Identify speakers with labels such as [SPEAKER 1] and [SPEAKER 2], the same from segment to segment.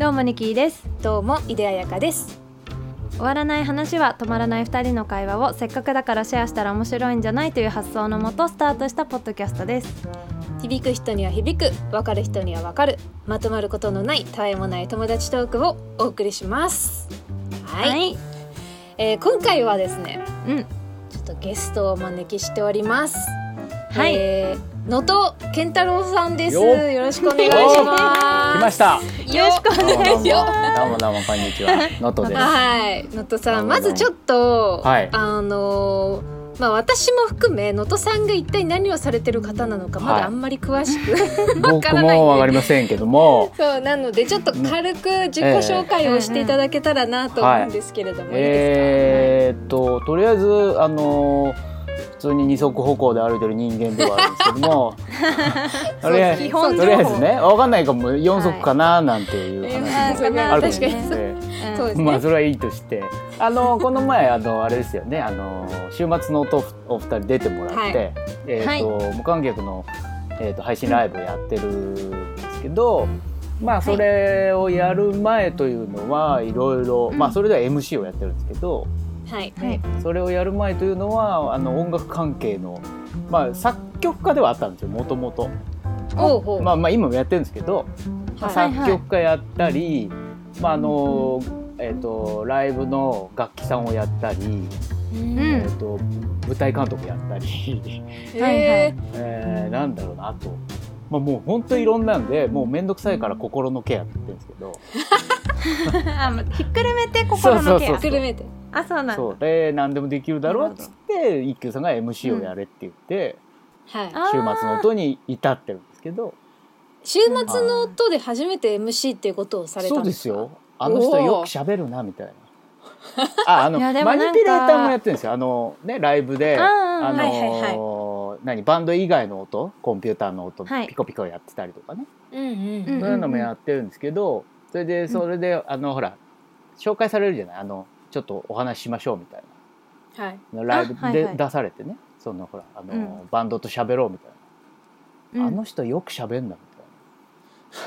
[SPEAKER 1] ホニキーです
[SPEAKER 2] どうも井出彩香です
[SPEAKER 1] 終わらない話は止まらない2人の会話をせっかくだからシェアしたら面白いんじゃないという発想のもとスタートしたポッドキャストです
[SPEAKER 2] 響く人には響く分かる人には分かるまとまることのないたわいもない友達トークをお送りしますはい、
[SPEAKER 1] い
[SPEAKER 2] えー今回はですね
[SPEAKER 1] うん
[SPEAKER 2] ちょっとゲストをお招きしております
[SPEAKER 1] はい
[SPEAKER 2] えー能登健太郎さんです
[SPEAKER 3] よ
[SPEAKER 2] よろしくお願いします
[SPEAKER 3] 来 ました。
[SPEAKER 1] よろしくお
[SPEAKER 3] どうも
[SPEAKER 1] 願いしま
[SPEAKER 3] どうもどうもこんにちは。能登です。
[SPEAKER 2] はい、能登さん、
[SPEAKER 3] な
[SPEAKER 2] ま
[SPEAKER 3] るほど
[SPEAKER 2] ずちょっと、
[SPEAKER 3] はい
[SPEAKER 2] あのー。まあ、私も含め能登さんが一体何をされてる方なのかま
[SPEAKER 3] はい
[SPEAKER 2] だあんまり詳しく、
[SPEAKER 3] 僕もわかりませんけども、
[SPEAKER 2] そうなのでちょっと軽く自己紹介をしていただけたらなと思うんですけれども、いいで
[SPEAKER 3] えーっととりあえずあの普通に二足歩行で歩いてる人間ではあるんですけ ども、
[SPEAKER 2] すか、
[SPEAKER 3] とりあえ
[SPEAKER 2] そう基
[SPEAKER 3] ず
[SPEAKER 2] 本
[SPEAKER 3] とりあえずね、わかんないかも四足かななんていう
[SPEAKER 2] え
[SPEAKER 3] 話。
[SPEAKER 2] ーそうまあ
[SPEAKER 3] あると
[SPEAKER 2] 確か
[SPEAKER 3] 思
[SPEAKER 2] に
[SPEAKER 3] うの
[SPEAKER 2] そう
[SPEAKER 3] で、
[SPEAKER 2] そうですね、
[SPEAKER 3] まあそれはいいとして、あのこの前あのあれですよね、あの週末の音お二人出てもらって、
[SPEAKER 2] は
[SPEAKER 3] えっ、と、無観客のえっ、と配信ライブをやってるんですけど、まあそれをやる前というのはいろいろ、
[SPEAKER 1] うん
[SPEAKER 3] まあそれでは MC をやってるんですけど、
[SPEAKER 2] はい
[SPEAKER 1] すはい
[SPEAKER 3] それをやる前というのはあの音楽関係のまあ作曲家ではあったんですよ、もともと。
[SPEAKER 2] おうおう、
[SPEAKER 3] まあまあ今もやってるんですけど。
[SPEAKER 1] さ
[SPEAKER 2] はい
[SPEAKER 3] 作曲家やったり、まああのえー、とライブの楽器さんをやったり、
[SPEAKER 1] うん
[SPEAKER 3] えー、と舞台監督やったり、
[SPEAKER 2] え
[SPEAKER 3] えー、なんだろうなあと、まあ、もう本当いろんなんでもう面倒くさいから心のケアって言ってるんですけど
[SPEAKER 1] あもうひっくるめて心のケ
[SPEAKER 3] そ
[SPEAKER 1] ア
[SPEAKER 3] うそう
[SPEAKER 2] ー、くるめて
[SPEAKER 1] あそうなん
[SPEAKER 3] そうで何でもできるだろうっつって一休さんが MC をやれって言って、
[SPEAKER 2] はい
[SPEAKER 1] あー
[SPEAKER 3] 週末の音に至ってるんですけど
[SPEAKER 2] 週末の音で初めて MC っていうことをされた
[SPEAKER 3] そ
[SPEAKER 2] ん
[SPEAKER 3] う
[SPEAKER 2] で
[SPEAKER 3] ですす
[SPEAKER 2] か
[SPEAKER 3] よあの人よく喋るなみたいな。 ああの
[SPEAKER 1] いやでもな
[SPEAKER 3] マ
[SPEAKER 1] ん
[SPEAKER 3] ニ
[SPEAKER 1] か
[SPEAKER 3] ピュレーターもやってるんですよあのねライブで
[SPEAKER 1] ああ
[SPEAKER 3] あのー
[SPEAKER 2] はいはい
[SPEAKER 3] 何バンド以外の音コンピューターの音、
[SPEAKER 1] はい
[SPEAKER 3] ピコピコやってたりとかね、
[SPEAKER 2] うんうん、
[SPEAKER 1] うん
[SPEAKER 3] そういうのもやってるんですけどそれでそれで、あのほら紹介されるじゃないあのちょっとお話ししましょうみたい
[SPEAKER 2] はい
[SPEAKER 3] なライブで、
[SPEAKER 1] あはいはい
[SPEAKER 3] 出されてねそのほらあのー、
[SPEAKER 1] う
[SPEAKER 3] バンドと喋ろうみたい
[SPEAKER 1] うん
[SPEAKER 3] な、あの人よく喋んな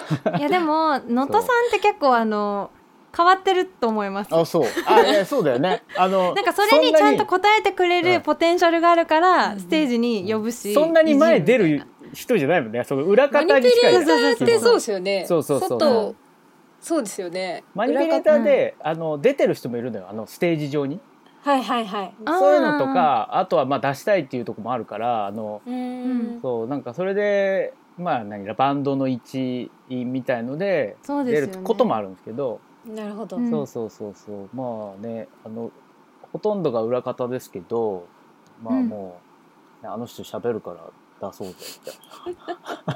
[SPEAKER 3] みたい
[SPEAKER 1] いやでも能登さんって結構あの変わってると思います
[SPEAKER 3] なあそうあいやそうだよねあ の
[SPEAKER 1] なんかそれにちゃんと
[SPEAKER 3] そ
[SPEAKER 1] 答えてくれ
[SPEAKER 3] う
[SPEAKER 1] る
[SPEAKER 3] ん
[SPEAKER 1] ポテンシャルがあるからステージに呼ぶし
[SPEAKER 3] そんなに前出
[SPEAKER 1] いじ
[SPEAKER 3] る人じゃないもんねその裏
[SPEAKER 2] マニ
[SPEAKER 3] 方に
[SPEAKER 2] ピュ
[SPEAKER 3] 近い
[SPEAKER 2] レ
[SPEAKER 3] じゃ
[SPEAKER 2] ー
[SPEAKER 3] ん
[SPEAKER 2] ターってそうですよね。
[SPEAKER 3] そうそうそうそう
[SPEAKER 2] 外、そうですよね。
[SPEAKER 3] マニピュレーターで、あの出てる人もいるのよあのステージ上に
[SPEAKER 2] はいはいはい。
[SPEAKER 1] あー
[SPEAKER 3] そういうのとかあとはまあ出したいっていうところもあるからあの
[SPEAKER 2] うーん。
[SPEAKER 3] そうなんかそれでまあ何バンドの一員みたいので
[SPEAKER 1] そうで
[SPEAKER 3] 出
[SPEAKER 1] すよ
[SPEAKER 3] る
[SPEAKER 1] ね
[SPEAKER 3] こともあるんですけど
[SPEAKER 2] なるほど。
[SPEAKER 1] うん
[SPEAKER 3] そうそうそうそうまあねあのほとんどが裏方ですけどまあ
[SPEAKER 1] うん
[SPEAKER 3] もう、ねあの人喋るから出そうぜみた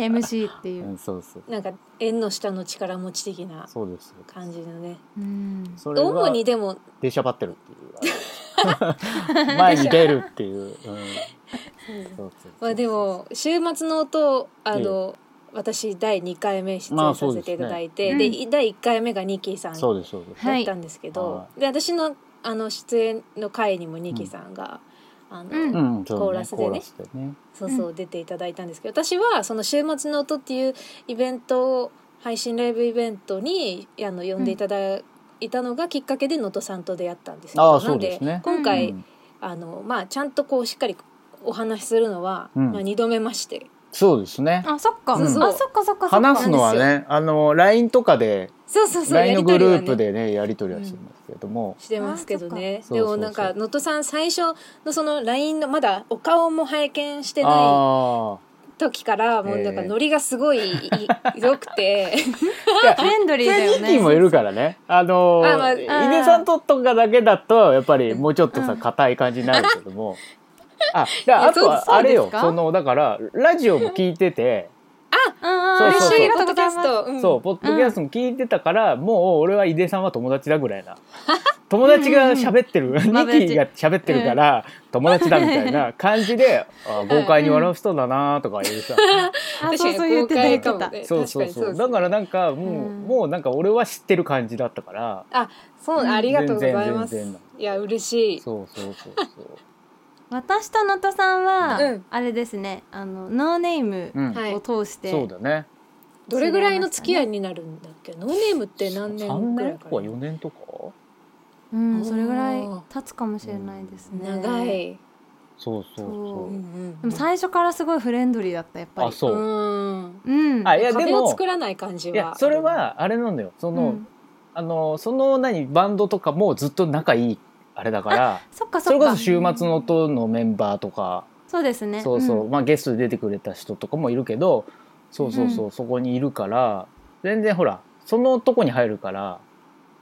[SPEAKER 3] い
[SPEAKER 1] ゃん TMC ってい
[SPEAKER 3] な、
[SPEAKER 1] う
[SPEAKER 3] う、ん、そうそう
[SPEAKER 2] なんか縁の下の力持ち的な
[SPEAKER 3] そうです
[SPEAKER 2] 感じのね。
[SPEAKER 1] うん、
[SPEAKER 3] それ
[SPEAKER 2] 主
[SPEAKER 3] が
[SPEAKER 2] にでも
[SPEAKER 3] 出しゃばってるっていうあ の前に出るっていう、うん、そうそうそう
[SPEAKER 2] まあでも週末の音あの。私第2回目出
[SPEAKER 3] ま
[SPEAKER 2] 演
[SPEAKER 3] あ
[SPEAKER 2] さ
[SPEAKER 3] そう
[SPEAKER 2] せ
[SPEAKER 3] です
[SPEAKER 2] て
[SPEAKER 3] ね
[SPEAKER 2] いただいて、
[SPEAKER 1] うん
[SPEAKER 2] で,、第1回目がニッキーさんだ
[SPEAKER 3] そうですそうです
[SPEAKER 1] はい
[SPEAKER 2] ったんですけど、
[SPEAKER 3] は
[SPEAKER 2] で私のあの出演の回にもニッキーさんが、あの
[SPEAKER 1] うん
[SPEAKER 3] うん、そうね
[SPEAKER 2] コーラスでね
[SPEAKER 3] コーラスでね
[SPEAKER 2] そうそう、出ていただいたんですけど私はその「週末の音」っていうイベント配信ライブイベントにあの呼んでいただいたのがきっかけで能登さんと出会ったんですよ
[SPEAKER 3] ああ
[SPEAKER 2] な
[SPEAKER 3] そ
[SPEAKER 2] の
[SPEAKER 3] うですね
[SPEAKER 2] 今
[SPEAKER 3] う
[SPEAKER 2] 回、
[SPEAKER 3] ん
[SPEAKER 2] あのまあ、ちゃんとこうしっかりお話しするのは、
[SPEAKER 3] うん
[SPEAKER 2] まあ、2度目まして
[SPEAKER 3] そうですね
[SPEAKER 1] あそっか、
[SPEAKER 3] うん
[SPEAKER 1] あそっかそっかそっか
[SPEAKER 3] 話すのはねあの LINE とかで
[SPEAKER 2] そうそうそう
[SPEAKER 3] LINE
[SPEAKER 2] やり
[SPEAKER 3] の
[SPEAKER 2] と
[SPEAKER 3] グ
[SPEAKER 2] り
[SPEAKER 3] ル
[SPEAKER 2] は
[SPEAKER 3] ープ
[SPEAKER 2] ね
[SPEAKER 3] でねやり取りはしてますけども、
[SPEAKER 2] してますけどね
[SPEAKER 3] あそっか
[SPEAKER 2] でもなん
[SPEAKER 3] そ
[SPEAKER 2] か
[SPEAKER 3] うそう
[SPEAKER 2] 能登さん最初のその LINE のまだお顔も拝見してな
[SPEAKER 3] あ
[SPEAKER 2] い時からもうなんかノリがすごいい い良くて。
[SPEAKER 3] あいや
[SPEAKER 1] フレンドリーだよ
[SPEAKER 3] ニッキ
[SPEAKER 1] ね
[SPEAKER 3] ーもいるからねあの
[SPEAKER 2] あまあ
[SPEAKER 3] 井出さんととかだけだとやっぱりもうちょっと
[SPEAKER 1] う
[SPEAKER 3] さ
[SPEAKER 1] ん
[SPEAKER 3] 硬い感じになるけど もあだからあと
[SPEAKER 1] そう
[SPEAKER 3] はあれ
[SPEAKER 1] そう
[SPEAKER 3] よ
[SPEAKER 1] ですか
[SPEAKER 3] そのだからラジオも聞いてて
[SPEAKER 1] うんうん
[SPEAKER 3] そう
[SPEAKER 1] 嬉し
[SPEAKER 3] そうそう
[SPEAKER 1] いあり
[SPEAKER 2] ポ
[SPEAKER 1] がと
[SPEAKER 2] ッ
[SPEAKER 1] うございます
[SPEAKER 2] ドキャスト。
[SPEAKER 3] そう、ポッドキャストも聞いてたから、もう俺は井出さんは友達だぐら いな。友達が喋ってる、ニ
[SPEAKER 1] 友達
[SPEAKER 3] ッキーが喋ってるから、友達だみたい な感じで、あ豪快に笑う人だなとか言う さ。
[SPEAKER 1] あそうそう言ってた言ってた
[SPEAKER 3] そうそうそう。だ
[SPEAKER 2] だ
[SPEAKER 3] か
[SPEAKER 2] からら
[SPEAKER 3] なんか、もう、
[SPEAKER 1] うん
[SPEAKER 3] もうなんか俺は知ってる感じだったから。
[SPEAKER 2] あ、そう、ありがとうございます
[SPEAKER 3] 全然全然。
[SPEAKER 2] いや、嬉しい。
[SPEAKER 3] そうそうそうそう。
[SPEAKER 1] 私と能登さんは、
[SPEAKER 2] うん
[SPEAKER 1] あれですねあのノーネーム
[SPEAKER 3] うん。
[SPEAKER 2] はい
[SPEAKER 1] を通して、
[SPEAKER 3] そうだね。
[SPEAKER 2] どれぐらいの付き合いになるんだっけノーネームって何年
[SPEAKER 3] 3
[SPEAKER 2] ぐらい
[SPEAKER 3] 年と
[SPEAKER 2] か
[SPEAKER 3] から4年とか
[SPEAKER 1] うん、それぐらい経つかもしれないですね
[SPEAKER 2] 長い、
[SPEAKER 3] そうそう
[SPEAKER 2] うん
[SPEAKER 3] そうう
[SPEAKER 2] うん
[SPEAKER 1] でも最初からすごいフレンドリーだったやっぱり
[SPEAKER 3] あそう、
[SPEAKER 2] うん
[SPEAKER 1] うん
[SPEAKER 3] あいやで
[SPEAKER 2] 壁を
[SPEAKER 3] も
[SPEAKER 2] 作らない感じはい
[SPEAKER 3] やそれはあれなんだよそうの、
[SPEAKER 1] ん、
[SPEAKER 3] あのその何バンドとかもずっと仲いいあれだから
[SPEAKER 1] そっかそ
[SPEAKER 3] そ
[SPEAKER 1] っ
[SPEAKER 3] れ
[SPEAKER 1] か
[SPEAKER 3] こそ「週末の音」のメンバーとか、
[SPEAKER 1] そうですね
[SPEAKER 3] そうそう、
[SPEAKER 1] ん
[SPEAKER 3] まあ、ゲストで出てくれた人とかもいるけどそうそうそう、そこにいるから全然ほらそのとこに入るから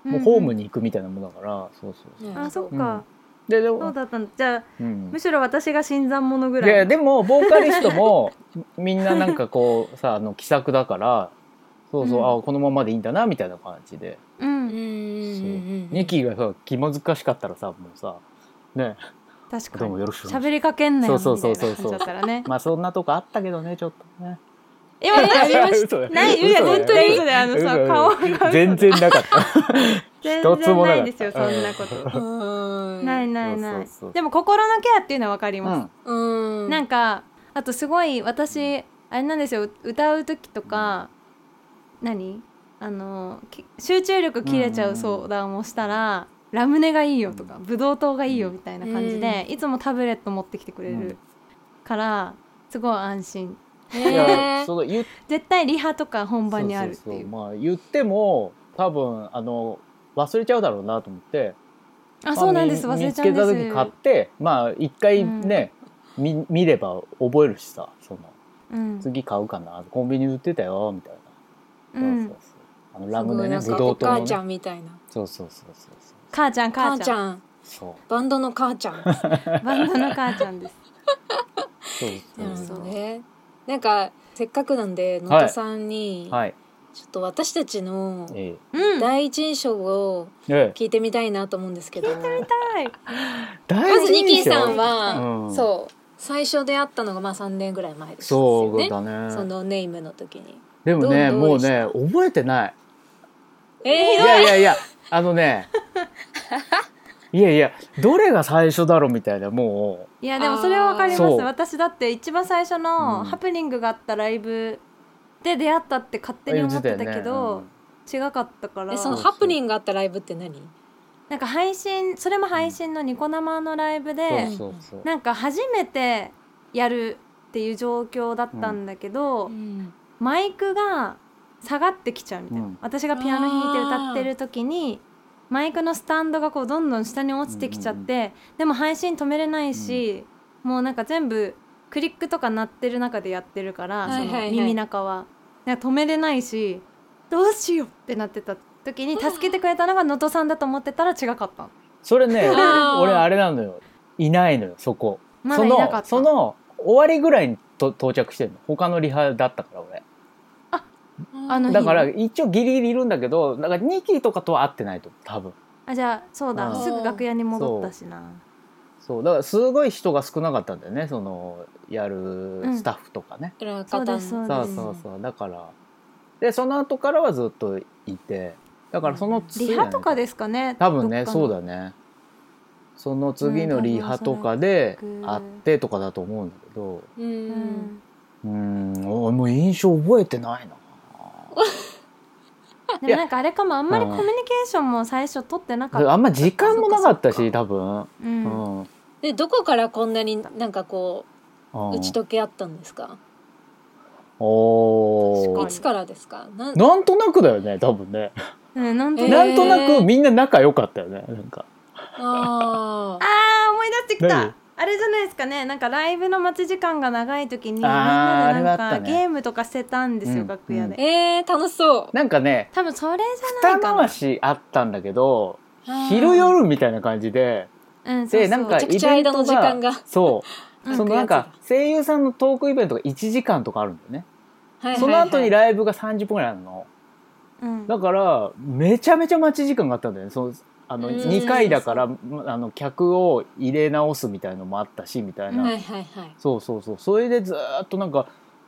[SPEAKER 3] もうホームに行くみたいなもんだから、そうそうそう
[SPEAKER 2] ね
[SPEAKER 1] あそっか、
[SPEAKER 3] でで
[SPEAKER 1] そう
[SPEAKER 3] も、
[SPEAKER 1] だったんだじゃあ
[SPEAKER 3] うん
[SPEAKER 1] む、しろ私が新参者ぐ
[SPEAKER 3] い
[SPEAKER 1] ら
[SPEAKER 3] や
[SPEAKER 1] い
[SPEAKER 3] でもボーカリストも みんななんかこうさあの気さくだからそうそう、
[SPEAKER 1] うん
[SPEAKER 3] あこのままでいいんだなみたいな感じで、
[SPEAKER 1] う
[SPEAKER 2] うんうん
[SPEAKER 1] ん
[SPEAKER 2] うんうん
[SPEAKER 3] ニキがさ気難しかったらさもうさね
[SPEAKER 1] 確か
[SPEAKER 3] どう
[SPEAKER 1] に
[SPEAKER 3] もよろしくお願いします
[SPEAKER 1] 喋りかけんなよみた
[SPEAKER 3] そ
[SPEAKER 1] いうな
[SPEAKER 3] そ
[SPEAKER 1] 感じ
[SPEAKER 3] うそうそうそ
[SPEAKER 1] だ
[SPEAKER 3] う
[SPEAKER 1] ったらね
[SPEAKER 3] まあそんなとこあったけどねちょっとね。
[SPEAKER 1] 今ねありまし
[SPEAKER 3] 嘘だ
[SPEAKER 1] た
[SPEAKER 3] よ
[SPEAKER 1] ないいや
[SPEAKER 3] 嘘だよ
[SPEAKER 1] 本当に嘘であの
[SPEAKER 3] 嘘
[SPEAKER 1] さ
[SPEAKER 3] だよ
[SPEAKER 1] 顔が
[SPEAKER 3] 全然なかった。
[SPEAKER 1] 全
[SPEAKER 3] 一つ
[SPEAKER 1] 然
[SPEAKER 3] もな
[SPEAKER 1] な
[SPEAKER 3] か
[SPEAKER 1] い
[SPEAKER 3] った
[SPEAKER 1] ですよそんなこと
[SPEAKER 2] うん
[SPEAKER 1] ないないない
[SPEAKER 3] そうそうそう
[SPEAKER 1] でも心のケアっていうのはわかります、
[SPEAKER 2] うん
[SPEAKER 1] なんかあとすごい私あれなんですよ歌う時とか、何あのき集中力切れちゃう相談をしたら、ラムネがいいよとかブドウ糖がいいよみたいな感じで、いつもタブレット持ってきてくれ
[SPEAKER 3] うん
[SPEAKER 1] るから、すごい安心
[SPEAKER 3] いや
[SPEAKER 2] ね
[SPEAKER 3] その言っ
[SPEAKER 1] 絶対リハとか本番にあるっていう
[SPEAKER 3] そうそうそうまあ言っても多分あの忘れちゃうだろうなと思って。
[SPEAKER 1] あそうなんです
[SPEAKER 3] まあ
[SPEAKER 1] 忘
[SPEAKER 3] み
[SPEAKER 1] れちゃうんです
[SPEAKER 3] 見つけた時買ってまあ一回ね、見見れば覚えるしさその
[SPEAKER 1] うん
[SPEAKER 3] 次買うかなコンビニ売ってたよみたいな。
[SPEAKER 1] う
[SPEAKER 3] そうんそうそうあのラムネね
[SPEAKER 2] すご
[SPEAKER 3] ブ
[SPEAKER 2] いなんか
[SPEAKER 3] ド
[SPEAKER 2] お
[SPEAKER 3] ウ糖
[SPEAKER 2] 母
[SPEAKER 3] の
[SPEAKER 2] ちゃ
[SPEAKER 3] ね。
[SPEAKER 2] んみたいな
[SPEAKER 3] そうそうそうそうそう。
[SPEAKER 1] 母ちゃん母
[SPEAKER 2] 母
[SPEAKER 1] ち
[SPEAKER 2] ち
[SPEAKER 1] ゃん
[SPEAKER 2] ゃん
[SPEAKER 3] そう
[SPEAKER 2] バンドの母ちゃん
[SPEAKER 1] バンドの母ちゃん です
[SPEAKER 3] そう
[SPEAKER 2] なるほ
[SPEAKER 3] そ
[SPEAKER 2] ど
[SPEAKER 3] うそう。
[SPEAKER 2] ねなんかせっかくなんで
[SPEAKER 3] はい
[SPEAKER 2] 野田さんに、
[SPEAKER 3] はい。
[SPEAKER 2] ちょっと私たちの
[SPEAKER 3] ええ
[SPEAKER 1] うん
[SPEAKER 2] 第一印象を
[SPEAKER 3] ええ
[SPEAKER 2] 聞いてみたいなと思うんですけど、
[SPEAKER 1] はい
[SPEAKER 2] まずニキーさんは、
[SPEAKER 3] うん
[SPEAKER 2] そう最初出会ったのがまあ3年ぐらい前ですよ
[SPEAKER 3] そ
[SPEAKER 2] ね
[SPEAKER 3] うだね。
[SPEAKER 2] そのネームの時に
[SPEAKER 3] でもね
[SPEAKER 2] どう
[SPEAKER 3] も
[SPEAKER 2] ど
[SPEAKER 3] う
[SPEAKER 2] うで
[SPEAKER 3] ね
[SPEAKER 2] した
[SPEAKER 3] 覚えてない。い
[SPEAKER 2] えー、
[SPEAKER 3] やいやいやあのね。いやいやどれが最初だろうみたいなも
[SPEAKER 1] いやでもそれはわかります
[SPEAKER 3] そう
[SPEAKER 1] 私だって一番最初
[SPEAKER 3] う
[SPEAKER 1] の
[SPEAKER 3] ん
[SPEAKER 1] ハプニングがあったライブで出会ったって勝
[SPEAKER 3] う
[SPEAKER 1] 手に思っ
[SPEAKER 3] 言
[SPEAKER 1] て
[SPEAKER 3] て
[SPEAKER 1] た
[SPEAKER 3] よ
[SPEAKER 1] け
[SPEAKER 3] ね
[SPEAKER 1] ど、違かったから
[SPEAKER 2] えその
[SPEAKER 3] う
[SPEAKER 2] ハプニングがあったライブって何
[SPEAKER 1] なんか配信それも配信のニコ生のライブ
[SPEAKER 3] う
[SPEAKER 1] で
[SPEAKER 3] んそうそうそう。
[SPEAKER 1] なんか初めてやるっていう状況だったんだけど、マイクが下がってきちゃうみたいな、
[SPEAKER 3] うん
[SPEAKER 1] 私がピアノ弾いて歌ってる時にマイクのスタンドがこうどんどん下に落ちてきちゃって、でも配信止めれないし、もうなんか全部クリックとか鳴ってる中でやってるから、
[SPEAKER 2] はいはいはい
[SPEAKER 1] その耳中はなんか止めれないしどうしようってなってた時に助けてくれたのが能登さんだと思ってたら違かったの
[SPEAKER 3] それね
[SPEAKER 2] あー
[SPEAKER 3] 俺あれなのよいないのよそこ。
[SPEAKER 1] まだいなかった
[SPEAKER 3] そのその終わりぐらいにと到着してるの他のリハだったから俺。
[SPEAKER 1] あの日
[SPEAKER 3] だから一応ギリギリいるんだけどだからニキとかとは会ってないと多分。
[SPEAKER 1] あじゃあそうだ
[SPEAKER 3] あー
[SPEAKER 1] すぐ楽屋に戻ったしな
[SPEAKER 3] そうだからすごい人が少なかったんだよねそのやる
[SPEAKER 1] ん
[SPEAKER 3] スタッフとかね、
[SPEAKER 2] 裏方
[SPEAKER 1] そう
[SPEAKER 2] の
[SPEAKER 1] ですそう
[SPEAKER 3] そ
[SPEAKER 1] で
[SPEAKER 3] う
[SPEAKER 1] す
[SPEAKER 3] そうそうだからでその後からはずっといてだからその次
[SPEAKER 1] リ
[SPEAKER 3] だね
[SPEAKER 1] ハとかですかね
[SPEAKER 3] 多分
[SPEAKER 1] ど
[SPEAKER 3] ね
[SPEAKER 1] っかの
[SPEAKER 3] そうだねその次のリハとかで
[SPEAKER 1] うん多分
[SPEAKER 3] 会ってとかだと思うんだけど
[SPEAKER 2] うん
[SPEAKER 1] う
[SPEAKER 2] うん
[SPEAKER 1] ん
[SPEAKER 3] うん俺もう印象覚えてないな
[SPEAKER 1] で
[SPEAKER 3] いや
[SPEAKER 1] もなんかあれかもあんまり
[SPEAKER 3] う
[SPEAKER 1] コ
[SPEAKER 3] ん
[SPEAKER 1] ミュニケーションも最初取ってなかった、
[SPEAKER 3] あんま時間もなかったし多分、
[SPEAKER 1] うん
[SPEAKER 3] うん
[SPEAKER 2] でどこからこんなになんかこう打ち解け合ったんですか
[SPEAKER 3] お
[SPEAKER 1] 確
[SPEAKER 2] い
[SPEAKER 1] か
[SPEAKER 3] ー
[SPEAKER 1] に
[SPEAKER 2] つからですかなん
[SPEAKER 3] なんとなくだよね多分ね、
[SPEAKER 1] うんなんとなく、
[SPEAKER 2] えー
[SPEAKER 3] なんとなくみんな仲良かったよねなんか
[SPEAKER 2] あー
[SPEAKER 1] あー思い出してき
[SPEAKER 3] 何
[SPEAKER 1] たあれじゃないですかねなんかライブの待ち時間が長い時にみん
[SPEAKER 3] あー
[SPEAKER 1] なでなん
[SPEAKER 3] あれはあ
[SPEAKER 1] か、
[SPEAKER 3] ったね
[SPEAKER 1] ゲームとかしてたんですよ、
[SPEAKER 3] うん
[SPEAKER 1] 楽屋で、
[SPEAKER 2] えー、楽しそう
[SPEAKER 3] なんかね
[SPEAKER 1] 多分それじゃな
[SPEAKER 3] 二
[SPEAKER 1] いかな
[SPEAKER 3] 回しあったんだけど
[SPEAKER 2] あー
[SPEAKER 3] 昼夜みたいな感じで
[SPEAKER 1] うんそうそ
[SPEAKER 3] で
[SPEAKER 1] う
[SPEAKER 3] なんか
[SPEAKER 2] めち
[SPEAKER 3] イ
[SPEAKER 2] ゃく
[SPEAKER 3] ベ
[SPEAKER 2] ちゃ
[SPEAKER 3] ン
[SPEAKER 2] 間
[SPEAKER 3] ト
[SPEAKER 2] の時間が
[SPEAKER 3] がそう うんそのなん
[SPEAKER 2] や
[SPEAKER 3] か声優さんのトークイベントが1時間とかあるんだよね
[SPEAKER 2] はいはいはい
[SPEAKER 3] その後にライブが30分ぐらいあるの
[SPEAKER 1] うん
[SPEAKER 3] だからめちゃめちゃ待ち時間があったんだよねそのあの
[SPEAKER 2] うん
[SPEAKER 3] 2回だからまあの客を入れ直すみたいのもあったしみたいな、
[SPEAKER 1] うん
[SPEAKER 2] はいはいはい
[SPEAKER 3] そうそうそうそれでずーっとなんか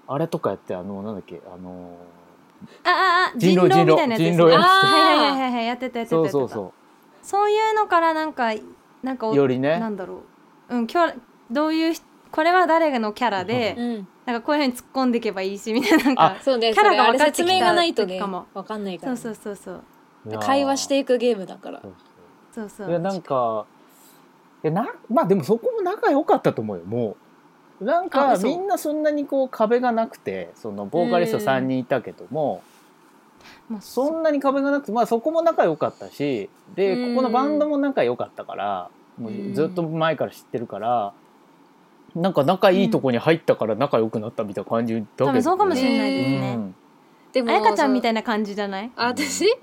[SPEAKER 3] あれとかやってあのなんだっけあの
[SPEAKER 1] あああ
[SPEAKER 3] 人
[SPEAKER 1] 人
[SPEAKER 3] 狼
[SPEAKER 1] 狼みたいなやつです、ね、
[SPEAKER 3] 人狼人狼やって
[SPEAKER 1] あーはいはいはいはいやってたや
[SPEAKER 3] ー
[SPEAKER 1] ってた
[SPEAKER 3] そ
[SPEAKER 1] やっ
[SPEAKER 3] う
[SPEAKER 1] てた
[SPEAKER 3] そうそ
[SPEAKER 1] そういうのからなんかなんかお
[SPEAKER 3] うよりね
[SPEAKER 1] なんだろううん今日どういうひこれは誰のキャラで、
[SPEAKER 2] うん
[SPEAKER 1] なんかこういうふうに突っ込んでいけばいいしみたいななんか
[SPEAKER 2] そうね
[SPEAKER 1] キャラが
[SPEAKER 2] それあ
[SPEAKER 1] 分
[SPEAKER 2] れ
[SPEAKER 1] かって
[SPEAKER 2] 説明がないと
[SPEAKER 1] きた
[SPEAKER 2] ね
[SPEAKER 1] 時かも
[SPEAKER 2] 分かんないか
[SPEAKER 1] そ
[SPEAKER 2] ら
[SPEAKER 1] う
[SPEAKER 2] ね、
[SPEAKER 1] そうそうそう
[SPEAKER 2] 会話していくゲームだから
[SPEAKER 3] そう
[SPEAKER 1] そうそ
[SPEAKER 3] そうういやなんかいやなまあでもそこも仲良かったと思うよもうなん
[SPEAKER 1] あ
[SPEAKER 3] か
[SPEAKER 1] そう
[SPEAKER 3] みんなそんなにこう壁がなくてそのボーカリスト
[SPEAKER 2] うん
[SPEAKER 3] 3人いたけども、
[SPEAKER 1] まあ
[SPEAKER 3] そんなに壁がなくて、まあ、そこも仲良かったしで
[SPEAKER 2] うん
[SPEAKER 3] ここのバンドも仲良かったからもうずっと前から知ってるから。なんか仲いいとこに入ったから仲良くなったみたいな感じだけど、
[SPEAKER 1] 多分そうかもし
[SPEAKER 2] れ
[SPEAKER 1] れないですね、
[SPEAKER 3] うん
[SPEAKER 2] でも
[SPEAKER 1] あやかちゃんみ
[SPEAKER 2] い
[SPEAKER 1] たいな感じじゃない
[SPEAKER 2] あ私あ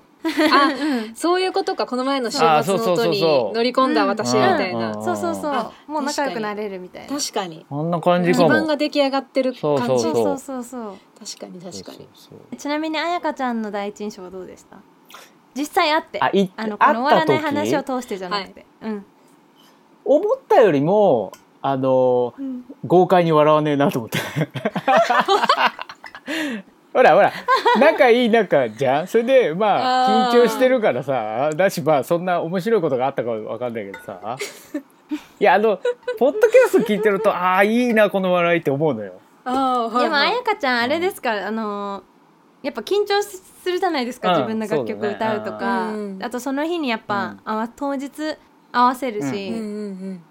[SPEAKER 2] そういうことかこの前の週末
[SPEAKER 3] あ
[SPEAKER 2] の
[SPEAKER 3] ーそうそう
[SPEAKER 2] 音
[SPEAKER 3] そうそう
[SPEAKER 2] に乗り込んだ私みたい
[SPEAKER 3] うん
[SPEAKER 2] な
[SPEAKER 1] そうそうそ
[SPEAKER 2] あ
[SPEAKER 1] うもう仲良く
[SPEAKER 2] 確か
[SPEAKER 1] な
[SPEAKER 2] に
[SPEAKER 1] れるみたいな
[SPEAKER 2] 確かに
[SPEAKER 3] あんな感じ
[SPEAKER 2] 基
[SPEAKER 3] かも。
[SPEAKER 2] 盤が出来上がってる
[SPEAKER 3] そう
[SPEAKER 2] 感じ
[SPEAKER 1] そうそう
[SPEAKER 3] う
[SPEAKER 1] そうそう
[SPEAKER 2] 確かに確かに
[SPEAKER 3] そうそうそう
[SPEAKER 1] ちなみにあやかちゃんの第一印象はどうでした実際会って
[SPEAKER 3] あい
[SPEAKER 1] あのこ
[SPEAKER 3] 会
[SPEAKER 1] の終わら
[SPEAKER 3] った
[SPEAKER 1] ない
[SPEAKER 3] 時
[SPEAKER 1] 話を通してじゃなくて、うん
[SPEAKER 3] 思ったよりもあの
[SPEAKER 1] うん
[SPEAKER 3] 豪快に笑わねえなと思って。 ほらほら仲いい仲じゃんそれでま
[SPEAKER 2] あー
[SPEAKER 3] あ緊張してるからさだしまあそんな面白いことがあったかわかんないけどさいやあのポッドキャスト聞いてる とああいいなこの笑いって思うのよ。
[SPEAKER 2] あーはい
[SPEAKER 1] でもあ
[SPEAKER 2] はい
[SPEAKER 1] やかちゃんあれですから、あのやっぱ緊張するじゃないですか、
[SPEAKER 3] うん
[SPEAKER 1] 自分の楽曲
[SPEAKER 3] そうだ
[SPEAKER 1] 歌
[SPEAKER 3] ね
[SPEAKER 1] うとか、
[SPEAKER 2] うん
[SPEAKER 1] あとその日にやっぱ、
[SPEAKER 3] うん
[SPEAKER 1] あわ当日合わせるし、
[SPEAKER 2] うんうんうん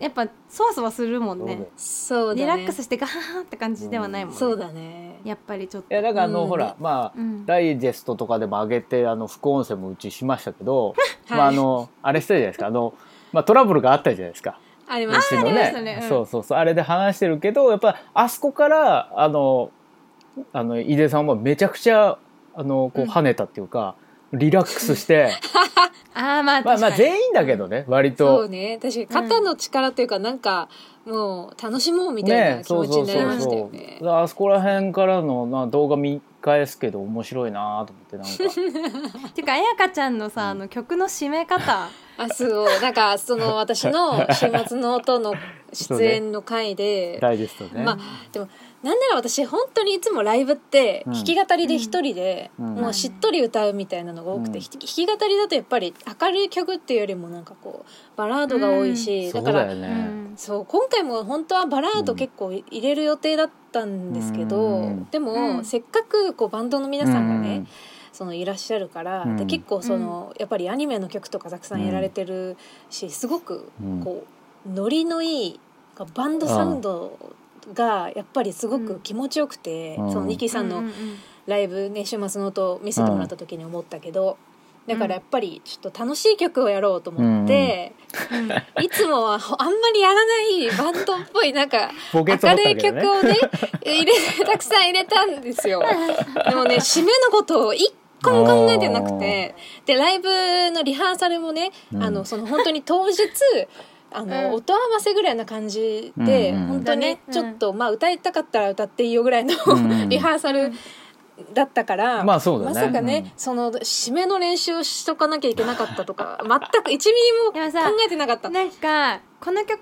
[SPEAKER 1] やっぱそわそわするもん
[SPEAKER 3] そうだ
[SPEAKER 1] ね
[SPEAKER 3] よ
[SPEAKER 2] そうだね
[SPEAKER 1] リラックスしてガハハって感じではないもん、ね
[SPEAKER 2] そうだね
[SPEAKER 1] やっぱりちょっ
[SPEAKER 3] い
[SPEAKER 1] と
[SPEAKER 3] やだからあの、
[SPEAKER 2] うん
[SPEAKER 3] ほらまあ、
[SPEAKER 1] うん
[SPEAKER 3] ダイジェストとかでも上げてあの副音声もうちしましたけど、
[SPEAKER 2] はい
[SPEAKER 3] まああのあれしたじゃないですかあの、まあ、トラブルがあったじゃないですか。
[SPEAKER 2] あり
[SPEAKER 3] う
[SPEAKER 2] まし
[SPEAKER 3] ち
[SPEAKER 2] た
[SPEAKER 3] の
[SPEAKER 1] ありましたねうん
[SPEAKER 3] そうそうそうあれで話してるけどやっぱあそこからあのあの井出さんはめちゃくちゃあのこう
[SPEAKER 1] うん
[SPEAKER 3] 跳ねたっていうか、リラックス して
[SPEAKER 1] ああまあ
[SPEAKER 3] まあ
[SPEAKER 1] 確
[SPEAKER 3] ま
[SPEAKER 1] か
[SPEAKER 3] あ
[SPEAKER 1] に、
[SPEAKER 3] 全員だけどね割
[SPEAKER 2] そ
[SPEAKER 3] と
[SPEAKER 2] うね確かに肩の力というかなんかもう楽しもうみたいな気持ちになりましたよね
[SPEAKER 3] うあそこら辺からのな動画見返すけど面白いなと思ってなん か
[SPEAKER 1] ていうかあやかちゃんのさあの曲の締め方
[SPEAKER 2] あすごいなんかその私の「週末の音」の出演の回で、
[SPEAKER 3] ダイジェストね。
[SPEAKER 2] まあでもなんなら私本当にいつもライブって
[SPEAKER 3] うん
[SPEAKER 2] 弾き語りで一人で、
[SPEAKER 3] うん
[SPEAKER 2] もうしっとり歌うみたいなのが多くて、
[SPEAKER 3] うん
[SPEAKER 2] ひ弾き語りだとやっぱり明るい曲っていうよりもなんかこうバラードが多いし、
[SPEAKER 3] そう
[SPEAKER 2] だから
[SPEAKER 3] だよね、
[SPEAKER 1] うん
[SPEAKER 2] そう今回も本当はバラード結構入れる予定だったんですけど、
[SPEAKER 3] うん
[SPEAKER 2] でも、
[SPEAKER 1] うん
[SPEAKER 2] せっかくこうバンドの皆さんがね、
[SPEAKER 3] うん
[SPEAKER 2] そのいらっしゃるから、
[SPEAKER 3] うん
[SPEAKER 2] で結構その、やっぱりアニメの曲とかたくさんやられてるし、すごく
[SPEAKER 3] うん
[SPEAKER 2] こうノリのいいバンドサウンドがやっぱりすごく気持ちよくて、
[SPEAKER 3] うん
[SPEAKER 2] そのニキさん
[SPEAKER 1] う
[SPEAKER 2] の
[SPEAKER 1] んうん
[SPEAKER 2] ライブね週末の音を見せてもらった時に思ったけど、だからやっぱりちょっと楽しい曲をやろうと思って、
[SPEAKER 1] うん
[SPEAKER 2] いつもはあんまりやらないバンドっぽいなんか
[SPEAKER 3] ボケツ
[SPEAKER 2] 明
[SPEAKER 3] 掘った
[SPEAKER 2] る
[SPEAKER 3] け
[SPEAKER 2] い曲
[SPEAKER 3] どね
[SPEAKER 2] をね入れてたくさん入れたんです よでもね締めのことを一個も考えてなくてでライブのリハーサルもね、
[SPEAKER 3] うん
[SPEAKER 2] あのその本当に当日あの、
[SPEAKER 1] うん
[SPEAKER 2] 音合わせぐらいな感じで、
[SPEAKER 3] うんうん
[SPEAKER 2] 本当
[SPEAKER 1] だ
[SPEAKER 2] に
[SPEAKER 1] ねうん
[SPEAKER 2] ちょっと、まあ歌いたかったら歌っていいよぐらいの、
[SPEAKER 3] う ん
[SPEAKER 2] リハーサルだったから、
[SPEAKER 3] まあそうだね
[SPEAKER 2] まさかね、
[SPEAKER 3] うん
[SPEAKER 2] その締めの練習をしとかなきゃいけなかったと か全く1ミリ
[SPEAKER 1] でも
[SPEAKER 2] も考
[SPEAKER 1] さ
[SPEAKER 2] えてなかった。
[SPEAKER 1] なんかこの曲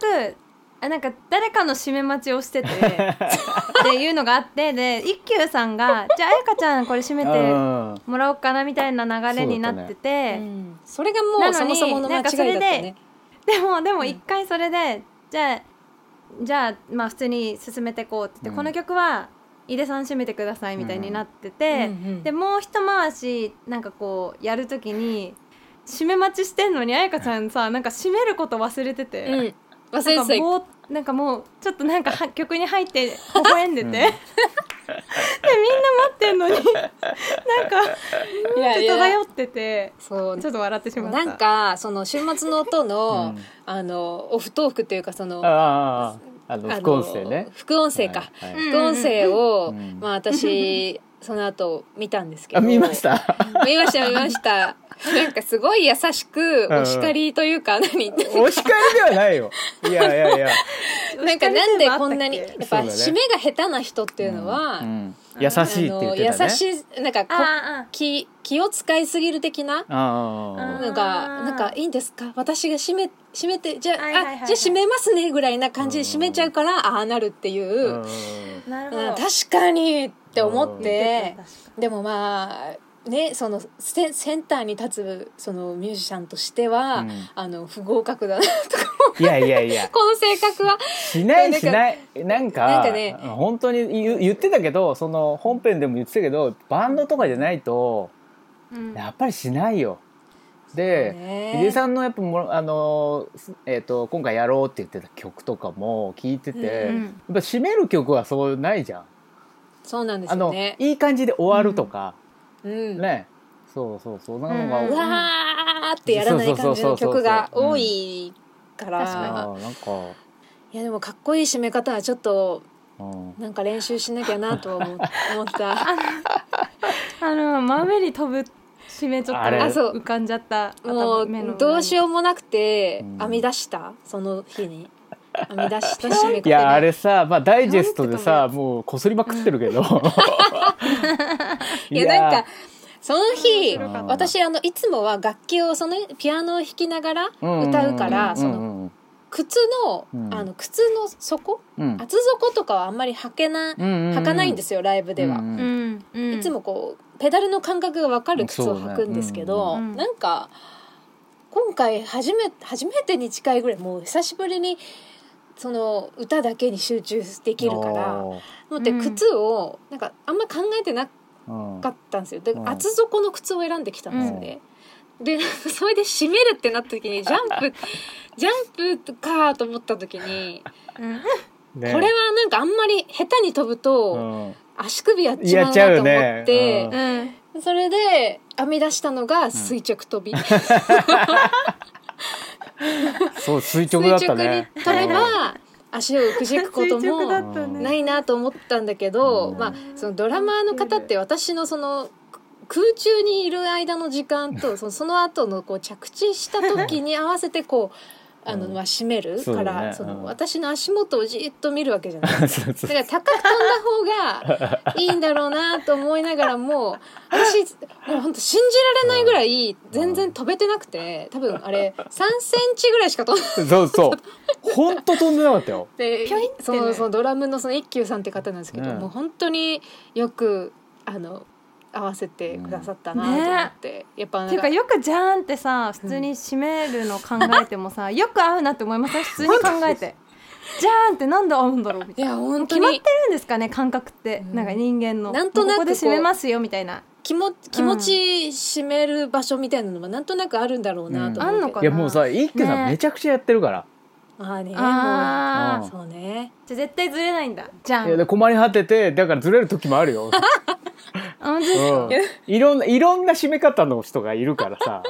[SPEAKER 1] あなんか誰かの締め待ちをしててっていうのがあってで一休さんが「じゃあ彩香ちゃんこれ締めて
[SPEAKER 3] うん
[SPEAKER 1] もらおうかな」みたいな流れになってて、
[SPEAKER 2] うんそれがも
[SPEAKER 1] なの
[SPEAKER 2] う
[SPEAKER 1] に
[SPEAKER 2] そもそもの間違いだった
[SPEAKER 1] なん
[SPEAKER 2] ね。
[SPEAKER 1] でもでも一回それで、じゃあじゃあまあ普通に進めてこうって言って、
[SPEAKER 3] うん
[SPEAKER 1] この曲は井出さん締めてくださいみたいになってて、
[SPEAKER 2] うんうん
[SPEAKER 1] でもう一回しなんかこうやるときに締め待ちしてんのに彩香ちゃんさなんか締めること忘れてて。
[SPEAKER 2] うん、
[SPEAKER 1] な
[SPEAKER 2] 忘れ
[SPEAKER 1] んか
[SPEAKER 2] てた
[SPEAKER 1] もうなんかもうちょっとなんか は曲に入って微笑んでて、
[SPEAKER 3] うん
[SPEAKER 1] でみんな待ってんのになんか
[SPEAKER 2] いやいや
[SPEAKER 1] 漂ってて
[SPEAKER 2] そう
[SPEAKER 1] ちょっと笑ってしまった
[SPEAKER 2] なんかその週末の音の、
[SPEAKER 3] うん
[SPEAKER 2] あのオフトークというかその
[SPEAKER 3] あああああ
[SPEAKER 2] あ
[SPEAKER 3] の
[SPEAKER 2] の
[SPEAKER 3] 副音声ね。
[SPEAKER 2] 副音声か、
[SPEAKER 3] はいはい
[SPEAKER 1] うん
[SPEAKER 2] 副音声を、
[SPEAKER 3] うん
[SPEAKER 2] まあ私その後見たんですけど
[SPEAKER 3] あ見ました。
[SPEAKER 2] 見ました見ましたなんかすごい優しく
[SPEAKER 3] うん
[SPEAKER 2] お叱りというか何
[SPEAKER 3] お叱りではないよ。いやいやいや。
[SPEAKER 2] なんかなんでこんなに
[SPEAKER 1] お
[SPEAKER 2] や
[SPEAKER 1] 叱り
[SPEAKER 2] っぱ
[SPEAKER 3] そうだね
[SPEAKER 2] 締めが下手な人っていうのは、
[SPEAKER 3] うん優しいって言ってたね。
[SPEAKER 2] あの優しいなんかこ
[SPEAKER 1] ああ
[SPEAKER 2] 気気を使いすぎる的な
[SPEAKER 3] あ
[SPEAKER 2] の
[SPEAKER 1] あ
[SPEAKER 2] が
[SPEAKER 1] ー
[SPEAKER 2] なんかいいんですか私が閉め閉めてじゃあ,、
[SPEAKER 1] はいはいはいはい
[SPEAKER 2] あじゃあ閉めますねぐらいな感じで閉めちゃうからああなるってい
[SPEAKER 3] あ。
[SPEAKER 2] う、
[SPEAKER 3] うん
[SPEAKER 1] なるほ
[SPEAKER 2] う
[SPEAKER 1] ど
[SPEAKER 2] ん確かにって思っ
[SPEAKER 3] うん
[SPEAKER 2] て
[SPEAKER 1] 確か
[SPEAKER 2] でもまあねそのセセンターに立つそのミュージシャンとしては、
[SPEAKER 3] うん
[SPEAKER 2] あの不合格だな
[SPEAKER 3] いやいやいや
[SPEAKER 2] この性格は
[SPEAKER 3] しない
[SPEAKER 2] なん
[SPEAKER 3] し
[SPEAKER 2] か
[SPEAKER 3] ないなんか
[SPEAKER 2] なんかね
[SPEAKER 3] 本当に言う言ってたけどその本編でも言ってたけどバンドとかじゃないと
[SPEAKER 1] うん
[SPEAKER 3] やっぱりしないよ。で、
[SPEAKER 2] ね
[SPEAKER 3] ヒデさんのやっぱもあの、すえー、と今回やろうって言ってた曲とかも聞いてて、
[SPEAKER 2] う
[SPEAKER 1] う
[SPEAKER 2] ん
[SPEAKER 1] ん
[SPEAKER 3] やっぱ締める曲はそうないじゃん、
[SPEAKER 2] そうなんです
[SPEAKER 3] あ
[SPEAKER 2] よ
[SPEAKER 3] の
[SPEAKER 2] ね。
[SPEAKER 3] いい感じで終わるとか、
[SPEAKER 2] うん、
[SPEAKER 3] ねそうそうそうなんかのが、
[SPEAKER 1] うん
[SPEAKER 2] うわーってやらない感じの曲が多いから
[SPEAKER 1] そうそうそうそう
[SPEAKER 3] あーなんか、
[SPEAKER 2] いやでもかっこいい締め方はちょっと
[SPEAKER 3] うん、
[SPEAKER 2] なんか練習しなきゃなとは思思った
[SPEAKER 1] あの真上に飛ぶ締めちょっ
[SPEAKER 3] あれ
[SPEAKER 1] と
[SPEAKER 3] あ
[SPEAKER 2] そう
[SPEAKER 1] 浮かんじゃった
[SPEAKER 2] もうどうし
[SPEAKER 1] よ
[SPEAKER 2] ようもなくて
[SPEAKER 3] うん
[SPEAKER 2] 編み出したその日に編み出した締め方
[SPEAKER 3] い
[SPEAKER 2] で
[SPEAKER 3] やあれさ、まあ、ダイジェストでさもうこすりまくってるけど、
[SPEAKER 2] いやなん かその
[SPEAKER 1] 面
[SPEAKER 2] 日
[SPEAKER 1] 白かった
[SPEAKER 2] 私あのいつもは楽器をそのピアノを弾きながら歌うから、その
[SPEAKER 3] の
[SPEAKER 2] 靴の,、
[SPEAKER 3] うん
[SPEAKER 2] あの靴の底
[SPEAKER 3] うん
[SPEAKER 2] 厚底とかはあんまり履けな履かないんですすよライブでは。
[SPEAKER 1] う、んうん、
[SPEAKER 2] いつもこうペダルの感覚が分かる靴を履くんですけど、
[SPEAKER 1] そうねうん
[SPEAKER 2] なんか今回初め初めてに近いぐらいもう久しぶりにその歌だけに集中できるから
[SPEAKER 3] おー
[SPEAKER 2] 思って
[SPEAKER 1] うん
[SPEAKER 2] 靴をなんかあんま考えてな
[SPEAKER 3] うん
[SPEAKER 2] かったんですよで
[SPEAKER 3] うん
[SPEAKER 2] 厚底の靴を選んできたんですよね。で それで締めるってなった時にジャンプ ジャンプかと思った時に
[SPEAKER 1] うん
[SPEAKER 3] ね
[SPEAKER 2] これはなんかあんまり下手に飛ぶと
[SPEAKER 3] う
[SPEAKER 2] 足首やっちま
[SPEAKER 3] や
[SPEAKER 2] う
[SPEAKER 3] っちゃう
[SPEAKER 2] なと思
[SPEAKER 3] よ
[SPEAKER 2] っ
[SPEAKER 3] ね
[SPEAKER 2] て。
[SPEAKER 3] うん
[SPEAKER 1] うん
[SPEAKER 2] それで編み出したのが垂直飛 び、
[SPEAKER 3] ん、そう垂直
[SPEAKER 2] 垂直
[SPEAKER 3] だったね。
[SPEAKER 2] に飛べば足をくじくこと
[SPEAKER 1] 垂直だ
[SPEAKER 2] も
[SPEAKER 1] ったね
[SPEAKER 2] ないなと思ったんだけど、
[SPEAKER 3] うん
[SPEAKER 2] まあそのドラマーの方って私のその空中にいる間の時間 とそのその後のこう着地した時に合わせてこうあの、
[SPEAKER 3] うん
[SPEAKER 2] まあ、締める
[SPEAKER 3] そう
[SPEAKER 2] か
[SPEAKER 3] だね
[SPEAKER 2] ら、そ
[SPEAKER 3] うん
[SPEAKER 2] の私の足元をじっと見るわけじゃ ない。
[SPEAKER 3] そうそ
[SPEAKER 2] だ
[SPEAKER 3] う
[SPEAKER 2] から高く飛んだ方がいいんだろうなと思いながら も私もう本当信じられないぐらい全然飛べてなくて多分あれ3センチぐらいしか飛んでなく
[SPEAKER 3] そうそう。本当飛んでなかったよ。
[SPEAKER 2] て
[SPEAKER 1] ピョイってね
[SPEAKER 2] そのそのドラムのその一休さんって方なんですけど、
[SPEAKER 3] ね
[SPEAKER 2] もう本当によくあの合わせてくださったなと思って、やっ
[SPEAKER 1] っ
[SPEAKER 2] ぱな
[SPEAKER 1] てい
[SPEAKER 2] ん
[SPEAKER 1] うか
[SPEAKER 2] か
[SPEAKER 1] よく「じゃーん」ってさ普通に締めるの考えてもさよく合うなって思いません普通に考えて「じゃーん」ってなんで合うんだろうみた
[SPEAKER 2] い
[SPEAKER 1] い
[SPEAKER 2] や
[SPEAKER 1] な
[SPEAKER 2] 本当
[SPEAKER 1] 決まって
[SPEAKER 2] に
[SPEAKER 1] るんですかね感覚って、
[SPEAKER 2] うん
[SPEAKER 1] なんか人間の
[SPEAKER 2] なんとなく
[SPEAKER 1] もうここで締
[SPEAKER 2] こ
[SPEAKER 1] め
[SPEAKER 2] う
[SPEAKER 1] ますよみたいな
[SPEAKER 2] 気も気持ち締める場所みたいなのもなんとなくあるんだろうなと思うけど、
[SPEAKER 1] うんあんのか
[SPEAKER 3] いやもうさ一休さん
[SPEAKER 1] ね
[SPEAKER 3] めちゃくちゃやってるから。
[SPEAKER 2] まあね
[SPEAKER 1] あ
[SPEAKER 2] も
[SPEAKER 1] ー
[SPEAKER 2] うそうね
[SPEAKER 1] じゃあ絶対ずれないんだじゃ
[SPEAKER 3] いや
[SPEAKER 1] ん
[SPEAKER 3] で困り果ててだからずれる時もあるよ。
[SPEAKER 1] あ本当です
[SPEAKER 3] うん
[SPEAKER 1] か、
[SPEAKER 3] いろんないろんな締め方の人がいるから さ。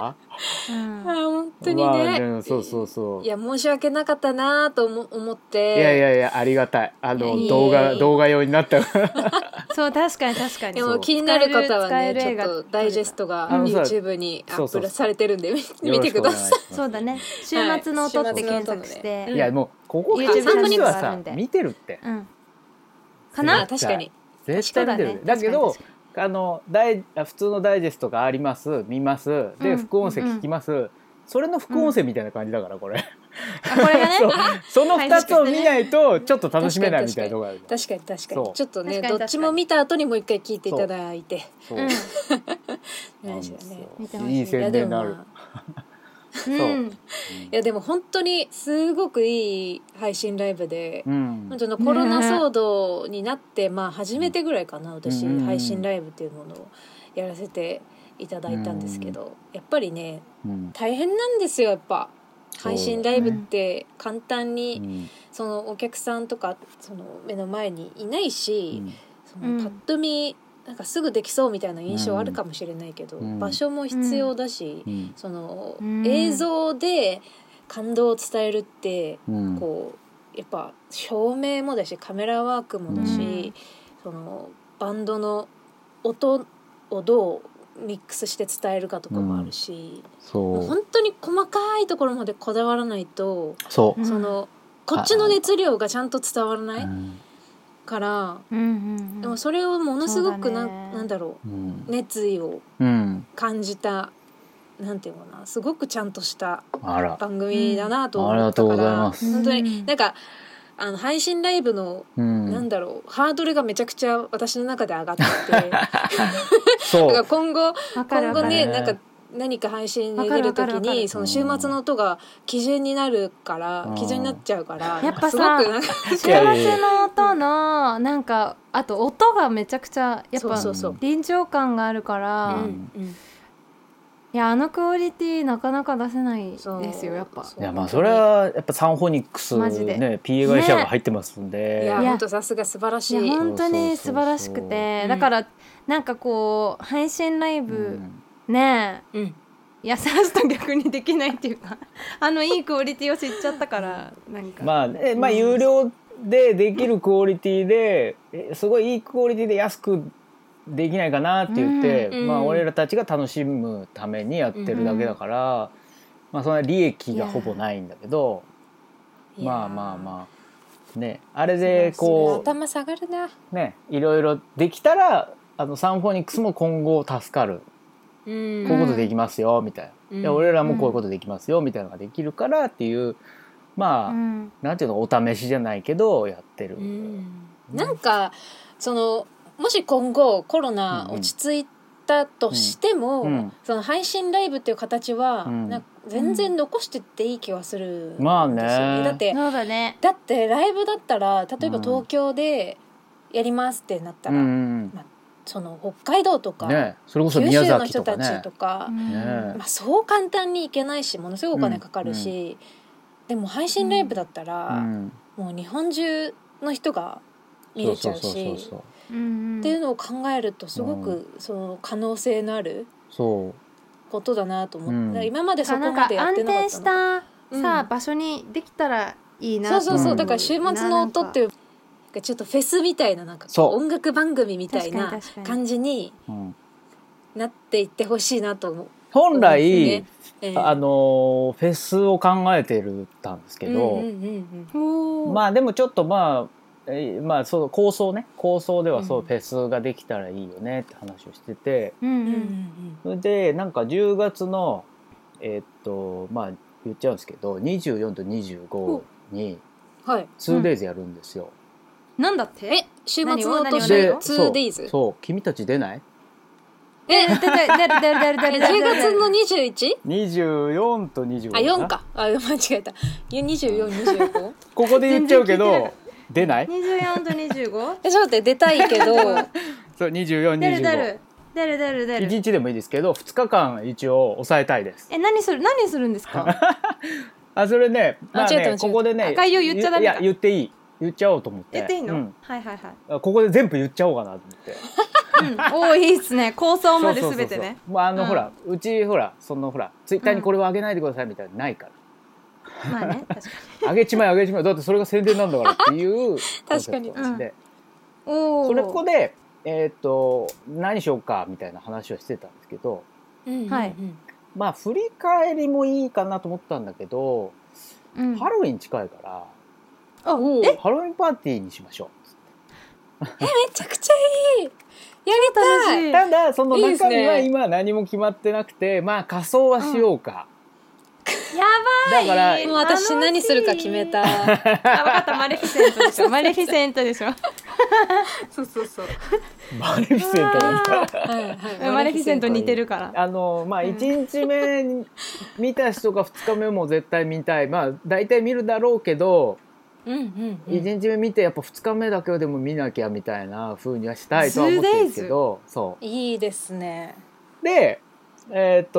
[SPEAKER 1] うん
[SPEAKER 2] あー本当に
[SPEAKER 3] まあ
[SPEAKER 2] ね、
[SPEAKER 3] うんそうそうそう。
[SPEAKER 2] いや申し訳なかったなと思思って
[SPEAKER 3] いやいやいやありがたいあ
[SPEAKER 1] いや
[SPEAKER 3] の
[SPEAKER 1] いや
[SPEAKER 3] 動
[SPEAKER 2] いやい
[SPEAKER 3] 画
[SPEAKER 2] や
[SPEAKER 3] 動画用になったから
[SPEAKER 1] そう確かに確かに
[SPEAKER 2] で
[SPEAKER 3] そ
[SPEAKER 2] も
[SPEAKER 3] う
[SPEAKER 2] 気になる方は
[SPEAKER 1] 使え
[SPEAKER 2] ね
[SPEAKER 1] る
[SPEAKER 2] ちょ
[SPEAKER 1] 使える
[SPEAKER 2] っ
[SPEAKER 1] 映
[SPEAKER 2] と
[SPEAKER 1] 画
[SPEAKER 2] ダイジェストが
[SPEAKER 3] あのさ
[SPEAKER 2] YouTube にア
[SPEAKER 3] そう
[SPEAKER 2] ッ
[SPEAKER 3] そ
[SPEAKER 2] プ
[SPEAKER 3] うそう
[SPEAKER 2] ルされてるんでみ見てください
[SPEAKER 1] そうだね週
[SPEAKER 2] はい
[SPEAKER 1] 末の音って検索
[SPEAKER 2] 週
[SPEAKER 1] し
[SPEAKER 2] 末の
[SPEAKER 1] て、
[SPEAKER 2] 音
[SPEAKER 3] いやもうここから
[SPEAKER 1] YouTube
[SPEAKER 3] さ人
[SPEAKER 1] チャン
[SPEAKER 3] は
[SPEAKER 1] ネルがある
[SPEAKER 3] さ
[SPEAKER 1] んで
[SPEAKER 3] 見てるって
[SPEAKER 1] うんか
[SPEAKER 3] い
[SPEAKER 2] あ
[SPEAKER 1] な
[SPEAKER 2] 確かに
[SPEAKER 3] 絶対見てるって
[SPEAKER 1] そうだね
[SPEAKER 3] だけど
[SPEAKER 1] 確か
[SPEAKER 3] あのダイあ普通のダイジェストがあります見ます
[SPEAKER 1] う
[SPEAKER 3] で
[SPEAKER 1] ん
[SPEAKER 3] 副音声聞きます、それの副音声みたいな感じだからこれ、
[SPEAKER 1] あこれがね
[SPEAKER 3] そう その2つを見ないとちょっと楽
[SPEAKER 2] 確
[SPEAKER 3] し
[SPEAKER 2] か
[SPEAKER 3] め
[SPEAKER 2] に
[SPEAKER 3] ないみたいなところがあるじゃん
[SPEAKER 2] 確かに確か
[SPEAKER 3] そ
[SPEAKER 2] に
[SPEAKER 3] う
[SPEAKER 2] ちょっとね
[SPEAKER 1] 確かに
[SPEAKER 2] どっちも見た後にもう一回聞いていただいて
[SPEAKER 3] そう
[SPEAKER 1] うん
[SPEAKER 3] なん
[SPEAKER 2] 大
[SPEAKER 3] です
[SPEAKER 2] 事だ
[SPEAKER 3] よ
[SPEAKER 2] ね
[SPEAKER 1] 見てほしい
[SPEAKER 3] いい
[SPEAKER 2] いや
[SPEAKER 3] 宣
[SPEAKER 2] で
[SPEAKER 3] 伝に
[SPEAKER 2] も
[SPEAKER 3] なる、
[SPEAKER 2] まあ
[SPEAKER 1] うん
[SPEAKER 2] いやでも本当にすごくいい配信ライブで
[SPEAKER 3] う、ん
[SPEAKER 2] 本当のコロナ騒動になって、まあ初めてぐらいかな私、
[SPEAKER 3] うん
[SPEAKER 2] 配信ライブっていうものをやらせていただいたんですけど、やっぱりね
[SPEAKER 3] うん
[SPEAKER 2] 大変なんですよやっぱ
[SPEAKER 3] そう
[SPEAKER 2] 配信ライブって簡単
[SPEAKER 3] う
[SPEAKER 2] に
[SPEAKER 3] ん
[SPEAKER 2] そのお客さんとかその目の前にいないし、そ
[SPEAKER 1] うん
[SPEAKER 2] のパッと見なんかすぐできそうみたいな印象あるかもしれないけど、
[SPEAKER 3] うん
[SPEAKER 2] 場所も必要だし、
[SPEAKER 3] うん
[SPEAKER 2] その
[SPEAKER 1] うん
[SPEAKER 2] 映像で感動を伝えるって
[SPEAKER 3] うん
[SPEAKER 2] こうやっぱ照明もだしカメラワークもだし、そのバンドの音をどうミックスして伝えるかとかもあるし、も
[SPEAKER 3] そうう
[SPEAKER 2] 本当に細かいところまでこだわらないと、
[SPEAKER 3] そうう、
[SPEAKER 1] ん
[SPEAKER 2] そのこっちの熱量がちゃんと伝わらな
[SPEAKER 3] う
[SPEAKER 2] い
[SPEAKER 3] ん
[SPEAKER 2] から、
[SPEAKER 1] うんうん
[SPEAKER 2] で
[SPEAKER 1] う
[SPEAKER 2] も
[SPEAKER 1] ん
[SPEAKER 2] それをものすごくな,、
[SPEAKER 1] そうだね
[SPEAKER 2] なんだろ
[SPEAKER 3] うん
[SPEAKER 2] う熱意を
[SPEAKER 3] うん、
[SPEAKER 2] 感じたなんていうのかなすごくちゃんとした
[SPEAKER 3] あら
[SPEAKER 2] 番組だなと思
[SPEAKER 3] うんあり
[SPEAKER 2] っ
[SPEAKER 3] がと
[SPEAKER 2] たか
[SPEAKER 3] うござい
[SPEAKER 2] ら、
[SPEAKER 3] ます
[SPEAKER 2] 本当
[SPEAKER 1] う
[SPEAKER 2] に
[SPEAKER 1] ん
[SPEAKER 2] なんかあの配信ライブの、
[SPEAKER 3] うん、
[SPEAKER 2] なんだろうハードルがめちゃくちゃ私の中で上が っててだか
[SPEAKER 3] そう
[SPEAKER 2] ら今後
[SPEAKER 1] わかる
[SPEAKER 2] 今
[SPEAKER 1] わか
[SPEAKER 2] 後
[SPEAKER 1] る、
[SPEAKER 2] ね
[SPEAKER 3] わか
[SPEAKER 2] な
[SPEAKER 3] る
[SPEAKER 2] んか何か配信
[SPEAKER 1] わ
[SPEAKER 2] に
[SPEAKER 1] かる
[SPEAKER 2] 出る
[SPEAKER 1] わか
[SPEAKER 2] 時
[SPEAKER 1] るわかる
[SPEAKER 2] にその週末の音が基準になるから、
[SPEAKER 3] うん
[SPEAKER 2] 基準になっちゃうから
[SPEAKER 1] やっぱさ
[SPEAKER 2] なんかすごくなんか
[SPEAKER 1] 週末の音のなんかあと音がめちゃくちゃやっ
[SPEAKER 2] そう
[SPEAKER 1] ぱ
[SPEAKER 2] そうそう、
[SPEAKER 1] 臨場感があるから、
[SPEAKER 3] う
[SPEAKER 2] うんんうん、
[SPEAKER 1] いやあのクオリティなかなか出せない
[SPEAKER 2] そう
[SPEAKER 1] ですよやっぱ
[SPEAKER 2] そ
[SPEAKER 3] いやまあそれはやっぱサンフォニックス
[SPEAKER 1] マジで
[SPEAKER 3] ね PA 会社が入ってますんで、
[SPEAKER 2] いや
[SPEAKER 1] いや
[SPEAKER 2] 本当さすが素晴ら
[SPEAKER 1] い
[SPEAKER 2] し
[SPEAKER 1] や
[SPEAKER 2] い。
[SPEAKER 1] 本当に素晴らしく
[SPEAKER 3] そうそうそう
[SPEAKER 1] て
[SPEAKER 2] うん
[SPEAKER 1] だからなんかこう配信ライ
[SPEAKER 3] う
[SPEAKER 1] ブ、
[SPEAKER 3] ん
[SPEAKER 1] ねえ
[SPEAKER 2] うん
[SPEAKER 1] いやさらすと逆にできないっていうかあのいいクオリティを知っちゃったから何か、
[SPEAKER 3] まあ、えまあ有料でできるクオリティでえすごいいいクオリティで安くできないかなって言って、
[SPEAKER 2] うんうん
[SPEAKER 3] まあ、俺らたちが楽しむためにやってるだけだから、まあそんな利益がほぼないんだけどまあまあまあねあれでこう
[SPEAKER 2] 頭下がるな。
[SPEAKER 3] ねいろいろできたらあのサンフォニックスも今後助かる
[SPEAKER 2] うん
[SPEAKER 3] こういうことできますよみたいな、
[SPEAKER 2] うん
[SPEAKER 3] いや俺らもこういうことできますよみたいなのができるからっていうまあ、
[SPEAKER 1] うん
[SPEAKER 3] なんていうのお試しじゃないけどやってる。
[SPEAKER 2] うんなんかそのもし今後コロナ落ち着いたとしても、
[SPEAKER 3] うん
[SPEAKER 2] その配信ライブっていう形は、
[SPEAKER 3] うん
[SPEAKER 2] なんか全然残してっていい気はするんですよね。
[SPEAKER 3] まあね
[SPEAKER 2] だって
[SPEAKER 1] そうだね
[SPEAKER 2] だってライブだったら例えば
[SPEAKER 3] うん
[SPEAKER 2] 東京でやりますってなったら、
[SPEAKER 3] うん
[SPEAKER 2] その北海道とか、
[SPEAKER 3] ね、それこそ
[SPEAKER 2] 九
[SPEAKER 3] 宮
[SPEAKER 2] 州の
[SPEAKER 3] 崎
[SPEAKER 2] 人
[SPEAKER 3] とか
[SPEAKER 2] たち
[SPEAKER 3] ね
[SPEAKER 2] と。か
[SPEAKER 1] う、ん
[SPEAKER 3] ね
[SPEAKER 2] まあ、そう簡単に行けないしものすごいお金かかるし、でも配信ライブだった
[SPEAKER 3] う
[SPEAKER 2] ら、
[SPEAKER 3] ん、
[SPEAKER 2] もう日本中の人が見れちゃう
[SPEAKER 3] そうそうそう
[SPEAKER 2] し
[SPEAKER 3] そう
[SPEAKER 1] うん
[SPEAKER 2] っていうのを考えるとすごくその可能性のある
[SPEAKER 3] そう
[SPEAKER 2] ことだなと思って、
[SPEAKER 3] うん
[SPEAKER 2] だから今までそこ
[SPEAKER 1] なん
[SPEAKER 2] ま
[SPEAKER 1] か
[SPEAKER 2] でやっ
[SPEAKER 1] 安
[SPEAKER 2] てなか
[SPEAKER 1] 定
[SPEAKER 2] った
[SPEAKER 1] し
[SPEAKER 2] の
[SPEAKER 1] た
[SPEAKER 2] うん
[SPEAKER 1] さ、場所にできたらいいな
[SPEAKER 2] そうそうそう、
[SPEAKER 3] うん
[SPEAKER 2] だから週末の音っていうなんかちょっとフェスみたいななんか
[SPEAKER 3] そう
[SPEAKER 2] 音楽番組みたいな
[SPEAKER 1] 確かに確かに
[SPEAKER 2] 感じに
[SPEAKER 3] うん、
[SPEAKER 2] なっていってほしいなと思う。
[SPEAKER 3] 本来、
[SPEAKER 2] ねええ
[SPEAKER 3] あのフェスを考えてるたんですけど、
[SPEAKER 2] うんうんうん
[SPEAKER 1] おー
[SPEAKER 3] まあでもちょっとまあ、えーまあそう構想ね構想ではそう、
[SPEAKER 2] うん
[SPEAKER 3] フェスができたらいいよねって話をしてて
[SPEAKER 1] う
[SPEAKER 2] うんんうんう
[SPEAKER 1] うん
[SPEAKER 2] ん
[SPEAKER 3] それでなんか10月のえーっとまあ言っちゃうんですけど24と25に
[SPEAKER 2] うんはい
[SPEAKER 3] 2days やるんですよ。
[SPEAKER 1] なんだって
[SPEAKER 2] え週末の音
[SPEAKER 1] 何を
[SPEAKER 2] で
[SPEAKER 1] 何
[SPEAKER 3] で
[SPEAKER 1] を
[SPEAKER 2] 2days
[SPEAKER 3] そう君たち出ない
[SPEAKER 1] え出て出る出る出る出
[SPEAKER 2] え
[SPEAKER 1] る
[SPEAKER 2] 10
[SPEAKER 1] 出る
[SPEAKER 2] 月の 21?
[SPEAKER 3] 24と25
[SPEAKER 2] あ4かあ 間違えた2425
[SPEAKER 3] ここで言っちゃうけ
[SPEAKER 1] 全然聞い
[SPEAKER 3] ど出ない
[SPEAKER 1] 24と 25?
[SPEAKER 2] えちょっと待って出たいけ ど
[SPEAKER 3] そう2425
[SPEAKER 1] 出る出る出る出る出
[SPEAKER 3] 一
[SPEAKER 1] る
[SPEAKER 3] 日でもいいですけど2日間一応抑えたいです
[SPEAKER 1] え何する何するんですか
[SPEAKER 3] あそれね,、まあ、
[SPEAKER 2] 間違えた間違
[SPEAKER 3] ね
[SPEAKER 2] えた
[SPEAKER 3] ここでね
[SPEAKER 1] 概要言っちゃダメか
[SPEAKER 3] いや言っていい言っちゃおうと思って
[SPEAKER 1] 言っていいの、
[SPEAKER 3] うん
[SPEAKER 1] はいはいはい、
[SPEAKER 3] あここで全部言っちゃおうかなと思って
[SPEAKER 1] うん、 おーいいっすね構想まで全てね
[SPEAKER 3] まああの、
[SPEAKER 1] うん
[SPEAKER 3] ほらうちほらそのほらツイッターにこれは上げないでくださいみたいなのないから、
[SPEAKER 1] まあね確かに
[SPEAKER 3] 上げちまえ上げちまえだってそれが宣伝なんだからっていう
[SPEAKER 2] 確かに
[SPEAKER 3] コンセプトで、
[SPEAKER 1] おお
[SPEAKER 3] それここでえーっと何しようかみたいな話をしてたんですけど
[SPEAKER 1] はい
[SPEAKER 3] まあ振り返りもいいかなと思ったんだけど、
[SPEAKER 1] うん
[SPEAKER 3] ハロウィン近いから
[SPEAKER 1] あ
[SPEAKER 2] お
[SPEAKER 1] え
[SPEAKER 2] え
[SPEAKER 3] ハロウィンパーティーにしましょ
[SPEAKER 2] めちゃくちゃいいやりた
[SPEAKER 1] 楽
[SPEAKER 2] い
[SPEAKER 1] し
[SPEAKER 3] う
[SPEAKER 1] い
[SPEAKER 3] ただその
[SPEAKER 2] いいです
[SPEAKER 3] 中身
[SPEAKER 2] ね
[SPEAKER 3] は今何も決まってなくてまあ仮装はしようか、
[SPEAKER 1] やばい
[SPEAKER 3] だから
[SPEAKER 2] もう私何するか決めた
[SPEAKER 1] あわかったマレフィセントでしょマレフィセントでしょ
[SPEAKER 2] そうそうそう
[SPEAKER 3] マレフィセントなんだ
[SPEAKER 2] はいは い
[SPEAKER 1] マレフィセント似てるから
[SPEAKER 3] あのまあ1日目に見た人が2日目も絶対見たいまあ大体見るだろうけど、
[SPEAKER 2] うんうんうん
[SPEAKER 3] 1日目見てやっぱ2日目だけはでも見なきゃみたいな風にはしたいとは思ってるんですけどそう
[SPEAKER 2] いいですね
[SPEAKER 3] でえっ、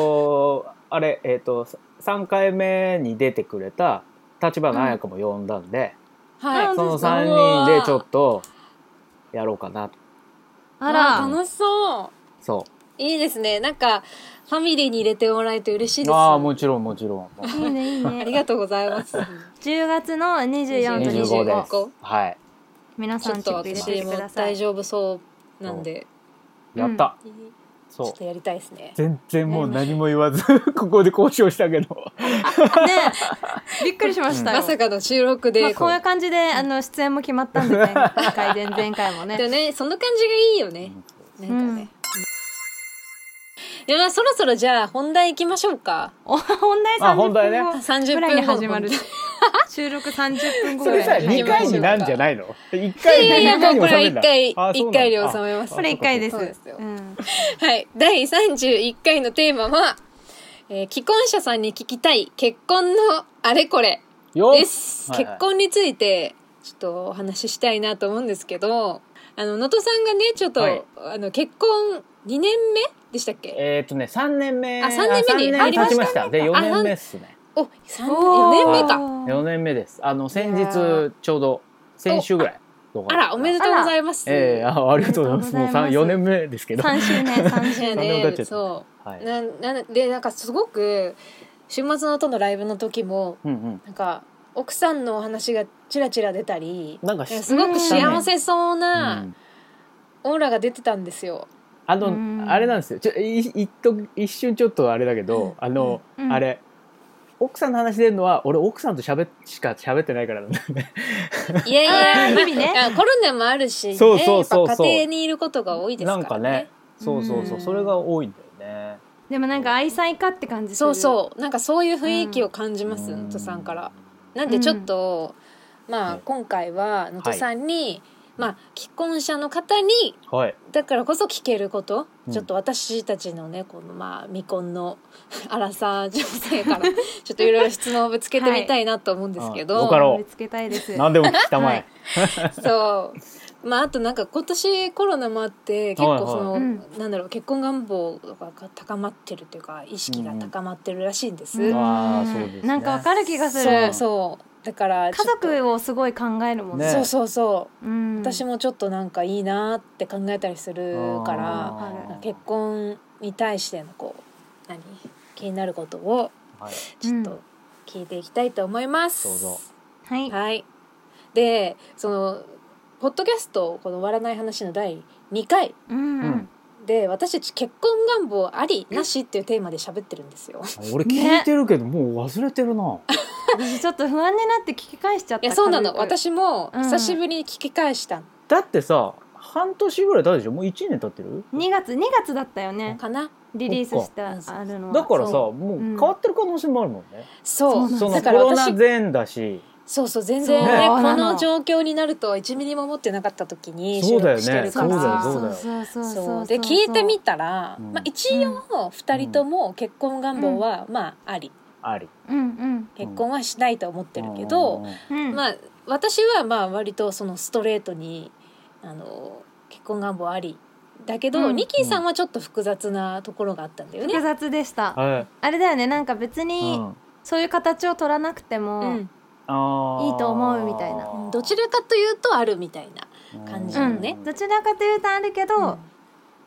[SPEAKER 3] とあれえっ、と3回目に出てくれた立花彩香も呼んだんで、
[SPEAKER 2] はい
[SPEAKER 1] あ
[SPEAKER 3] そ
[SPEAKER 1] そうで
[SPEAKER 3] の
[SPEAKER 1] す
[SPEAKER 2] ね
[SPEAKER 3] 3人でちょっとやろうかなと
[SPEAKER 1] あ
[SPEAKER 2] わあ
[SPEAKER 1] ら
[SPEAKER 2] 楽しそう
[SPEAKER 3] そ
[SPEAKER 2] いいですねなんかファミリーに入れてもらえて嬉しいうです
[SPEAKER 3] ああもちろんもちろん
[SPEAKER 1] いいねいい
[SPEAKER 2] あ
[SPEAKER 1] ね
[SPEAKER 2] りがとうございます
[SPEAKER 1] 10月の24と25
[SPEAKER 3] 25です
[SPEAKER 2] 25
[SPEAKER 3] はい
[SPEAKER 1] 皆
[SPEAKER 2] ち
[SPEAKER 1] さ
[SPEAKER 2] ょ
[SPEAKER 1] ん
[SPEAKER 2] っ
[SPEAKER 1] チ
[SPEAKER 2] と
[SPEAKER 1] ェック入れ
[SPEAKER 2] 私
[SPEAKER 1] て
[SPEAKER 2] も
[SPEAKER 1] くださ
[SPEAKER 2] 大
[SPEAKER 1] い
[SPEAKER 2] 丈夫そうなんで
[SPEAKER 3] やった、
[SPEAKER 2] ちょ
[SPEAKER 3] そ
[SPEAKER 2] っ
[SPEAKER 3] う
[SPEAKER 2] とやりたいですね
[SPEAKER 3] 全然もう何も言わず ここで交渉したけど
[SPEAKER 1] ねえ びっくりしましたよ
[SPEAKER 2] まさかの収録で
[SPEAKER 1] まあ、こういう感じであの出演も決まったんでね今回前前回もね
[SPEAKER 2] でもねその感じがいいよねなんかね、
[SPEAKER 1] うん
[SPEAKER 2] うんいやまあそろそろじゃあ本題行きましょうか
[SPEAKER 1] お本題
[SPEAKER 3] あ
[SPEAKER 1] 30
[SPEAKER 3] 本題ね
[SPEAKER 1] 分後
[SPEAKER 2] 30分
[SPEAKER 1] ぐらいに始まる
[SPEAKER 2] 本
[SPEAKER 1] 収録30分後
[SPEAKER 3] そ
[SPEAKER 1] ぐ
[SPEAKER 3] れさ
[SPEAKER 1] らいに
[SPEAKER 2] 行きましょう
[SPEAKER 3] 2
[SPEAKER 2] か
[SPEAKER 3] 回になんじゃないの ?1 回
[SPEAKER 2] いやいや
[SPEAKER 3] 二回に
[SPEAKER 2] もうこれは
[SPEAKER 3] 収めんだ
[SPEAKER 2] 一回
[SPEAKER 3] あそう
[SPEAKER 2] 一
[SPEAKER 3] なんだ
[SPEAKER 2] 回で収めます
[SPEAKER 3] あ
[SPEAKER 1] これ1回です
[SPEAKER 2] そうですよ
[SPEAKER 1] うん
[SPEAKER 2] はい。第31回のテーマは、えー既婚者さんに聞きたい結婚のあれこれ
[SPEAKER 3] よっ
[SPEAKER 2] です。
[SPEAKER 3] はいはい
[SPEAKER 2] 結婚について、ちょっとお話ししたいなと思うんですけど、あの、能登さんがね、ちょっと、
[SPEAKER 3] はい
[SPEAKER 2] あの、結婚2年目でしたっけ
[SPEAKER 3] えっとね3年目
[SPEAKER 2] あ三年目に
[SPEAKER 3] あ
[SPEAKER 2] 入
[SPEAKER 3] 三経ち
[SPEAKER 2] りま
[SPEAKER 3] ま
[SPEAKER 2] し
[SPEAKER 3] したたで4年目っすね
[SPEAKER 2] お、3、
[SPEAKER 1] おー
[SPEAKER 2] 4年目か。
[SPEAKER 3] 4年目ですあの先
[SPEAKER 2] いやー
[SPEAKER 3] 日ちょうど先週ぐらい
[SPEAKER 2] あら、おめでとうございます。
[SPEAKER 3] ええあありがとうございます
[SPEAKER 1] ありがとうござい
[SPEAKER 3] もう
[SPEAKER 1] ます
[SPEAKER 3] 三4年目ですけど
[SPEAKER 1] 3周 年3周
[SPEAKER 2] いや
[SPEAKER 1] 年
[SPEAKER 3] 三年も経っち
[SPEAKER 2] ね、
[SPEAKER 3] ゃった
[SPEAKER 2] そう。
[SPEAKER 3] はい
[SPEAKER 2] ななでなんかすごく週末のとのライブの時も
[SPEAKER 3] うんうん
[SPEAKER 2] なんか奥さんのお話がちらちら出たり
[SPEAKER 3] なんかし
[SPEAKER 2] すごく幸せそう
[SPEAKER 3] う
[SPEAKER 2] なんオーラが出てたんですよ。
[SPEAKER 3] あ
[SPEAKER 1] うん
[SPEAKER 3] のあれなんですよちょい一時一瞬ちょっとあれだけどあの
[SPEAKER 1] うん
[SPEAKER 3] あれ奥さんの話出るのは俺奥さんとしゃべしか喋ってないからなんだよね
[SPEAKER 2] いやいや、
[SPEAKER 1] あー
[SPEAKER 2] まあ
[SPEAKER 1] 日々ね
[SPEAKER 2] いやコロナもあるし、ね、
[SPEAKER 3] そうそうそうそう
[SPEAKER 2] やっぱ家庭にいることが多いですから
[SPEAKER 3] な
[SPEAKER 2] ね。
[SPEAKER 3] んかねそうそうそうそれが多いんだよね
[SPEAKER 1] でもなんか愛妻家って感じす
[SPEAKER 2] そ
[SPEAKER 1] る
[SPEAKER 2] うそうなんかそういう雰囲気を感じます、
[SPEAKER 3] う
[SPEAKER 2] 能
[SPEAKER 3] ん
[SPEAKER 2] 登さんから。なんでちょっと、まあ
[SPEAKER 3] ね
[SPEAKER 2] 今回は能登さんに、まあ既婚者の方に
[SPEAKER 3] はい
[SPEAKER 2] だからこそ聞けること、
[SPEAKER 3] うん
[SPEAKER 2] ちょっと私たちのねこのまあ未婚の 荒さ女性から ちょっといろいろ質問をぶつけてみたいなと思うんですけ
[SPEAKER 3] はい
[SPEAKER 2] ど、
[SPEAKER 3] あわかろう
[SPEAKER 1] 見つけたいです
[SPEAKER 3] 何でも聞きたま
[SPEAKER 1] は
[SPEAKER 3] え
[SPEAKER 1] い
[SPEAKER 2] そうまああとなんか今年コロナもあって結構その、
[SPEAKER 1] はいは
[SPEAKER 2] なんだろう結婚願望が高まってるというか意識が高まってるらしいんです。
[SPEAKER 1] うん
[SPEAKER 3] あーそうですね
[SPEAKER 1] なんかわかる気がする
[SPEAKER 2] そう
[SPEAKER 1] 家
[SPEAKER 2] そうだからちょっと
[SPEAKER 1] 族をすごい考えるもん
[SPEAKER 3] ね
[SPEAKER 2] そうそうそう、
[SPEAKER 1] うん
[SPEAKER 2] 私もちょっとなんかいいなって考えたりするから。
[SPEAKER 1] わか
[SPEAKER 3] あー
[SPEAKER 2] 結婚に対してのこう何気になることを
[SPEAKER 3] はい
[SPEAKER 2] ちょっ
[SPEAKER 1] うん
[SPEAKER 2] と聞いていきたいと思います。
[SPEAKER 3] どうぞ
[SPEAKER 1] はい
[SPEAKER 2] はい。で、そのポッドキャストこの終わらない話の第2回
[SPEAKER 1] うんうん
[SPEAKER 2] で私たち結婚願望ありなしっていうテーマで喋ってるんですよ。
[SPEAKER 3] 俺聞いてるけどもう忘れてるな
[SPEAKER 1] 私ちょっと不安になって聞き返しちゃった
[SPEAKER 2] いやそうなの。
[SPEAKER 1] 軽く
[SPEAKER 2] 私も
[SPEAKER 1] うん
[SPEAKER 2] 久しぶりに聞き返した
[SPEAKER 3] だってさ半年ぐらい経ったでしょもう1年経ってる
[SPEAKER 1] 2月2月だったよね
[SPEAKER 2] かな。
[SPEAKER 1] リリースした
[SPEAKER 2] そっか
[SPEAKER 1] あるのは
[SPEAKER 3] だからさ
[SPEAKER 1] そ
[SPEAKER 3] もう
[SPEAKER 1] うん
[SPEAKER 3] 変わってる可能性もあるもんね、
[SPEAKER 2] そう。
[SPEAKER 1] そう
[SPEAKER 3] そ
[SPEAKER 2] だ
[SPEAKER 3] のコ
[SPEAKER 2] から
[SPEAKER 3] ロナ
[SPEAKER 2] 私
[SPEAKER 3] 前だし
[SPEAKER 2] そうそう全然
[SPEAKER 1] そう
[SPEAKER 2] ねこ
[SPEAKER 1] なの
[SPEAKER 2] の状況になるとは1ミリも思ってなかった時に
[SPEAKER 3] そ
[SPEAKER 2] 収
[SPEAKER 3] うだよ
[SPEAKER 2] 録
[SPEAKER 3] ね
[SPEAKER 2] してるから。
[SPEAKER 3] そうだよそうだよ
[SPEAKER 1] そうそうそう
[SPEAKER 2] そ
[SPEAKER 1] そうう
[SPEAKER 2] で聞いてみたら、
[SPEAKER 3] うん
[SPEAKER 2] まあ、一応2人とも結婚願望はまああり
[SPEAKER 3] あり
[SPEAKER 1] うん
[SPEAKER 2] 結婚はしないと思ってるけど、
[SPEAKER 1] うんうん
[SPEAKER 2] まあ、私はまあ割とそのストレートにあの結婚願望ありだけど、
[SPEAKER 1] うん
[SPEAKER 2] ニキーさんはちょっと複雑なところがあったんだよね
[SPEAKER 1] 複。雑でした
[SPEAKER 3] は
[SPEAKER 1] あれだよねなんか別
[SPEAKER 3] い、
[SPEAKER 1] に
[SPEAKER 3] うん
[SPEAKER 1] そういう形を取らなくても、
[SPEAKER 2] うん
[SPEAKER 3] あー
[SPEAKER 1] いいと思うみたいな
[SPEAKER 2] どちらかというとあるみたいな。感じなのね
[SPEAKER 1] うんどちらかというとあるけど、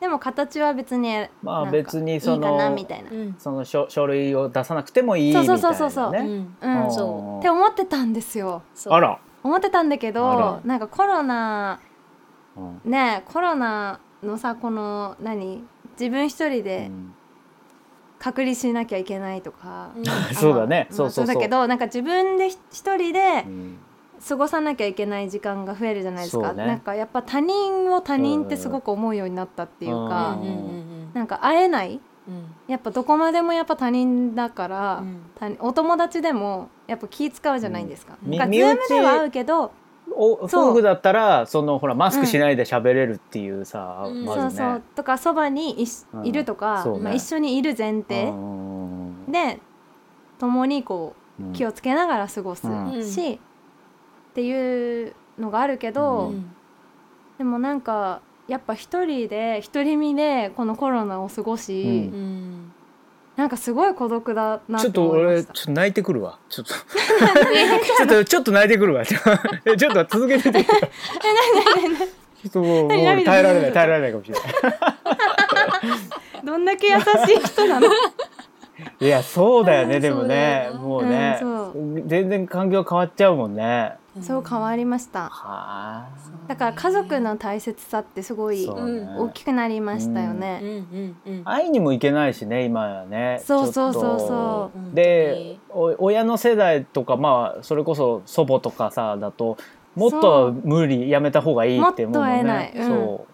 [SPEAKER 1] でも形は別に
[SPEAKER 3] まあ
[SPEAKER 1] なんか
[SPEAKER 3] 別にそ
[SPEAKER 1] いいかな
[SPEAKER 3] の
[SPEAKER 1] みたいな、
[SPEAKER 2] うんうん
[SPEAKER 3] その書書類を出さなくてもいいみたいな、ね、
[SPEAKER 1] そうそうそうそう
[SPEAKER 2] う
[SPEAKER 1] そ
[SPEAKER 2] ん
[SPEAKER 1] うん
[SPEAKER 3] あー
[SPEAKER 2] そ
[SPEAKER 1] って思ってたんですよ
[SPEAKER 2] そう
[SPEAKER 3] あら、
[SPEAKER 1] 思ってたんだけ
[SPEAKER 3] あ
[SPEAKER 1] ど
[SPEAKER 3] ら
[SPEAKER 1] なんかコロナ
[SPEAKER 3] うん
[SPEAKER 1] ねコロナのさこの何自分一人で隔離しなきゃいけないとか、
[SPEAKER 2] うん
[SPEAKER 1] あ
[SPEAKER 3] そうだね
[SPEAKER 1] まあ
[SPEAKER 3] そうそうそう
[SPEAKER 1] だけどなんか自分でひ一人で
[SPEAKER 3] うん
[SPEAKER 1] 過ごさなきゃいけない時間が増えるじゃないですか、
[SPEAKER 3] そうね
[SPEAKER 1] なんかやっぱ他人を他人ってすごく思うようになったっていう
[SPEAKER 2] うん
[SPEAKER 1] か、
[SPEAKER 2] うんうん
[SPEAKER 1] なんか会えない
[SPEAKER 2] うんうん
[SPEAKER 1] やっぱどこまでもやっぱ他人だから、
[SPEAKER 2] うん
[SPEAKER 1] 他人お友達でもやっぱ気使うじゃないですか。
[SPEAKER 3] うん
[SPEAKER 1] なんか
[SPEAKER 3] み
[SPEAKER 1] ズー
[SPEAKER 3] 身
[SPEAKER 1] ム
[SPEAKER 3] 内
[SPEAKER 1] では会うけど、
[SPEAKER 3] お
[SPEAKER 1] そう
[SPEAKER 3] 夫婦だったらそのほらマスクしないで喋れるっていうさ、
[SPEAKER 2] うん
[SPEAKER 3] まず
[SPEAKER 1] そ
[SPEAKER 3] ね
[SPEAKER 1] うそうとかそばにい,、
[SPEAKER 3] うん
[SPEAKER 1] いるとか、
[SPEAKER 3] そう
[SPEAKER 2] ね
[SPEAKER 1] まあ、一緒にいる前提
[SPEAKER 3] うん
[SPEAKER 1] で共にこう気をつけながら過ごすし、
[SPEAKER 3] うん
[SPEAKER 1] っていうのがあるけど、
[SPEAKER 3] うん
[SPEAKER 1] でもなんかやっぱ一人で独り身でこのコロナを過ごし、
[SPEAKER 3] うん
[SPEAKER 2] うん
[SPEAKER 1] なんかすごい孤独だな
[SPEAKER 3] ちょ
[SPEAKER 1] っ
[SPEAKER 3] ってと
[SPEAKER 1] 思いま
[SPEAKER 3] 俺
[SPEAKER 1] し
[SPEAKER 3] ちょ
[SPEAKER 1] た
[SPEAKER 3] っ。と泣いてくるわちょっとちょっとちょっと泣いてくるわちょっとちょっと続け ててちょっともうもう
[SPEAKER 1] 何何
[SPEAKER 3] 耐えられな
[SPEAKER 1] 何
[SPEAKER 3] い耐えられないかもしれない
[SPEAKER 1] どんだけ優しい人なの
[SPEAKER 3] いやそうだ
[SPEAKER 2] う
[SPEAKER 3] よね
[SPEAKER 2] ん
[SPEAKER 3] でもね
[SPEAKER 2] そうだよな
[SPEAKER 3] もう
[SPEAKER 1] う
[SPEAKER 3] ね、全然環境変わっちゃうもんね
[SPEAKER 1] そう変わりました
[SPEAKER 3] はあ
[SPEAKER 1] だから家族の大切さってすごい
[SPEAKER 3] そうね
[SPEAKER 2] うん
[SPEAKER 1] 大きくなりましたよ
[SPEAKER 2] うん
[SPEAKER 1] ね。
[SPEAKER 2] うんうん
[SPEAKER 3] 会いにも行けないしね今はね
[SPEAKER 1] そうそうそう
[SPEAKER 3] ちょっと
[SPEAKER 2] そう
[SPEAKER 3] でお親の世代とかまあそれこそ祖母とかさだともっ
[SPEAKER 1] そ
[SPEAKER 3] と
[SPEAKER 1] う
[SPEAKER 3] 無理やめた方がいいって思うもんね
[SPEAKER 1] もっと会えないうん
[SPEAKER 3] そ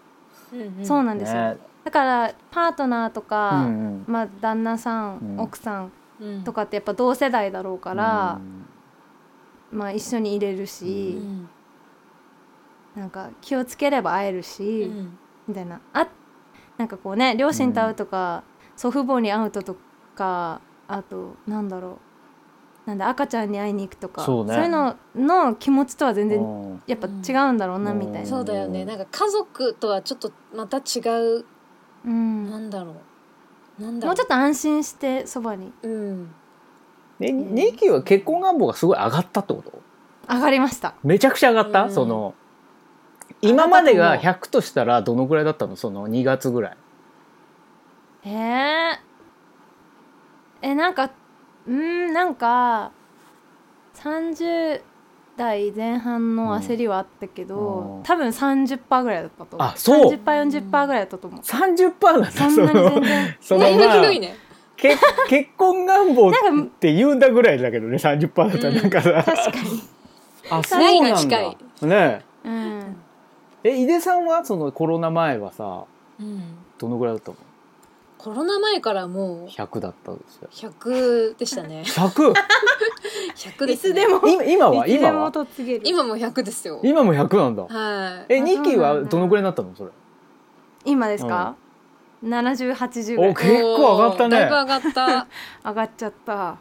[SPEAKER 2] うんうん
[SPEAKER 1] そう
[SPEAKER 2] な
[SPEAKER 1] な
[SPEAKER 3] うん
[SPEAKER 1] ですよ、
[SPEAKER 3] ね
[SPEAKER 1] だからパートナーと
[SPEAKER 3] う
[SPEAKER 1] か、
[SPEAKER 3] んうん
[SPEAKER 1] まあ、旦那さん、
[SPEAKER 3] うん
[SPEAKER 1] 奥さん
[SPEAKER 2] ん
[SPEAKER 1] とかってやっぱ同世代だろうから、まあ、一緒にいれる
[SPEAKER 2] う
[SPEAKER 1] し、
[SPEAKER 2] ん
[SPEAKER 1] なんか気をつければ会えるし、
[SPEAKER 2] うん
[SPEAKER 1] みたいなあなんかこうね両親と会うとか、祖父母に会うととかあとなんだろうなんだ赤ちゃんに会いに行くとか
[SPEAKER 3] そうね
[SPEAKER 1] いうのの気持ちとは全
[SPEAKER 3] う
[SPEAKER 1] 然
[SPEAKER 3] ん
[SPEAKER 1] やっぱ違うんだろうな、
[SPEAKER 3] うん
[SPEAKER 1] みたいな。
[SPEAKER 2] そうだよね
[SPEAKER 3] うん
[SPEAKER 2] なんか家族とはちょっとまた違う
[SPEAKER 1] うん
[SPEAKER 2] なんだろうなんだ
[SPEAKER 1] も
[SPEAKER 2] ろ
[SPEAKER 1] うちょっと安心してそばに
[SPEAKER 2] ううん
[SPEAKER 3] でニキは結婚願望がすごい上がったってこと
[SPEAKER 1] 上がりました
[SPEAKER 3] めちゃくちゃ上がった、
[SPEAKER 2] うん
[SPEAKER 3] その今まで
[SPEAKER 1] 上が
[SPEAKER 3] が
[SPEAKER 1] った
[SPEAKER 3] 100としたらどのぐらいだったのその2月ぐらい
[SPEAKER 1] えー、えなんかうーんなんか30代前半の焦りはあったけ
[SPEAKER 3] うん
[SPEAKER 1] ど、
[SPEAKER 3] うん
[SPEAKER 1] 多分30%ぐらいだったと思
[SPEAKER 3] あそう
[SPEAKER 1] 30%40% ぐらいだったと思う
[SPEAKER 3] 30%なんだ
[SPEAKER 1] そんなに全然
[SPEAKER 3] その
[SPEAKER 2] だいぶ
[SPEAKER 3] まあ
[SPEAKER 2] 広いね
[SPEAKER 3] け結婚願望
[SPEAKER 1] なんか
[SPEAKER 3] って言うんだぐらいだけどね30%だったらなんかさ、
[SPEAKER 1] 確かに、
[SPEAKER 3] あ
[SPEAKER 2] ないが近い
[SPEAKER 3] ね
[SPEAKER 1] うん、
[SPEAKER 3] ええ井出さんはそのコロナ前はさ
[SPEAKER 2] うん
[SPEAKER 3] どのぐらいだったの
[SPEAKER 2] コロナ前からもう
[SPEAKER 3] 100だったんですよ
[SPEAKER 2] 100でした ね
[SPEAKER 3] 100
[SPEAKER 2] 100
[SPEAKER 1] い
[SPEAKER 2] です
[SPEAKER 1] つ
[SPEAKER 2] ね
[SPEAKER 1] でも
[SPEAKER 3] 今今はい
[SPEAKER 1] つで
[SPEAKER 3] 今
[SPEAKER 1] も
[SPEAKER 3] は
[SPEAKER 1] とつげる今
[SPEAKER 2] 今も100ですよ
[SPEAKER 3] 今も100なんだ
[SPEAKER 2] はい
[SPEAKER 3] え
[SPEAKER 1] あ
[SPEAKER 3] ニキ
[SPEAKER 1] そうな
[SPEAKER 3] は
[SPEAKER 1] んだ
[SPEAKER 3] どのぐらいになったのそれ
[SPEAKER 1] ですか、7080ぐら
[SPEAKER 3] お
[SPEAKER 1] い
[SPEAKER 3] 結構上がった
[SPEAKER 2] だいぶ
[SPEAKER 3] ね
[SPEAKER 2] 上がった
[SPEAKER 1] 上がっちゃった
[SPEAKER 3] は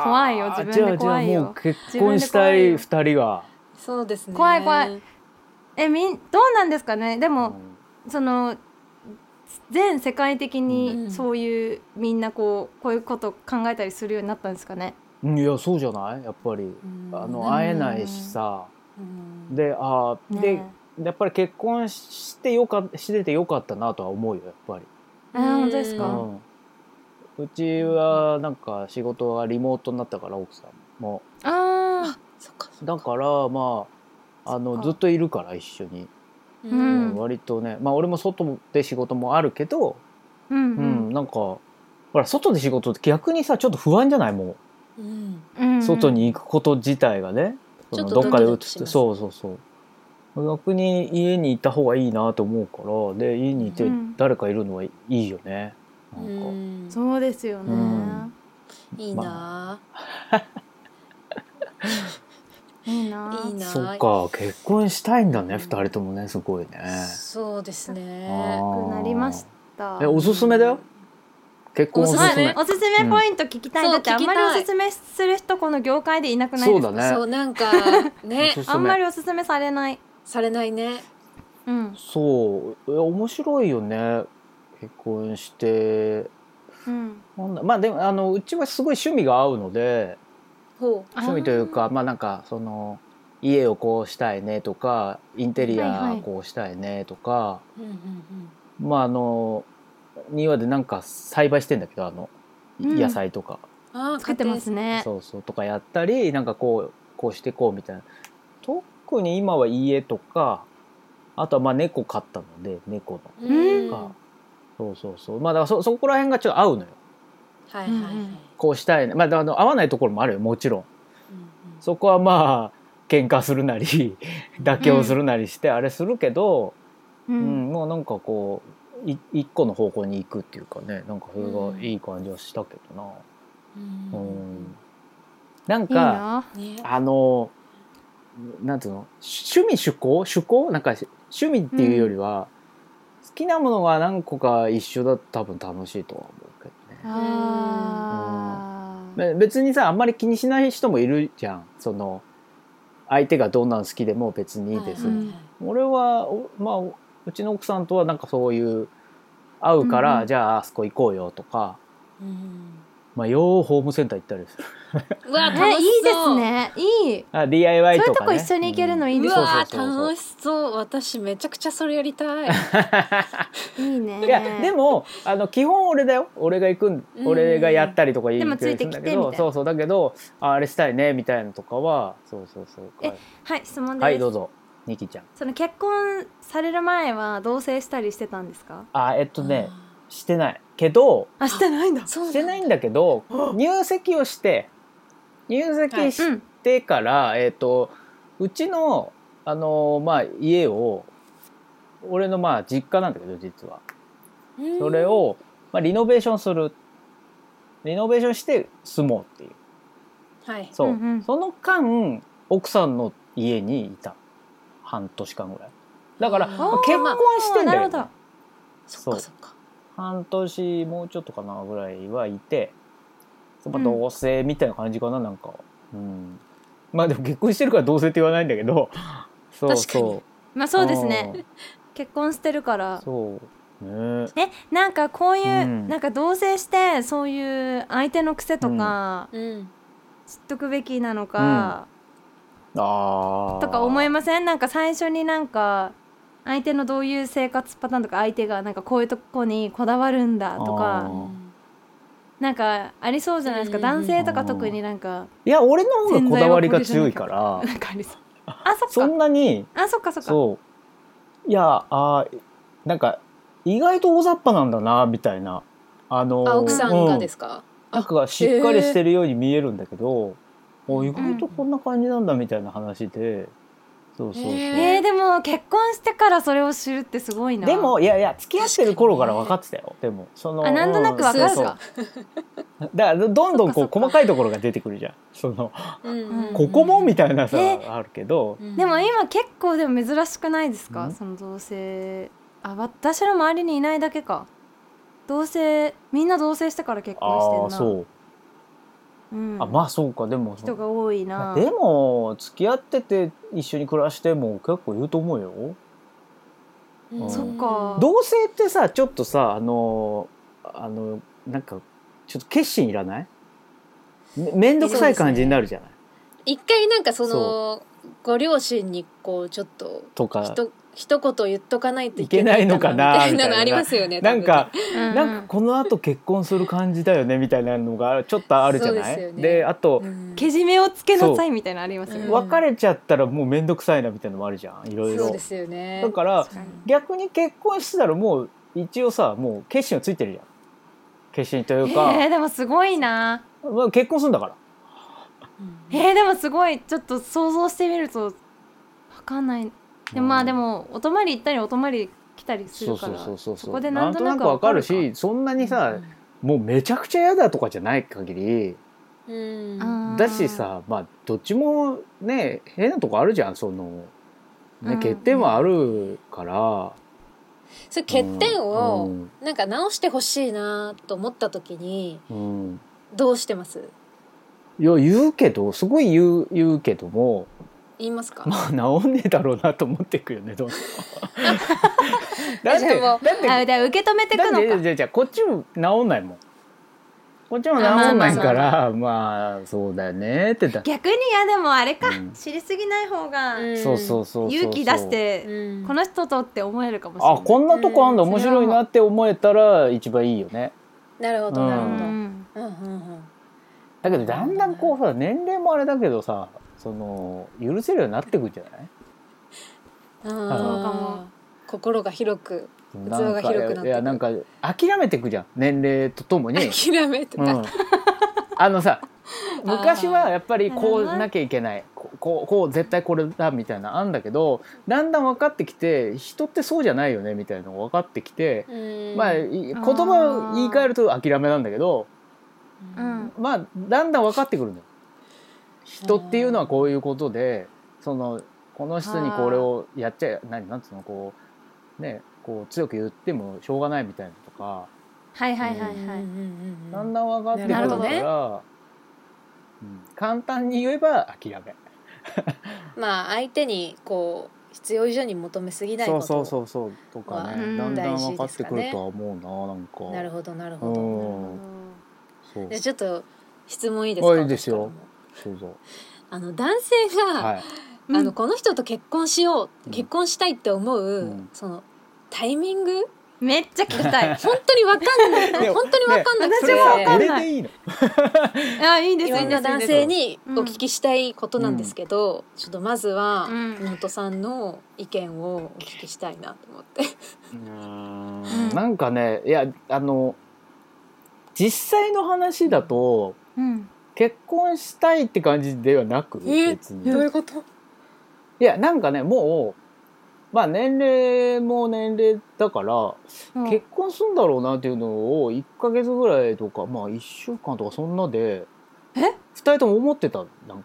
[SPEAKER 3] あ
[SPEAKER 1] 怖いよ自分で怖いよ
[SPEAKER 3] じゃあじゃあもう結婚したい2人が
[SPEAKER 2] そうですね
[SPEAKER 1] 怖い怖いえみんどうなんですかねでも、その全世界的
[SPEAKER 2] うん
[SPEAKER 1] にそういう、みんなこうこういうこと考えたりするようになったんですかね。
[SPEAKER 3] うんいやそうじゃないやっぱり
[SPEAKER 2] うん
[SPEAKER 3] あ
[SPEAKER 1] うん
[SPEAKER 3] の会えないしさ
[SPEAKER 2] うん
[SPEAKER 3] であーで
[SPEAKER 1] ね
[SPEAKER 3] やっぱり結婚してよかしててよかったなとは思うよやっぱり
[SPEAKER 1] あー本当です
[SPEAKER 3] う
[SPEAKER 1] か
[SPEAKER 3] んうちはなんか仕事はリモートになったから奥さんも
[SPEAKER 1] あ
[SPEAKER 2] そっか
[SPEAKER 3] だからまああ
[SPEAKER 1] そっ
[SPEAKER 3] の
[SPEAKER 1] か
[SPEAKER 3] ずっといるから一緒に、
[SPEAKER 2] う
[SPEAKER 1] うん
[SPEAKER 3] 割とねまあ俺も外で仕事もあるけど、
[SPEAKER 1] あうん
[SPEAKER 3] う
[SPEAKER 1] うんん
[SPEAKER 3] なんかほら外で仕事って逆にさちょっと不安じゃないも
[SPEAKER 2] うん
[SPEAKER 1] うんう
[SPEAKER 3] うん外に行くこと自体がね、そ
[SPEAKER 2] ち
[SPEAKER 3] の
[SPEAKER 2] ょっと
[SPEAKER 3] どっかで
[SPEAKER 2] ドキド
[SPEAKER 3] 打
[SPEAKER 2] キし
[SPEAKER 3] つ
[SPEAKER 2] ます
[SPEAKER 3] そうそうそう逆に家にいた方がいいなと思うからで家にいて
[SPEAKER 1] うん
[SPEAKER 3] 誰かいるのはいいよね、なんか。
[SPEAKER 2] うん
[SPEAKER 1] そうですよね。
[SPEAKER 3] うん
[SPEAKER 2] いいな
[SPEAKER 1] いいなあ。
[SPEAKER 2] いいな
[SPEAKER 3] そっか結婚したいんだね
[SPEAKER 2] うん
[SPEAKER 3] 2人ともねすごいね。
[SPEAKER 2] そうです
[SPEAKER 3] あ
[SPEAKER 2] ね
[SPEAKER 3] ー
[SPEAKER 1] くなりました。
[SPEAKER 3] えおすすめだよ結婚お
[SPEAKER 2] お
[SPEAKER 3] す
[SPEAKER 2] す
[SPEAKER 3] す
[SPEAKER 2] す
[SPEAKER 3] め
[SPEAKER 2] め。
[SPEAKER 1] おすすめポイント聞きたい、
[SPEAKER 2] うん
[SPEAKER 1] だってあんまり
[SPEAKER 2] そう
[SPEAKER 1] お
[SPEAKER 2] 聞きたい
[SPEAKER 1] すすめする人この業界でいなくない
[SPEAKER 3] そ
[SPEAKER 1] で
[SPEAKER 3] う
[SPEAKER 1] すか
[SPEAKER 3] だね
[SPEAKER 2] そうなんか ね
[SPEAKER 3] おすすめ
[SPEAKER 1] あんまりおすすめされない。
[SPEAKER 2] されないね
[SPEAKER 1] うん
[SPEAKER 3] そうえ面白いよね結婚して
[SPEAKER 1] うん、
[SPEAKER 3] なんだまあでもあのうちはすごい趣味が合うので
[SPEAKER 2] ほう
[SPEAKER 1] あー
[SPEAKER 3] 趣味というかまあなんかその家をこうしたいねとかインテリ
[SPEAKER 1] はいは
[SPEAKER 3] ア
[SPEAKER 1] い
[SPEAKER 3] こうしたいねとか、
[SPEAKER 2] うんうん
[SPEAKER 3] まああの庭でなんか栽培してんだけどあの
[SPEAKER 1] うん
[SPEAKER 3] 野菜とか、
[SPEAKER 2] うんあー
[SPEAKER 1] 作ってますね。
[SPEAKER 3] そうそうとかやったりなんかこうこうしてこうみたいな特に今は家とかあとはまあ猫飼ったので猫の
[SPEAKER 1] う
[SPEAKER 2] 家庭
[SPEAKER 1] ん
[SPEAKER 2] うん
[SPEAKER 3] か
[SPEAKER 2] は、
[SPEAKER 3] そうそうそうまあだからそそこら辺がちょっと合うのよ
[SPEAKER 2] いはいはい
[SPEAKER 1] うんうん
[SPEAKER 3] こうしたいねまあだからあの合わないところもあるよもちろん
[SPEAKER 2] うんうん
[SPEAKER 3] そこはまあ喧嘩するなり妥協するなりしてあれするけど、
[SPEAKER 1] う
[SPEAKER 3] うん
[SPEAKER 1] ん
[SPEAKER 3] もうなんかこうい一個の方向に行くっていうかねなんかそれがいい感じはしたけどな。
[SPEAKER 2] うん
[SPEAKER 3] う
[SPEAKER 2] うんん
[SPEAKER 3] なん
[SPEAKER 1] いい
[SPEAKER 3] か
[SPEAKER 1] なあ。
[SPEAKER 2] ね
[SPEAKER 3] あのなんつうの趣味趣向趣向なんか趣味っていうよりは、好きなものが何個か一緒だと多分楽しいとは思うけどね
[SPEAKER 1] あー
[SPEAKER 3] べ。別にさあんまり気にしない人もいるじゃんその相手がどんなの好きでも別にいいです、
[SPEAKER 1] うん
[SPEAKER 3] 俺はおまあおうちの奥さんとはなんかそういう会うから、
[SPEAKER 1] うんうん
[SPEAKER 3] じゃああそこ行こうよとか、
[SPEAKER 2] うん
[SPEAKER 3] まあ、ようホームセンター行ったりする
[SPEAKER 2] うわ楽しそう
[SPEAKER 1] えいいですねいい
[SPEAKER 3] あ DIY
[SPEAKER 1] そうい
[SPEAKER 3] と
[SPEAKER 1] うと
[SPEAKER 3] か、
[SPEAKER 1] こ
[SPEAKER 3] ね、
[SPEAKER 1] 一緒に行けるのいいで
[SPEAKER 2] う
[SPEAKER 1] す
[SPEAKER 3] そうそう
[SPEAKER 1] ね、
[SPEAKER 2] わ
[SPEAKER 3] そうそう
[SPEAKER 2] 楽しそう私めちゃくちゃそれやりたい
[SPEAKER 1] いいね
[SPEAKER 3] いやでもあの基本俺だよ俺が行くん
[SPEAKER 2] うん
[SPEAKER 3] 俺がやったりとか言
[SPEAKER 1] で
[SPEAKER 3] う
[SPEAKER 1] もついて
[SPEAKER 3] ん
[SPEAKER 1] きて
[SPEAKER 3] だ
[SPEAKER 1] み
[SPEAKER 3] け
[SPEAKER 1] たい
[SPEAKER 3] ど
[SPEAKER 1] な
[SPEAKER 3] そうそうだけどああれしたいねみたいなのとかはそうそうそう
[SPEAKER 1] え
[SPEAKER 3] はい
[SPEAKER 1] はい質問です、
[SPEAKER 3] はいどうぞニキちゃん
[SPEAKER 1] その結婚される前は同棲したりしてたんですか
[SPEAKER 3] あえっとねしてないけど
[SPEAKER 1] あしてないんだ
[SPEAKER 2] そう
[SPEAKER 3] してない
[SPEAKER 2] ん
[SPEAKER 3] んだけど入籍をして入籍
[SPEAKER 1] う
[SPEAKER 3] し
[SPEAKER 1] ん
[SPEAKER 3] てから、えっとうちのあのまあ家を俺のまあ実家なんだけど実はそれを、まあ、リノベーションするリノベーションして住もうっていう
[SPEAKER 2] はい
[SPEAKER 3] そ
[SPEAKER 1] う
[SPEAKER 3] う、
[SPEAKER 1] んうん
[SPEAKER 3] その間奥さんの家にいた半年間ぐらいだから、
[SPEAKER 2] うん
[SPEAKER 3] まあ結婚してんだ
[SPEAKER 1] なる
[SPEAKER 3] よ、
[SPEAKER 1] ほ
[SPEAKER 3] ね
[SPEAKER 1] ど、
[SPEAKER 2] そっ
[SPEAKER 3] そう
[SPEAKER 2] かそっか
[SPEAKER 3] 半年もうちょっとかなぐらいはいてやっぱ
[SPEAKER 1] うん
[SPEAKER 3] 同棲みたいな感じかななんか、うん、まあでも結婚してるから同棲って言わないんだけどそ
[SPEAKER 2] 確か
[SPEAKER 3] う
[SPEAKER 2] に
[SPEAKER 3] そう
[SPEAKER 1] まあそうですね結婚してるから
[SPEAKER 3] そうね
[SPEAKER 1] えなんかこういう、
[SPEAKER 3] うん
[SPEAKER 1] なんか同棲してそういう相手の癖とか
[SPEAKER 2] うん
[SPEAKER 1] 知っとくべきなのか、
[SPEAKER 3] あー
[SPEAKER 1] とか思いませんなんか最初になんか相手のどういう生活パターンとか相手がなんかこういうとこにこだわるんだと
[SPEAKER 3] あ
[SPEAKER 1] か
[SPEAKER 3] ー
[SPEAKER 1] なんかありそうじゃないですか、
[SPEAKER 2] うん
[SPEAKER 1] 男性とか特になんか
[SPEAKER 3] いや俺の方がこだわりが強いから
[SPEAKER 1] なんかありそうあそっ
[SPEAKER 3] そ
[SPEAKER 1] か
[SPEAKER 3] んなに
[SPEAKER 1] あそっかそっか
[SPEAKER 3] そういやあーなんか意外と大雑把なんだなみたいなあのー
[SPEAKER 2] あ奥さんがで
[SPEAKER 3] う
[SPEAKER 2] すか、
[SPEAKER 3] なんかしっかりしてるように見えるんだけど、お意外とこんな感じなんだみたいな話で、そうそうそう、
[SPEAKER 2] へ
[SPEAKER 1] えー、でも結婚してからそれを知るってすごいな
[SPEAKER 3] でもいやいや付き合ってる頃から分かってたよでもその
[SPEAKER 1] あなんとなくわかるか
[SPEAKER 3] そうそうだからどんどんこ
[SPEAKER 1] そっかそっ
[SPEAKER 3] う
[SPEAKER 1] か
[SPEAKER 3] 細かいところが出てくるじゃんその
[SPEAKER 2] うんうん
[SPEAKER 3] ここもみたいなさ、
[SPEAKER 1] え
[SPEAKER 3] あるけど、
[SPEAKER 2] うん
[SPEAKER 1] でも今結構でも珍しくないですか、
[SPEAKER 3] うん
[SPEAKER 1] その同性あ私の周りにいないだけか同性みんな同棲してから結婚してん
[SPEAKER 3] あ
[SPEAKER 1] な
[SPEAKER 3] あそう、
[SPEAKER 1] うん、
[SPEAKER 3] あまあそうかでも
[SPEAKER 1] 人が多いな
[SPEAKER 3] でも付き合ってて一緒に暮らしても結構言うと思うよ
[SPEAKER 2] うん
[SPEAKER 3] そ
[SPEAKER 1] っか
[SPEAKER 3] 同性ってさちょっとさあのあのなんかちょっと決心いらないめめんどくさい感じになるじゃない、
[SPEAKER 2] 一回なんかそのご両親にこうちょっと
[SPEAKER 3] とか
[SPEAKER 2] ひと一言言っとかないとい
[SPEAKER 3] いけないのかな
[SPEAKER 2] みたいなのありますよね
[SPEAKER 3] なんか、
[SPEAKER 1] うん
[SPEAKER 3] なんかこのあと結婚する感じだよねみたいなのがちょっとあるじゃな
[SPEAKER 2] そうです
[SPEAKER 3] い
[SPEAKER 2] よね
[SPEAKER 3] であと
[SPEAKER 2] 多分うん
[SPEAKER 1] けじめをつけなさいみたいなのありますよね
[SPEAKER 2] そう
[SPEAKER 3] 別れちゃったらもうめんどくさいなみたいなのもあるじゃんいろい
[SPEAKER 2] そう
[SPEAKER 3] ろ
[SPEAKER 2] ですよね
[SPEAKER 3] だから
[SPEAKER 1] 確かに
[SPEAKER 3] 逆に結婚してたらもう一応さもう決心はついてるじゃん決心というか、
[SPEAKER 1] えー、でもすごいな
[SPEAKER 3] まあ、結婚するんだから
[SPEAKER 2] うん
[SPEAKER 1] えー、でもすごいちょっと想像してみるとわかんないでもま
[SPEAKER 3] う
[SPEAKER 1] あ
[SPEAKER 3] ん
[SPEAKER 1] でもお泊まり行ったりお泊まり来たりす
[SPEAKER 3] そ
[SPEAKER 1] る
[SPEAKER 3] う
[SPEAKER 1] か
[SPEAKER 3] そう
[SPEAKER 1] ら
[SPEAKER 3] そうそう
[SPEAKER 1] そこでなんとなくわ
[SPEAKER 3] わ
[SPEAKER 1] か
[SPEAKER 3] か
[SPEAKER 1] る
[SPEAKER 3] る
[SPEAKER 1] か
[SPEAKER 3] しそんなにさ、
[SPEAKER 2] うん
[SPEAKER 3] もうめちゃくちゃ嫌だとかじゃない限り
[SPEAKER 2] うん
[SPEAKER 1] うん
[SPEAKER 3] だしさまあどっちもね変なとこあるじゃんその、
[SPEAKER 1] う
[SPEAKER 3] ね
[SPEAKER 1] ん
[SPEAKER 3] 欠点はあるから、
[SPEAKER 2] それ欠点
[SPEAKER 3] う
[SPEAKER 2] を
[SPEAKER 3] ん
[SPEAKER 2] なんか直してほしいなと思った時に
[SPEAKER 3] うん
[SPEAKER 2] どうしてます
[SPEAKER 3] いや言うけどすごい言う言うけども
[SPEAKER 2] 言いますか、
[SPEAKER 3] まあ治んねえだろうなと思っていくよ ねどうだっ
[SPEAKER 2] えで
[SPEAKER 3] てだ
[SPEAKER 2] も
[SPEAKER 3] って
[SPEAKER 1] あじゃあ受け止めていく
[SPEAKER 3] だ
[SPEAKER 1] の
[SPEAKER 3] っ
[SPEAKER 1] か
[SPEAKER 3] てじゃじゃこっちも治んないもんこっちも治んないからまあそうだよねってだ
[SPEAKER 1] 逆にいやでもあれか、
[SPEAKER 3] うん
[SPEAKER 1] 知りすぎない方が
[SPEAKER 2] うん
[SPEAKER 3] そうそうそうそう
[SPEAKER 1] 勇気出し
[SPEAKER 2] う
[SPEAKER 1] て
[SPEAKER 2] ん
[SPEAKER 1] この人とって思えるかもしれ
[SPEAKER 3] あ
[SPEAKER 1] ない。
[SPEAKER 3] こんなとこあんだ面白いなって思えたら一番いいよね
[SPEAKER 2] なるほど
[SPEAKER 3] うん
[SPEAKER 2] なる
[SPEAKER 1] う
[SPEAKER 2] ほど、うん
[SPEAKER 1] ん
[SPEAKER 2] うんうん
[SPEAKER 3] だけどだんだんこうさ年齢もあれだけどさその許せるようになってくんじゃない
[SPEAKER 1] そうかも
[SPEAKER 2] 心が広く
[SPEAKER 3] な
[SPEAKER 2] 器が
[SPEAKER 3] んか
[SPEAKER 2] 広くなってくる
[SPEAKER 3] いやなんか諦めてくじゃん年齢とともに、
[SPEAKER 2] 諦めて
[SPEAKER 3] う
[SPEAKER 2] た、
[SPEAKER 3] ん、あ のさ
[SPEAKER 2] あー
[SPEAKER 3] 昔はやっぱりこう
[SPEAKER 1] なるほど
[SPEAKER 3] なきゃいけないこうこうこう絶対これだみたいなのあんだけどだんだん分かってきて人ってそうじゃないよねみたいなのが分かってきて、
[SPEAKER 2] うん
[SPEAKER 3] まあい言葉を言い換えると諦めなんだけど
[SPEAKER 1] う
[SPEAKER 2] うん
[SPEAKER 1] ん
[SPEAKER 3] まあだんだん分かってくるのよ。人っていうのはこういうことでそのこの人にこれをやっちゃ何なんつうのこうねこう強く言ってもしょうがないみたいなのとか
[SPEAKER 1] はいはいは
[SPEAKER 2] うん
[SPEAKER 1] いは
[SPEAKER 2] う
[SPEAKER 1] い。
[SPEAKER 2] ん
[SPEAKER 3] だ
[SPEAKER 2] うん
[SPEAKER 3] んだん分かってくるか
[SPEAKER 1] なるほどね
[SPEAKER 3] ら、うん、簡単に言えば諦め。
[SPEAKER 2] まあ相手にこう必要以上に求めすぎない
[SPEAKER 3] そ
[SPEAKER 2] こ
[SPEAKER 3] う
[SPEAKER 2] と
[SPEAKER 3] そうそうそうとか
[SPEAKER 1] う
[SPEAKER 3] ね
[SPEAKER 1] ん
[SPEAKER 3] だんだん分か
[SPEAKER 2] 大
[SPEAKER 3] っ
[SPEAKER 2] 事です
[SPEAKER 3] て
[SPEAKER 2] か
[SPEAKER 3] く
[SPEAKER 2] ね
[SPEAKER 3] るとは思うななんか。
[SPEAKER 2] なるほどなるほど、
[SPEAKER 3] うんそう
[SPEAKER 2] でちょっと質問いいですか
[SPEAKER 3] あいいですよそうそう
[SPEAKER 2] あの男性が、
[SPEAKER 3] はい
[SPEAKER 2] あのこの人と結婚しよう、
[SPEAKER 3] うん
[SPEAKER 2] 結婚したいって思う、
[SPEAKER 3] ん
[SPEAKER 2] そのタイミング
[SPEAKER 1] めっちゃ聞きた い。
[SPEAKER 2] 本当にわかんない
[SPEAKER 3] ね
[SPEAKER 2] 本当にわかんなく
[SPEAKER 1] そ
[SPEAKER 2] て、
[SPEAKER 1] れねはわかんない
[SPEAKER 3] 俺でいいの。
[SPEAKER 1] あいいです
[SPEAKER 2] い
[SPEAKER 1] よ
[SPEAKER 2] ろんな男性にお聞きしたいことなんですけど、ちょっとまずは
[SPEAKER 1] うん
[SPEAKER 2] 熊本さんの意見をお聞きしたいなと思って。
[SPEAKER 1] ん
[SPEAKER 3] なんかねいやあの実際の話だと
[SPEAKER 1] うん。
[SPEAKER 3] 結婚したいって感じではなく
[SPEAKER 2] え
[SPEAKER 3] 別に
[SPEAKER 2] うこと？
[SPEAKER 3] いやなんかねもうまあ年齢も年齢だから
[SPEAKER 1] うん
[SPEAKER 3] 結婚するんだろうなっていうのを1ヶ月ぐらいとかまあ1週間とかそんなで
[SPEAKER 1] え
[SPEAKER 3] 2人とも思ってたなんか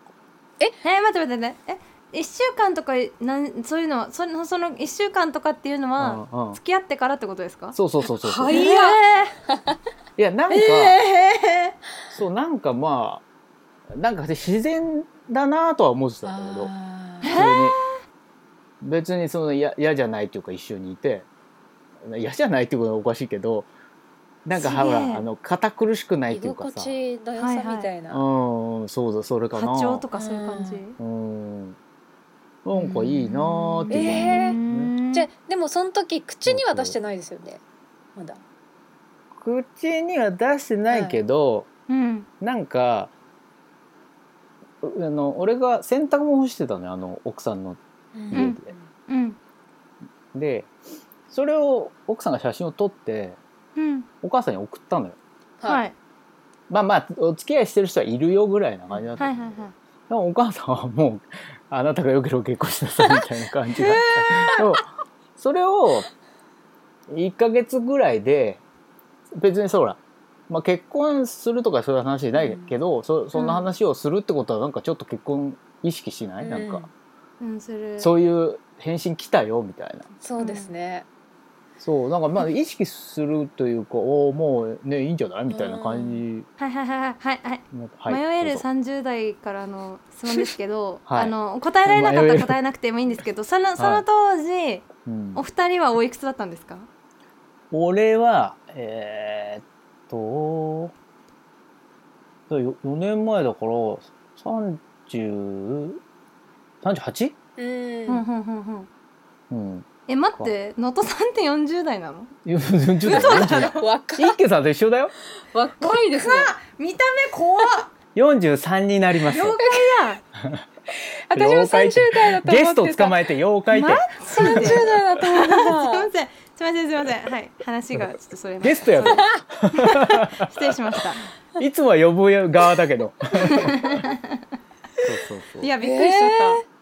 [SPEAKER 1] え待って待って待ってえ1週間とかなんそういうのはそのその1週間とかっていうのは
[SPEAKER 3] うんうん
[SPEAKER 1] 付き合ってからってことですか
[SPEAKER 3] そうそうそうそうそう、
[SPEAKER 2] はい
[SPEAKER 3] い、
[SPEAKER 1] え
[SPEAKER 3] やなんか、
[SPEAKER 1] ー、え
[SPEAKER 3] そうなんかまあなんか自然だなとは思ってたんだけど
[SPEAKER 2] あ
[SPEAKER 3] 普
[SPEAKER 2] ー
[SPEAKER 3] 通に別にそのや嫌じゃないというか一緒にいて嫌じゃないっていうことはおかしいけどなんか
[SPEAKER 1] すげえ
[SPEAKER 3] ほらあの堅苦しくない
[SPEAKER 2] 居
[SPEAKER 3] というか
[SPEAKER 2] 心
[SPEAKER 3] さ
[SPEAKER 2] 地の良さみたいな、
[SPEAKER 3] うんそうだそれ
[SPEAKER 1] ー、
[SPEAKER 3] かな
[SPEAKER 1] 波長とかそういう感じ
[SPEAKER 2] うん
[SPEAKER 3] うんなんかいいなーっていう
[SPEAKER 2] え
[SPEAKER 3] 感じ、
[SPEAKER 2] ー
[SPEAKER 1] うん
[SPEAKER 2] じゃあでもその時口には出してないですよねまだ
[SPEAKER 3] 口には出してないけど、
[SPEAKER 1] うん
[SPEAKER 3] なんかうあの俺が洗濯物干してたのよあの奥さんの
[SPEAKER 2] うん、
[SPEAKER 3] 家で。
[SPEAKER 1] うん
[SPEAKER 3] でそれを奥さんが写真を撮って
[SPEAKER 1] うん
[SPEAKER 3] お母さんに送ったのよ。
[SPEAKER 1] はいい
[SPEAKER 3] まあまあお付き合いしてる人はいるよぐらいな感じだった、
[SPEAKER 1] はいはいはい
[SPEAKER 3] でもお母さんはもう「あなたがよければ結婚しなさい」みたいな感じだったでもそれを1ヶ月ぐらいで別にそうほら、まあ、結婚するとかそういう話じゃないけど、そそんな話をするってことはなんかちょっと結婚意識しない、なんか
[SPEAKER 1] うんする
[SPEAKER 3] そういう返信来たよみたいな。
[SPEAKER 2] そうですね、
[SPEAKER 3] そうなんかまあ意識するというかおおもうねいいんじゃないみたいな感
[SPEAKER 1] はいはいはいはいはいはい
[SPEAKER 3] じ、はい、
[SPEAKER 1] 迷える
[SPEAKER 3] どうぞ
[SPEAKER 1] 30代からの質問ですけど、
[SPEAKER 3] はい
[SPEAKER 1] あの答えられなかった
[SPEAKER 3] 迷え
[SPEAKER 1] ら
[SPEAKER 3] る
[SPEAKER 1] 答えなくてもいいんですけどそのそ
[SPEAKER 3] は
[SPEAKER 1] の
[SPEAKER 3] い
[SPEAKER 1] 当時、
[SPEAKER 3] うん
[SPEAKER 1] お二人はおいくつだったんですか
[SPEAKER 3] 俺はえーっとだよ4年前だから30 38?
[SPEAKER 2] うん
[SPEAKER 1] うんうんうんうん
[SPEAKER 3] うん。
[SPEAKER 1] え待って能登さんって40代なの
[SPEAKER 3] 40代40
[SPEAKER 2] 若い
[SPEAKER 3] 代一家さんと一緒だよ。
[SPEAKER 2] 若いですね
[SPEAKER 1] 見た目怖っ
[SPEAKER 3] 43になります。
[SPEAKER 1] 妖怪
[SPEAKER 2] 私も
[SPEAKER 3] 妖怪
[SPEAKER 2] 30代だと
[SPEAKER 3] ゲ
[SPEAKER 2] 思
[SPEAKER 3] ス
[SPEAKER 2] ってた
[SPEAKER 3] ト捕まえて妖怪って
[SPEAKER 1] マだマジで す
[SPEAKER 2] 30代だと思って
[SPEAKER 1] い ませんすいませんすいませんはい話がちょっとそれま
[SPEAKER 3] ゲ
[SPEAKER 1] し
[SPEAKER 3] ストやぞ。
[SPEAKER 1] た失礼しました
[SPEAKER 3] いつもは呼ぶ側だけど。そうそ う
[SPEAKER 1] いやびっくりしちゃっ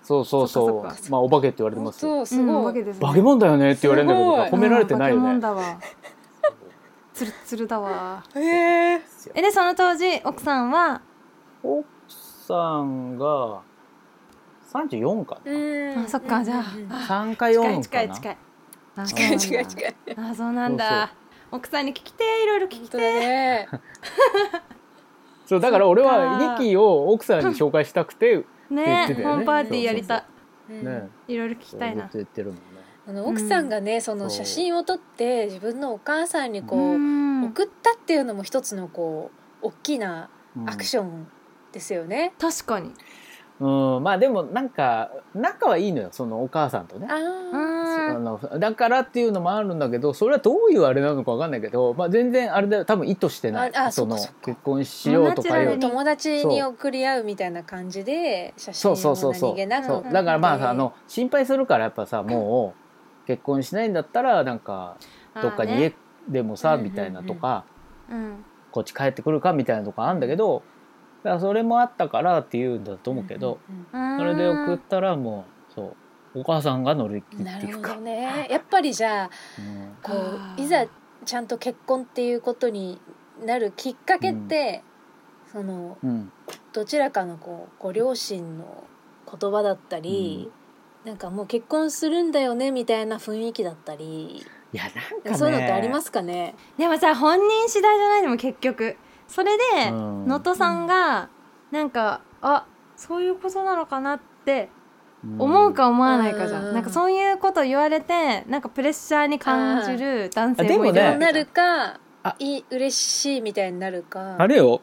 [SPEAKER 3] そう。そう
[SPEAKER 1] そっ
[SPEAKER 3] そう
[SPEAKER 1] かそっ
[SPEAKER 3] そう。まあお化けって言われて
[SPEAKER 2] た
[SPEAKER 3] ますよ。
[SPEAKER 2] そう
[SPEAKER 1] た
[SPEAKER 2] すごい、
[SPEAKER 1] わけですね
[SPEAKER 3] 化け物だよねって言われるんだけど
[SPEAKER 2] す
[SPEAKER 3] さ
[SPEAKER 2] ご
[SPEAKER 3] 褒められてないよ
[SPEAKER 1] うん
[SPEAKER 3] ね。
[SPEAKER 1] 化け物だわつるつるだ わ
[SPEAKER 2] へえ
[SPEAKER 1] えでその当時奥さんは
[SPEAKER 3] 奥さんが34かな、
[SPEAKER 2] うん
[SPEAKER 1] あそっかじゃあ
[SPEAKER 3] 3か
[SPEAKER 1] 近
[SPEAKER 3] 4
[SPEAKER 1] い近
[SPEAKER 3] か
[SPEAKER 1] い
[SPEAKER 3] な
[SPEAKER 1] 近いあ
[SPEAKER 3] 近い
[SPEAKER 2] 近い近い
[SPEAKER 1] あーそうなんだ奥さんに聞きてーいろいろ聞
[SPEAKER 2] 本
[SPEAKER 1] き
[SPEAKER 2] 当
[SPEAKER 1] て
[SPEAKER 2] だね
[SPEAKER 3] そうだから俺
[SPEAKER 1] そっか
[SPEAKER 3] はリキを奥さんに紹介したくて、ね
[SPEAKER 1] ー
[SPEAKER 3] 言
[SPEAKER 1] ね
[SPEAKER 3] ってたよね
[SPEAKER 1] ホームパーティーやりた
[SPEAKER 2] うん
[SPEAKER 3] ね
[SPEAKER 1] いろいろ聞き
[SPEAKER 3] そう
[SPEAKER 1] たい
[SPEAKER 3] ずっ
[SPEAKER 1] な
[SPEAKER 3] と言ってるもんね
[SPEAKER 2] あの奥さんがねその写真を撮って自分のお母さんにこう、
[SPEAKER 1] うん
[SPEAKER 2] 送ったっていうのも一つのこう大きな
[SPEAKER 3] うん
[SPEAKER 2] アクションですよね。
[SPEAKER 1] 確かに
[SPEAKER 3] うんまあでもなんか仲はいいのよそのお母さんとね
[SPEAKER 1] う
[SPEAKER 2] ああ、
[SPEAKER 3] あ
[SPEAKER 1] ーん
[SPEAKER 3] のだからっていうのもあるんだけどそれはどういうあれなのかわかんないけど、まあ、全然あれだよ多分意図してない
[SPEAKER 2] ああ
[SPEAKER 3] その
[SPEAKER 2] そっかそっか
[SPEAKER 3] 結婚しようと
[SPEAKER 1] ナチュ
[SPEAKER 3] か
[SPEAKER 1] ラ
[SPEAKER 3] い
[SPEAKER 1] ル
[SPEAKER 3] う
[SPEAKER 1] に
[SPEAKER 2] 友達に送り合うみたいな感じで写真
[SPEAKER 3] そ
[SPEAKER 2] を
[SPEAKER 3] うそうそうそう
[SPEAKER 2] 何気なく
[SPEAKER 3] そう
[SPEAKER 2] 送
[SPEAKER 1] う
[SPEAKER 2] っ
[SPEAKER 1] ん
[SPEAKER 2] て。
[SPEAKER 3] だからまあさあの心配するからやっぱさもう結婚しないんだったらなんかどっかに
[SPEAKER 1] あーね
[SPEAKER 3] 家でもさ、
[SPEAKER 2] うんうんうん
[SPEAKER 3] みたいなとか、
[SPEAKER 1] うん
[SPEAKER 3] こっち帰ってくるかみたいなとかあるんだけどだからそれもあったからっていうんだと思うけど、
[SPEAKER 2] うんうん
[SPEAKER 1] うーん
[SPEAKER 3] それで送ったらもうそうお母さんが乗り切
[SPEAKER 2] うん。な
[SPEAKER 3] ってい
[SPEAKER 2] るほ
[SPEAKER 3] くか
[SPEAKER 2] ど。ね。やっぱりじゃあ
[SPEAKER 3] うん
[SPEAKER 2] こ
[SPEAKER 1] あ
[SPEAKER 2] う
[SPEAKER 1] ー
[SPEAKER 2] いざちゃんと結婚っていうことになるきっかけって、その
[SPEAKER 3] うん
[SPEAKER 2] どちらかのこうご両親の言葉だったり、なんかもう結婚するんだよねみたいな雰囲気だったり、
[SPEAKER 3] いやなんかね
[SPEAKER 2] そういうのってありますかね。
[SPEAKER 1] でもさ本人次第じゃないでも結局それで
[SPEAKER 3] うん
[SPEAKER 1] 能登さんがなんかあそういうことなのかなって思うか思わないかじゃ
[SPEAKER 2] うんん
[SPEAKER 1] なんかそういうこと言われてなんかプレッシャーに感じる男性もいる
[SPEAKER 3] あでもね
[SPEAKER 2] そうなるか
[SPEAKER 3] あ
[SPEAKER 2] い嬉しいみたいになるか
[SPEAKER 3] あれよ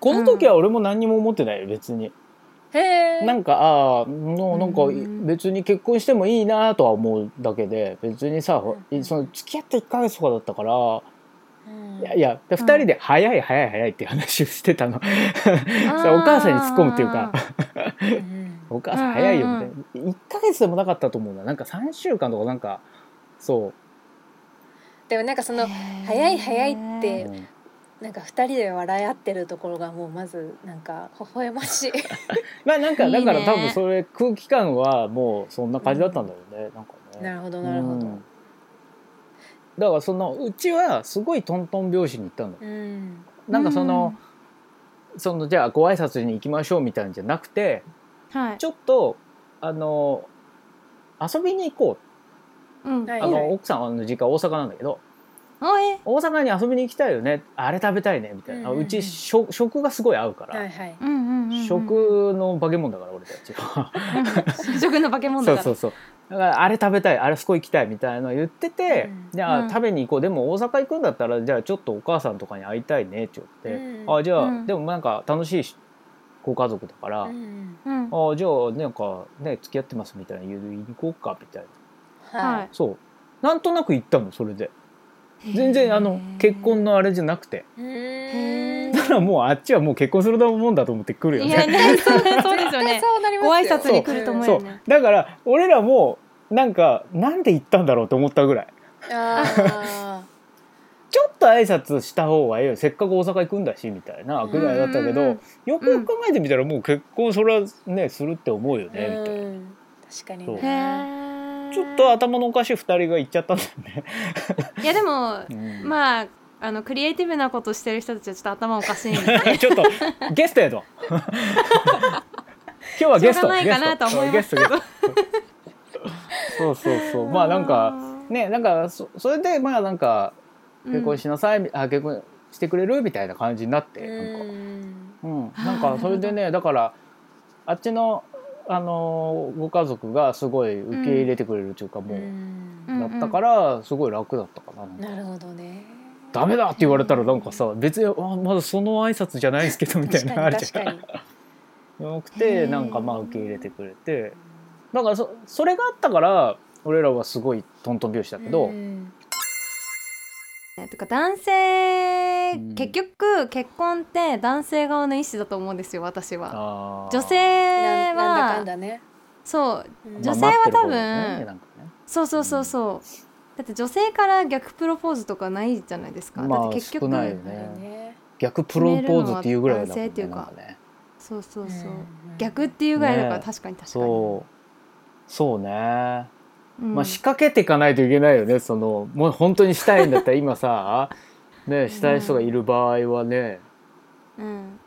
[SPEAKER 3] この時は俺も何にも思ってないよ別に、
[SPEAKER 2] へえ
[SPEAKER 3] なんかああもうなんか
[SPEAKER 1] うん
[SPEAKER 3] 別に結婚してもいいなとは思うだけで別にさ
[SPEAKER 2] うん
[SPEAKER 3] その付き合って1ヶ月とかだったから
[SPEAKER 2] うん
[SPEAKER 3] いやいや2人で「早い早い早い」っていう話をしてたの
[SPEAKER 1] あ ー
[SPEAKER 3] それお母さんに突っ込むっていうか
[SPEAKER 2] うん
[SPEAKER 3] お母さん早いよ
[SPEAKER 1] うん
[SPEAKER 3] み
[SPEAKER 1] うんう
[SPEAKER 3] たいな1ヶ月でもなかったと思うんだなんか3週間とかなんかそ
[SPEAKER 2] でもなんかそ
[SPEAKER 1] へ
[SPEAKER 2] の
[SPEAKER 1] ー
[SPEAKER 2] 早い早いって
[SPEAKER 3] う、
[SPEAKER 2] うん
[SPEAKER 3] い
[SPEAKER 2] なんか二人で笑い合ってるところがもうまずなんか微笑ま しい
[SPEAKER 3] まあなんか
[SPEAKER 1] いいね
[SPEAKER 3] だから多分それ空気感はもうそんな感じだったんだろうね、なんかね
[SPEAKER 2] なるほどなるほ
[SPEAKER 3] うん
[SPEAKER 2] ど
[SPEAKER 3] だからそのうちはすごいトントン拍子に行ったの
[SPEAKER 2] うん
[SPEAKER 3] なんかその、そのじゃあご挨拶に行きましょうみたいなんじゃなくて
[SPEAKER 1] はい
[SPEAKER 3] ちょっとあの遊びに行こ
[SPEAKER 1] うん
[SPEAKER 2] は
[SPEAKER 3] う、
[SPEAKER 2] い
[SPEAKER 3] あの奥さんの実家大阪なんだけど
[SPEAKER 1] おえ
[SPEAKER 3] 大阪に遊びに行きたいよねあれ食べたいねみたいな、あ
[SPEAKER 2] う
[SPEAKER 3] う
[SPEAKER 2] う
[SPEAKER 3] ん
[SPEAKER 2] んうん
[SPEAKER 3] ち食食がすごい合うから、
[SPEAKER 2] はいはい
[SPEAKER 1] うんうんうんうん
[SPEAKER 3] 食の化け物だから俺たちは
[SPEAKER 1] うん 食の化け物
[SPEAKER 3] そ
[SPEAKER 1] だ
[SPEAKER 3] う
[SPEAKER 1] から
[SPEAKER 3] そうそうだからあれ食べたいあれそこ行きたいみたいなの言ってて、
[SPEAKER 2] うん
[SPEAKER 3] じゃ
[SPEAKER 1] うん
[SPEAKER 3] あ食べに行こうでも大阪行くんだったらじゃあちょっとお母さんとかに会いたいねって言って、
[SPEAKER 2] うん
[SPEAKER 3] あじゃあ、
[SPEAKER 1] うん
[SPEAKER 3] でもなんか楽しいしご家族だから、
[SPEAKER 2] うんうん
[SPEAKER 1] うん
[SPEAKER 3] あじゃあなんかね付き合ってますみたいな言いに行こうかみたいな
[SPEAKER 1] は
[SPEAKER 2] はい
[SPEAKER 3] そうなんとなく行ったのそれで全然あの結婚のあれじゃなくて
[SPEAKER 2] い。う
[SPEAKER 1] へ
[SPEAKER 2] ーん。
[SPEAKER 3] だからもうあっちはもう結婚するもんだと思って来るよ
[SPEAKER 1] いや
[SPEAKER 3] ね
[SPEAKER 1] ねそうそうですよね
[SPEAKER 2] そうなり
[SPEAKER 1] ご
[SPEAKER 2] ます
[SPEAKER 1] 挨
[SPEAKER 2] よ。
[SPEAKER 1] 拶に来ると思う
[SPEAKER 3] そ
[SPEAKER 1] よ
[SPEAKER 3] う
[SPEAKER 1] ね
[SPEAKER 3] だから俺らもなんかなんで行ったんだろうと思ったぐらい
[SPEAKER 2] うん。あ
[SPEAKER 3] ちょっと挨拶した方がいいよせっかく大阪行くんだしみたいなぐらいだった
[SPEAKER 1] う
[SPEAKER 3] けど、
[SPEAKER 1] んうんうん
[SPEAKER 3] よくよく考えてみたらもう結婚それはねするって思 うよねみたい
[SPEAKER 2] ー
[SPEAKER 3] な、
[SPEAKER 2] うん。確か
[SPEAKER 3] そう
[SPEAKER 2] に
[SPEAKER 1] へ
[SPEAKER 2] ね。
[SPEAKER 1] え
[SPEAKER 3] ちょっと頭のおかしい2人が行っちゃったんだよね、
[SPEAKER 1] いやでも
[SPEAKER 3] うん
[SPEAKER 1] まああのクリエイティブなことしてる人たちはちょっと頭おかしいんで
[SPEAKER 3] ちょっとゲスト やと今日はゲス
[SPEAKER 1] しょ
[SPEAKER 3] ト
[SPEAKER 1] うがないかなと思います
[SPEAKER 3] ゲストゲストゲストそうそうそう まあなんかねなんかそそれでまあなんか結婚
[SPEAKER 1] し
[SPEAKER 3] しなさい、みあ結婚してくれるみたいな感じになって、なんか
[SPEAKER 2] ん。
[SPEAKER 3] うん、
[SPEAKER 1] ー
[SPEAKER 3] なんかそれでねだからあっちの、あのーご家族がすごい受け入れてくれるというか、もう、
[SPEAKER 2] ん
[SPEAKER 1] ん
[SPEAKER 3] だったからすごい楽だったかななんか
[SPEAKER 2] なるほどね。
[SPEAKER 3] ダメだって言われたらなんかさ別にあまだその挨拶じゃないですけどみたい
[SPEAKER 2] 確
[SPEAKER 3] なの
[SPEAKER 2] か
[SPEAKER 3] あ
[SPEAKER 2] に
[SPEAKER 3] るじ
[SPEAKER 2] 確
[SPEAKER 3] ゃ
[SPEAKER 2] か
[SPEAKER 3] ん
[SPEAKER 2] に。
[SPEAKER 3] よく
[SPEAKER 1] へ
[SPEAKER 3] て
[SPEAKER 1] ー
[SPEAKER 3] なんかまあ受け入れてくれてだからそそれがあったから俺らはすごいトントン拍子だけど、
[SPEAKER 2] うん
[SPEAKER 1] てか男性、
[SPEAKER 3] うん
[SPEAKER 1] 結局結婚って男性側の意思だと思うんですよ私は
[SPEAKER 3] あー
[SPEAKER 1] 女
[SPEAKER 2] な
[SPEAKER 1] 性
[SPEAKER 2] んだか
[SPEAKER 1] は
[SPEAKER 2] んだね。
[SPEAKER 1] そう
[SPEAKER 2] うん
[SPEAKER 1] 女性は多分
[SPEAKER 3] まあ待ってる方だよねなんかね
[SPEAKER 1] そうそうそうそうだって女性から逆プロポーズとかないじゃないですか、
[SPEAKER 3] まあ
[SPEAKER 1] だって結局
[SPEAKER 3] 少ないよ
[SPEAKER 2] なるほどね。
[SPEAKER 3] 逆プロポーズっていうぐらいだもんね
[SPEAKER 1] 決めるの
[SPEAKER 3] な
[SPEAKER 1] は
[SPEAKER 3] んかね
[SPEAKER 1] そうそうそう、
[SPEAKER 2] ん
[SPEAKER 1] 逆っ。ていうぐらいだから
[SPEAKER 3] ね
[SPEAKER 1] 確かに確かに、
[SPEAKER 3] そうそうね
[SPEAKER 1] うん
[SPEAKER 3] まあ仕掛けていかないといけないよねそのもう本当にしたいんだったら今 さねしたい人がいる場合はね、
[SPEAKER 1] うん、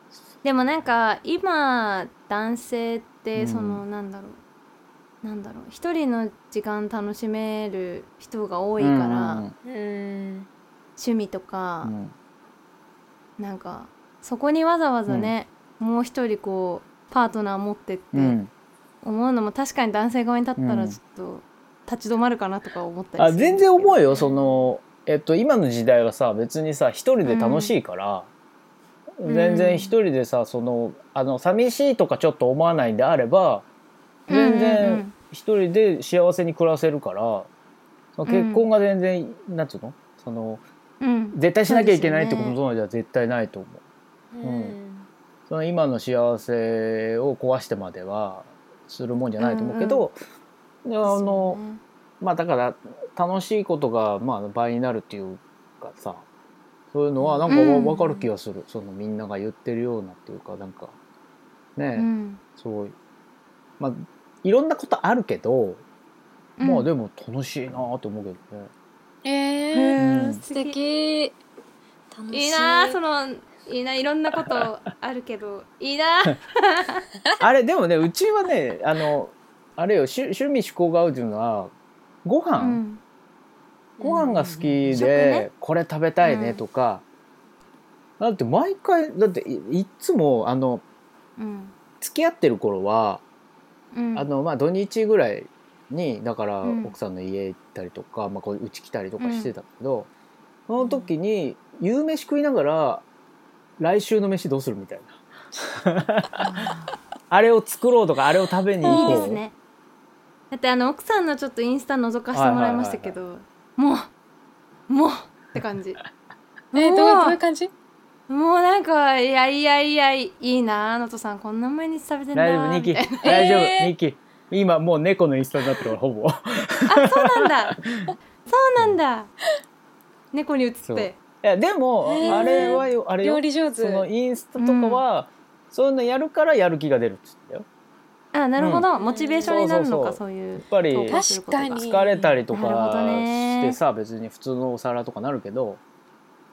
[SPEAKER 1] でもなんか今男性って
[SPEAKER 3] うん
[SPEAKER 1] その、なんだろうなんだろう一人の時間楽しめる人が多いから、
[SPEAKER 2] うん。
[SPEAKER 1] 趣味とか
[SPEAKER 3] う、ん
[SPEAKER 1] なんかそこにわざわざね、もう一人こうパートナー持ってって
[SPEAKER 3] うんうん
[SPEAKER 1] 思うのも確かに男性側に立った
[SPEAKER 3] う
[SPEAKER 1] ら
[SPEAKER 3] ん
[SPEAKER 1] ちょっと立ち止まるかなとか思ったり
[SPEAKER 3] あ全然思う
[SPEAKER 1] よ
[SPEAKER 3] よその、えっと、今の時代はさ別にさ一人で楽しいから、
[SPEAKER 1] うん
[SPEAKER 3] 全然一人でさそのあの寂しいとかちょっと思わないんであれば全
[SPEAKER 1] うんうんう
[SPEAKER 3] 然
[SPEAKER 1] ん
[SPEAKER 3] 一人で幸せに暮らせるから、その結婚が全然、なんつうのその
[SPEAKER 1] うん
[SPEAKER 3] 絶対しなきゃいけないってこ
[SPEAKER 1] そうです
[SPEAKER 3] とじゃ絶対ないと思う。
[SPEAKER 2] うん。
[SPEAKER 3] その今の幸せを壊してまではするもんじゃないと思うけど、であの、まあだから楽しいことがまあ倍になるっていうかさそういうのはなんか
[SPEAKER 1] うん
[SPEAKER 3] 分かる気がする、そのみんなが言ってるようなっていうかなんかね、
[SPEAKER 1] うん
[SPEAKER 3] すごいまあいろんなことあるけど、
[SPEAKER 1] うん
[SPEAKER 3] まあでも楽しいなと思うけ どね。
[SPEAKER 1] へ
[SPEAKER 2] ええ。
[SPEAKER 1] ー
[SPEAKER 3] うん
[SPEAKER 2] 素敵。楽しい。
[SPEAKER 1] いいなーそのいいないろんなことあるけどいいなー
[SPEAKER 3] あれでもねうちはねあのあれよ趣趣味趣向が合うっていうのはご飯、
[SPEAKER 1] うん
[SPEAKER 3] ご飯が好きで、
[SPEAKER 1] 食ね
[SPEAKER 3] これ食べたいねとか、だって毎回だっていいっつもあの
[SPEAKER 1] うん
[SPEAKER 3] 付き合ってる頃は、
[SPEAKER 1] うん
[SPEAKER 3] あのまあ土日ぐらいにだから
[SPEAKER 1] うん
[SPEAKER 3] 奥さんの家行ったりとか、まあこううち来たりとかしてたけど、その時に夕飯食いながら来週の飯どうするみたいなあれを作ろうとかあれを食べに
[SPEAKER 1] いい
[SPEAKER 3] 行こう
[SPEAKER 1] ですねだってあの奥さんのちょっとインスタ覗かせてもらいましたけどもうもうって感 じ
[SPEAKER 2] えーどう
[SPEAKER 1] もう
[SPEAKER 2] どういう感じ？
[SPEAKER 1] もうなんかいやいやいやいいなあのとさんこんな毎日食べてんだ
[SPEAKER 3] 大丈夫ニキ
[SPEAKER 1] みたい
[SPEAKER 3] 大丈夫、
[SPEAKER 2] えー
[SPEAKER 3] ニキ今もう猫のインスタになってるからほぼ
[SPEAKER 1] なあそうなんだそうなんだ猫に移っ
[SPEAKER 3] そう
[SPEAKER 1] て
[SPEAKER 3] いやでも、
[SPEAKER 2] えー
[SPEAKER 3] あれはよあれよ
[SPEAKER 2] 料理上手
[SPEAKER 3] そ。のインスタとかは、そういうのやるからやる気が出るっつってたよ
[SPEAKER 1] あなるほど、
[SPEAKER 2] うん
[SPEAKER 1] モチベーションになるのか
[SPEAKER 3] そ
[SPEAKER 1] そういう
[SPEAKER 3] やっぱり
[SPEAKER 1] 投稿することが
[SPEAKER 2] 確かに
[SPEAKER 3] 疲れたりと
[SPEAKER 1] なるほ
[SPEAKER 3] か
[SPEAKER 1] どね
[SPEAKER 3] してさ別に普通のお皿とかなるけど、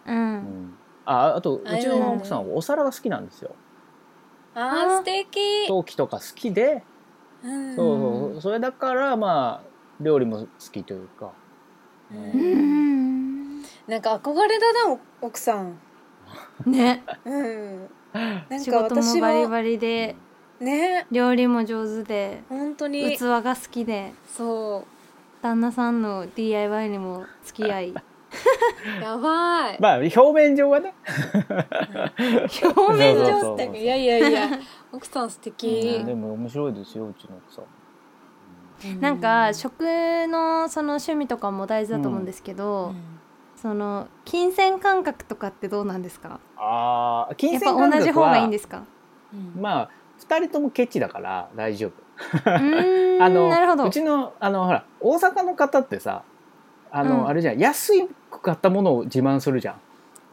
[SPEAKER 1] う
[SPEAKER 3] うんんああとうち
[SPEAKER 2] あれは
[SPEAKER 3] の奥さんはお皿が好きなんですよ
[SPEAKER 2] あー素敵
[SPEAKER 3] 陶器とか好きで
[SPEAKER 2] うん
[SPEAKER 3] そうそうそうそれだからまあ料理も好きというか、
[SPEAKER 2] う
[SPEAKER 1] うんん
[SPEAKER 2] なんか憧れだなお奥さん
[SPEAKER 1] ね
[SPEAKER 2] うんなん
[SPEAKER 1] 仕
[SPEAKER 2] か
[SPEAKER 1] 事も
[SPEAKER 2] 私
[SPEAKER 1] バリ
[SPEAKER 2] は
[SPEAKER 1] バリで
[SPEAKER 2] ね
[SPEAKER 1] 料理も上手で
[SPEAKER 2] 本当に
[SPEAKER 1] 器が好きで
[SPEAKER 2] そ
[SPEAKER 1] 旦那さんの DIY にも付き合 い
[SPEAKER 2] うやばい
[SPEAKER 3] まあ表面上はね
[SPEAKER 1] 表面
[SPEAKER 3] そう
[SPEAKER 1] 上
[SPEAKER 3] そう
[SPEAKER 2] 上手いやいや いや奥さん素敵
[SPEAKER 3] うんでも面白いですようちの奥さん
[SPEAKER 1] なんか食のその趣味とかも大事だと思うんですけ
[SPEAKER 2] う
[SPEAKER 1] ど、
[SPEAKER 2] ん
[SPEAKER 1] その金銭感覚とかってどうなんですか
[SPEAKER 3] ああ金
[SPEAKER 1] やっ
[SPEAKER 3] 銭感覚は
[SPEAKER 1] ぱ同じ方がいいんです か
[SPEAKER 2] うん
[SPEAKER 3] まあ2人ともケチだから大丈夫
[SPEAKER 1] うーん
[SPEAKER 3] あの
[SPEAKER 1] なるほ
[SPEAKER 3] う
[SPEAKER 1] ど
[SPEAKER 3] ちのあのほら大阪の方ってさあ
[SPEAKER 1] う
[SPEAKER 3] の、
[SPEAKER 1] ん
[SPEAKER 3] あれじゃん安い買ったものを自慢するじゃん、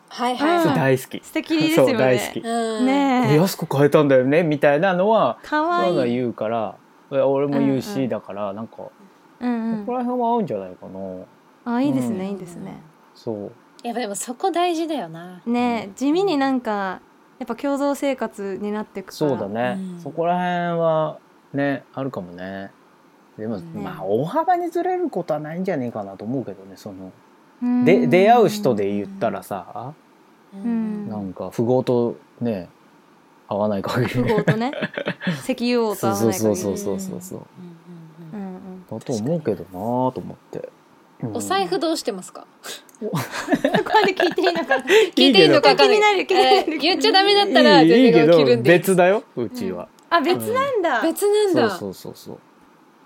[SPEAKER 2] はいはい
[SPEAKER 1] うん
[SPEAKER 3] それ
[SPEAKER 2] は
[SPEAKER 3] 大好き、
[SPEAKER 1] 素敵ですよ
[SPEAKER 3] そう
[SPEAKER 1] ね
[SPEAKER 3] 大好
[SPEAKER 2] い
[SPEAKER 3] き、
[SPEAKER 2] うん
[SPEAKER 3] こ
[SPEAKER 1] ね
[SPEAKER 3] れ
[SPEAKER 1] え
[SPEAKER 3] 安く買えたんだよねみたいなのは
[SPEAKER 1] かわ
[SPEAKER 3] そういうのはい
[SPEAKER 1] い
[SPEAKER 3] 言うから俺も言うし、
[SPEAKER 1] うんうん
[SPEAKER 3] だからなんかこ
[SPEAKER 1] うんう
[SPEAKER 3] こ
[SPEAKER 1] ん
[SPEAKER 3] ら辺は合うんじゃないかな
[SPEAKER 1] あいいです
[SPEAKER 3] うん
[SPEAKER 1] ねいいですね
[SPEAKER 3] そう
[SPEAKER 2] やっぱでもそこ大事だよな
[SPEAKER 1] ねえ地味になんかやっぱ共同生活になってくから
[SPEAKER 3] そうだね、
[SPEAKER 2] うん
[SPEAKER 3] そこら辺はねあるかもねでも、
[SPEAKER 2] ね
[SPEAKER 3] まあ大幅にずれることはないんじゃねえかなと思うけどねその
[SPEAKER 1] うん
[SPEAKER 3] で出会う人で言ったらさ、
[SPEAKER 2] うん
[SPEAKER 3] なんか富豪とね合わない限り
[SPEAKER 1] 富
[SPEAKER 3] ね
[SPEAKER 1] 豪 とね石油王と合わない限り
[SPEAKER 3] そうそうそうそうそう
[SPEAKER 1] う
[SPEAKER 2] うんう
[SPEAKER 1] ん
[SPEAKER 2] うん
[SPEAKER 1] んうん
[SPEAKER 3] だと思うけどなぁと思って、うん
[SPEAKER 2] お財布どうしてますか
[SPEAKER 1] ここまで聞いていいのかな
[SPEAKER 2] 聞いていいのかわかんない
[SPEAKER 1] 気になる気になる
[SPEAKER 2] えー言っちゃダメだったら
[SPEAKER 3] いいい
[SPEAKER 2] 全
[SPEAKER 3] いけ
[SPEAKER 2] 然
[SPEAKER 3] ど
[SPEAKER 2] 切るんで
[SPEAKER 3] 別だようちは、
[SPEAKER 1] あ別なんだ
[SPEAKER 2] 別なん
[SPEAKER 3] そ
[SPEAKER 2] だ
[SPEAKER 3] うそうそうそ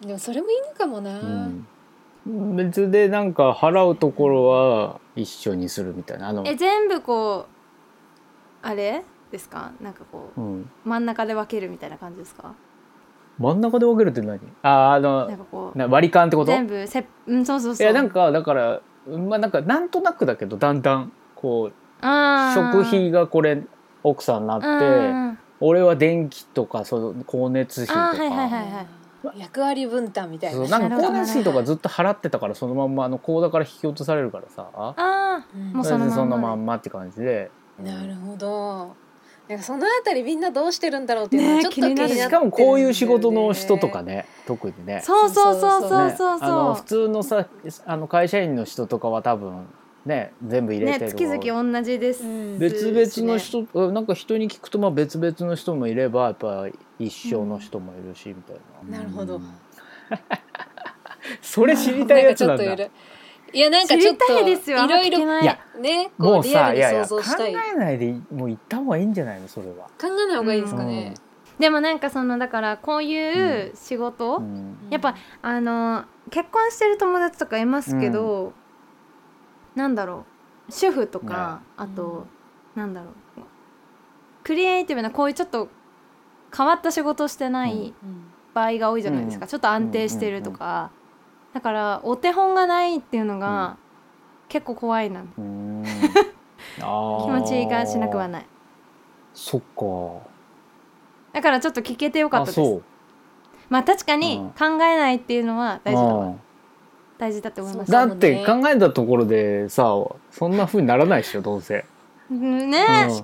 [SPEAKER 3] う
[SPEAKER 2] でもそれもいいのかもな、
[SPEAKER 3] うん、別でなんか払うところは一緒にするみたいなあの、
[SPEAKER 1] え全部こうあれですかなんかこ
[SPEAKER 3] うん、
[SPEAKER 1] う真ん中で分けるみたいな感じですか
[SPEAKER 3] 真ん中で分けるって何あーあ
[SPEAKER 1] なん
[SPEAKER 3] の
[SPEAKER 1] かこう
[SPEAKER 3] な割り勘ってこと
[SPEAKER 1] 全部せうんそうそう
[SPEAKER 3] い
[SPEAKER 1] そう
[SPEAKER 3] やなんかだから、まあ、なんかなんとなくだけどだんだんこう
[SPEAKER 1] あー
[SPEAKER 3] 食費がこれ奥さんになって
[SPEAKER 1] あ
[SPEAKER 3] 俺は電気とかその光熱費と
[SPEAKER 1] あーはいはい
[SPEAKER 3] か。
[SPEAKER 1] はい
[SPEAKER 2] 役割分担みたい
[SPEAKER 3] そう
[SPEAKER 2] な
[SPEAKER 3] なん
[SPEAKER 1] なるほ
[SPEAKER 3] か
[SPEAKER 1] ど
[SPEAKER 3] 光熱費とかずっと払ってたからそのまんまあの口座から引き落とされるからさ
[SPEAKER 1] あー
[SPEAKER 2] うん
[SPEAKER 1] もう
[SPEAKER 3] それで
[SPEAKER 1] そ
[SPEAKER 3] そ
[SPEAKER 1] のまんまで
[SPEAKER 3] のまんまって感じで
[SPEAKER 2] なるほどなんかそのあたりみんなどうしてるんだろうっていうの
[SPEAKER 1] ね
[SPEAKER 2] は
[SPEAKER 1] え
[SPEAKER 2] ちょっと気になってるんだよ
[SPEAKER 3] し
[SPEAKER 2] ね
[SPEAKER 3] かもこういう仕事の人とかね特にね
[SPEAKER 1] そうそうそうそうそう
[SPEAKER 3] ねあ
[SPEAKER 1] そ
[SPEAKER 3] の普通のさあの会社員の人とかは多分ね全部
[SPEAKER 1] う
[SPEAKER 3] 入れ
[SPEAKER 1] ね
[SPEAKER 3] てる
[SPEAKER 1] 月々同じです
[SPEAKER 2] うん
[SPEAKER 3] 別々の人、なんか人に聞くとまあ別々の人もいればやっぱ一緒の人もいるしみたいな、
[SPEAKER 2] なるほど
[SPEAKER 3] うん それ知りたいやつなん
[SPEAKER 2] か
[SPEAKER 3] だ
[SPEAKER 2] ちょっといるいやなんかち
[SPEAKER 1] 知
[SPEAKER 2] ょっ
[SPEAKER 1] りた
[SPEAKER 2] と
[SPEAKER 1] いですよあんま聞
[SPEAKER 2] いろ
[SPEAKER 1] け
[SPEAKER 2] いろ
[SPEAKER 1] ない
[SPEAKER 3] いや
[SPEAKER 2] ね
[SPEAKER 3] も
[SPEAKER 2] こ
[SPEAKER 3] う
[SPEAKER 2] うリア
[SPEAKER 3] さ
[SPEAKER 2] ル
[SPEAKER 3] い
[SPEAKER 2] に
[SPEAKER 3] やい
[SPEAKER 2] 想
[SPEAKER 3] や
[SPEAKER 2] 像
[SPEAKER 3] 考
[SPEAKER 2] したい考
[SPEAKER 3] えないでもう行った方がいいんじゃないのそれは、
[SPEAKER 2] えない方がいいですかね、
[SPEAKER 1] でもなんかそのだからこういう仕事、
[SPEAKER 3] うん
[SPEAKER 1] やっぱあの結婚してる友達とかいますけど、なんだろう主婦とか、あと、なんだろうクリエイティブなこういうちょっと変わった仕事をしてない
[SPEAKER 2] うん
[SPEAKER 1] 場合が多いじゃないですか、
[SPEAKER 3] う
[SPEAKER 1] ちょっと安定してるとか、だからお手本がないっていうのが、結構怖いな
[SPEAKER 3] うん あー
[SPEAKER 1] 気持ちがしなくはない
[SPEAKER 3] そっか
[SPEAKER 1] だからちょっと聞けてよかっ
[SPEAKER 3] あ
[SPEAKER 1] たです
[SPEAKER 3] そう
[SPEAKER 1] まあ確かに
[SPEAKER 3] うん
[SPEAKER 1] 考えないっていうのは大事だわ、
[SPEAKER 3] うん
[SPEAKER 1] 大事だって思いま
[SPEAKER 2] そ
[SPEAKER 1] す
[SPEAKER 2] う
[SPEAKER 3] だって考えたところでさそんな風にならないでしょどうせ、
[SPEAKER 1] うんねえ、
[SPEAKER 3] うん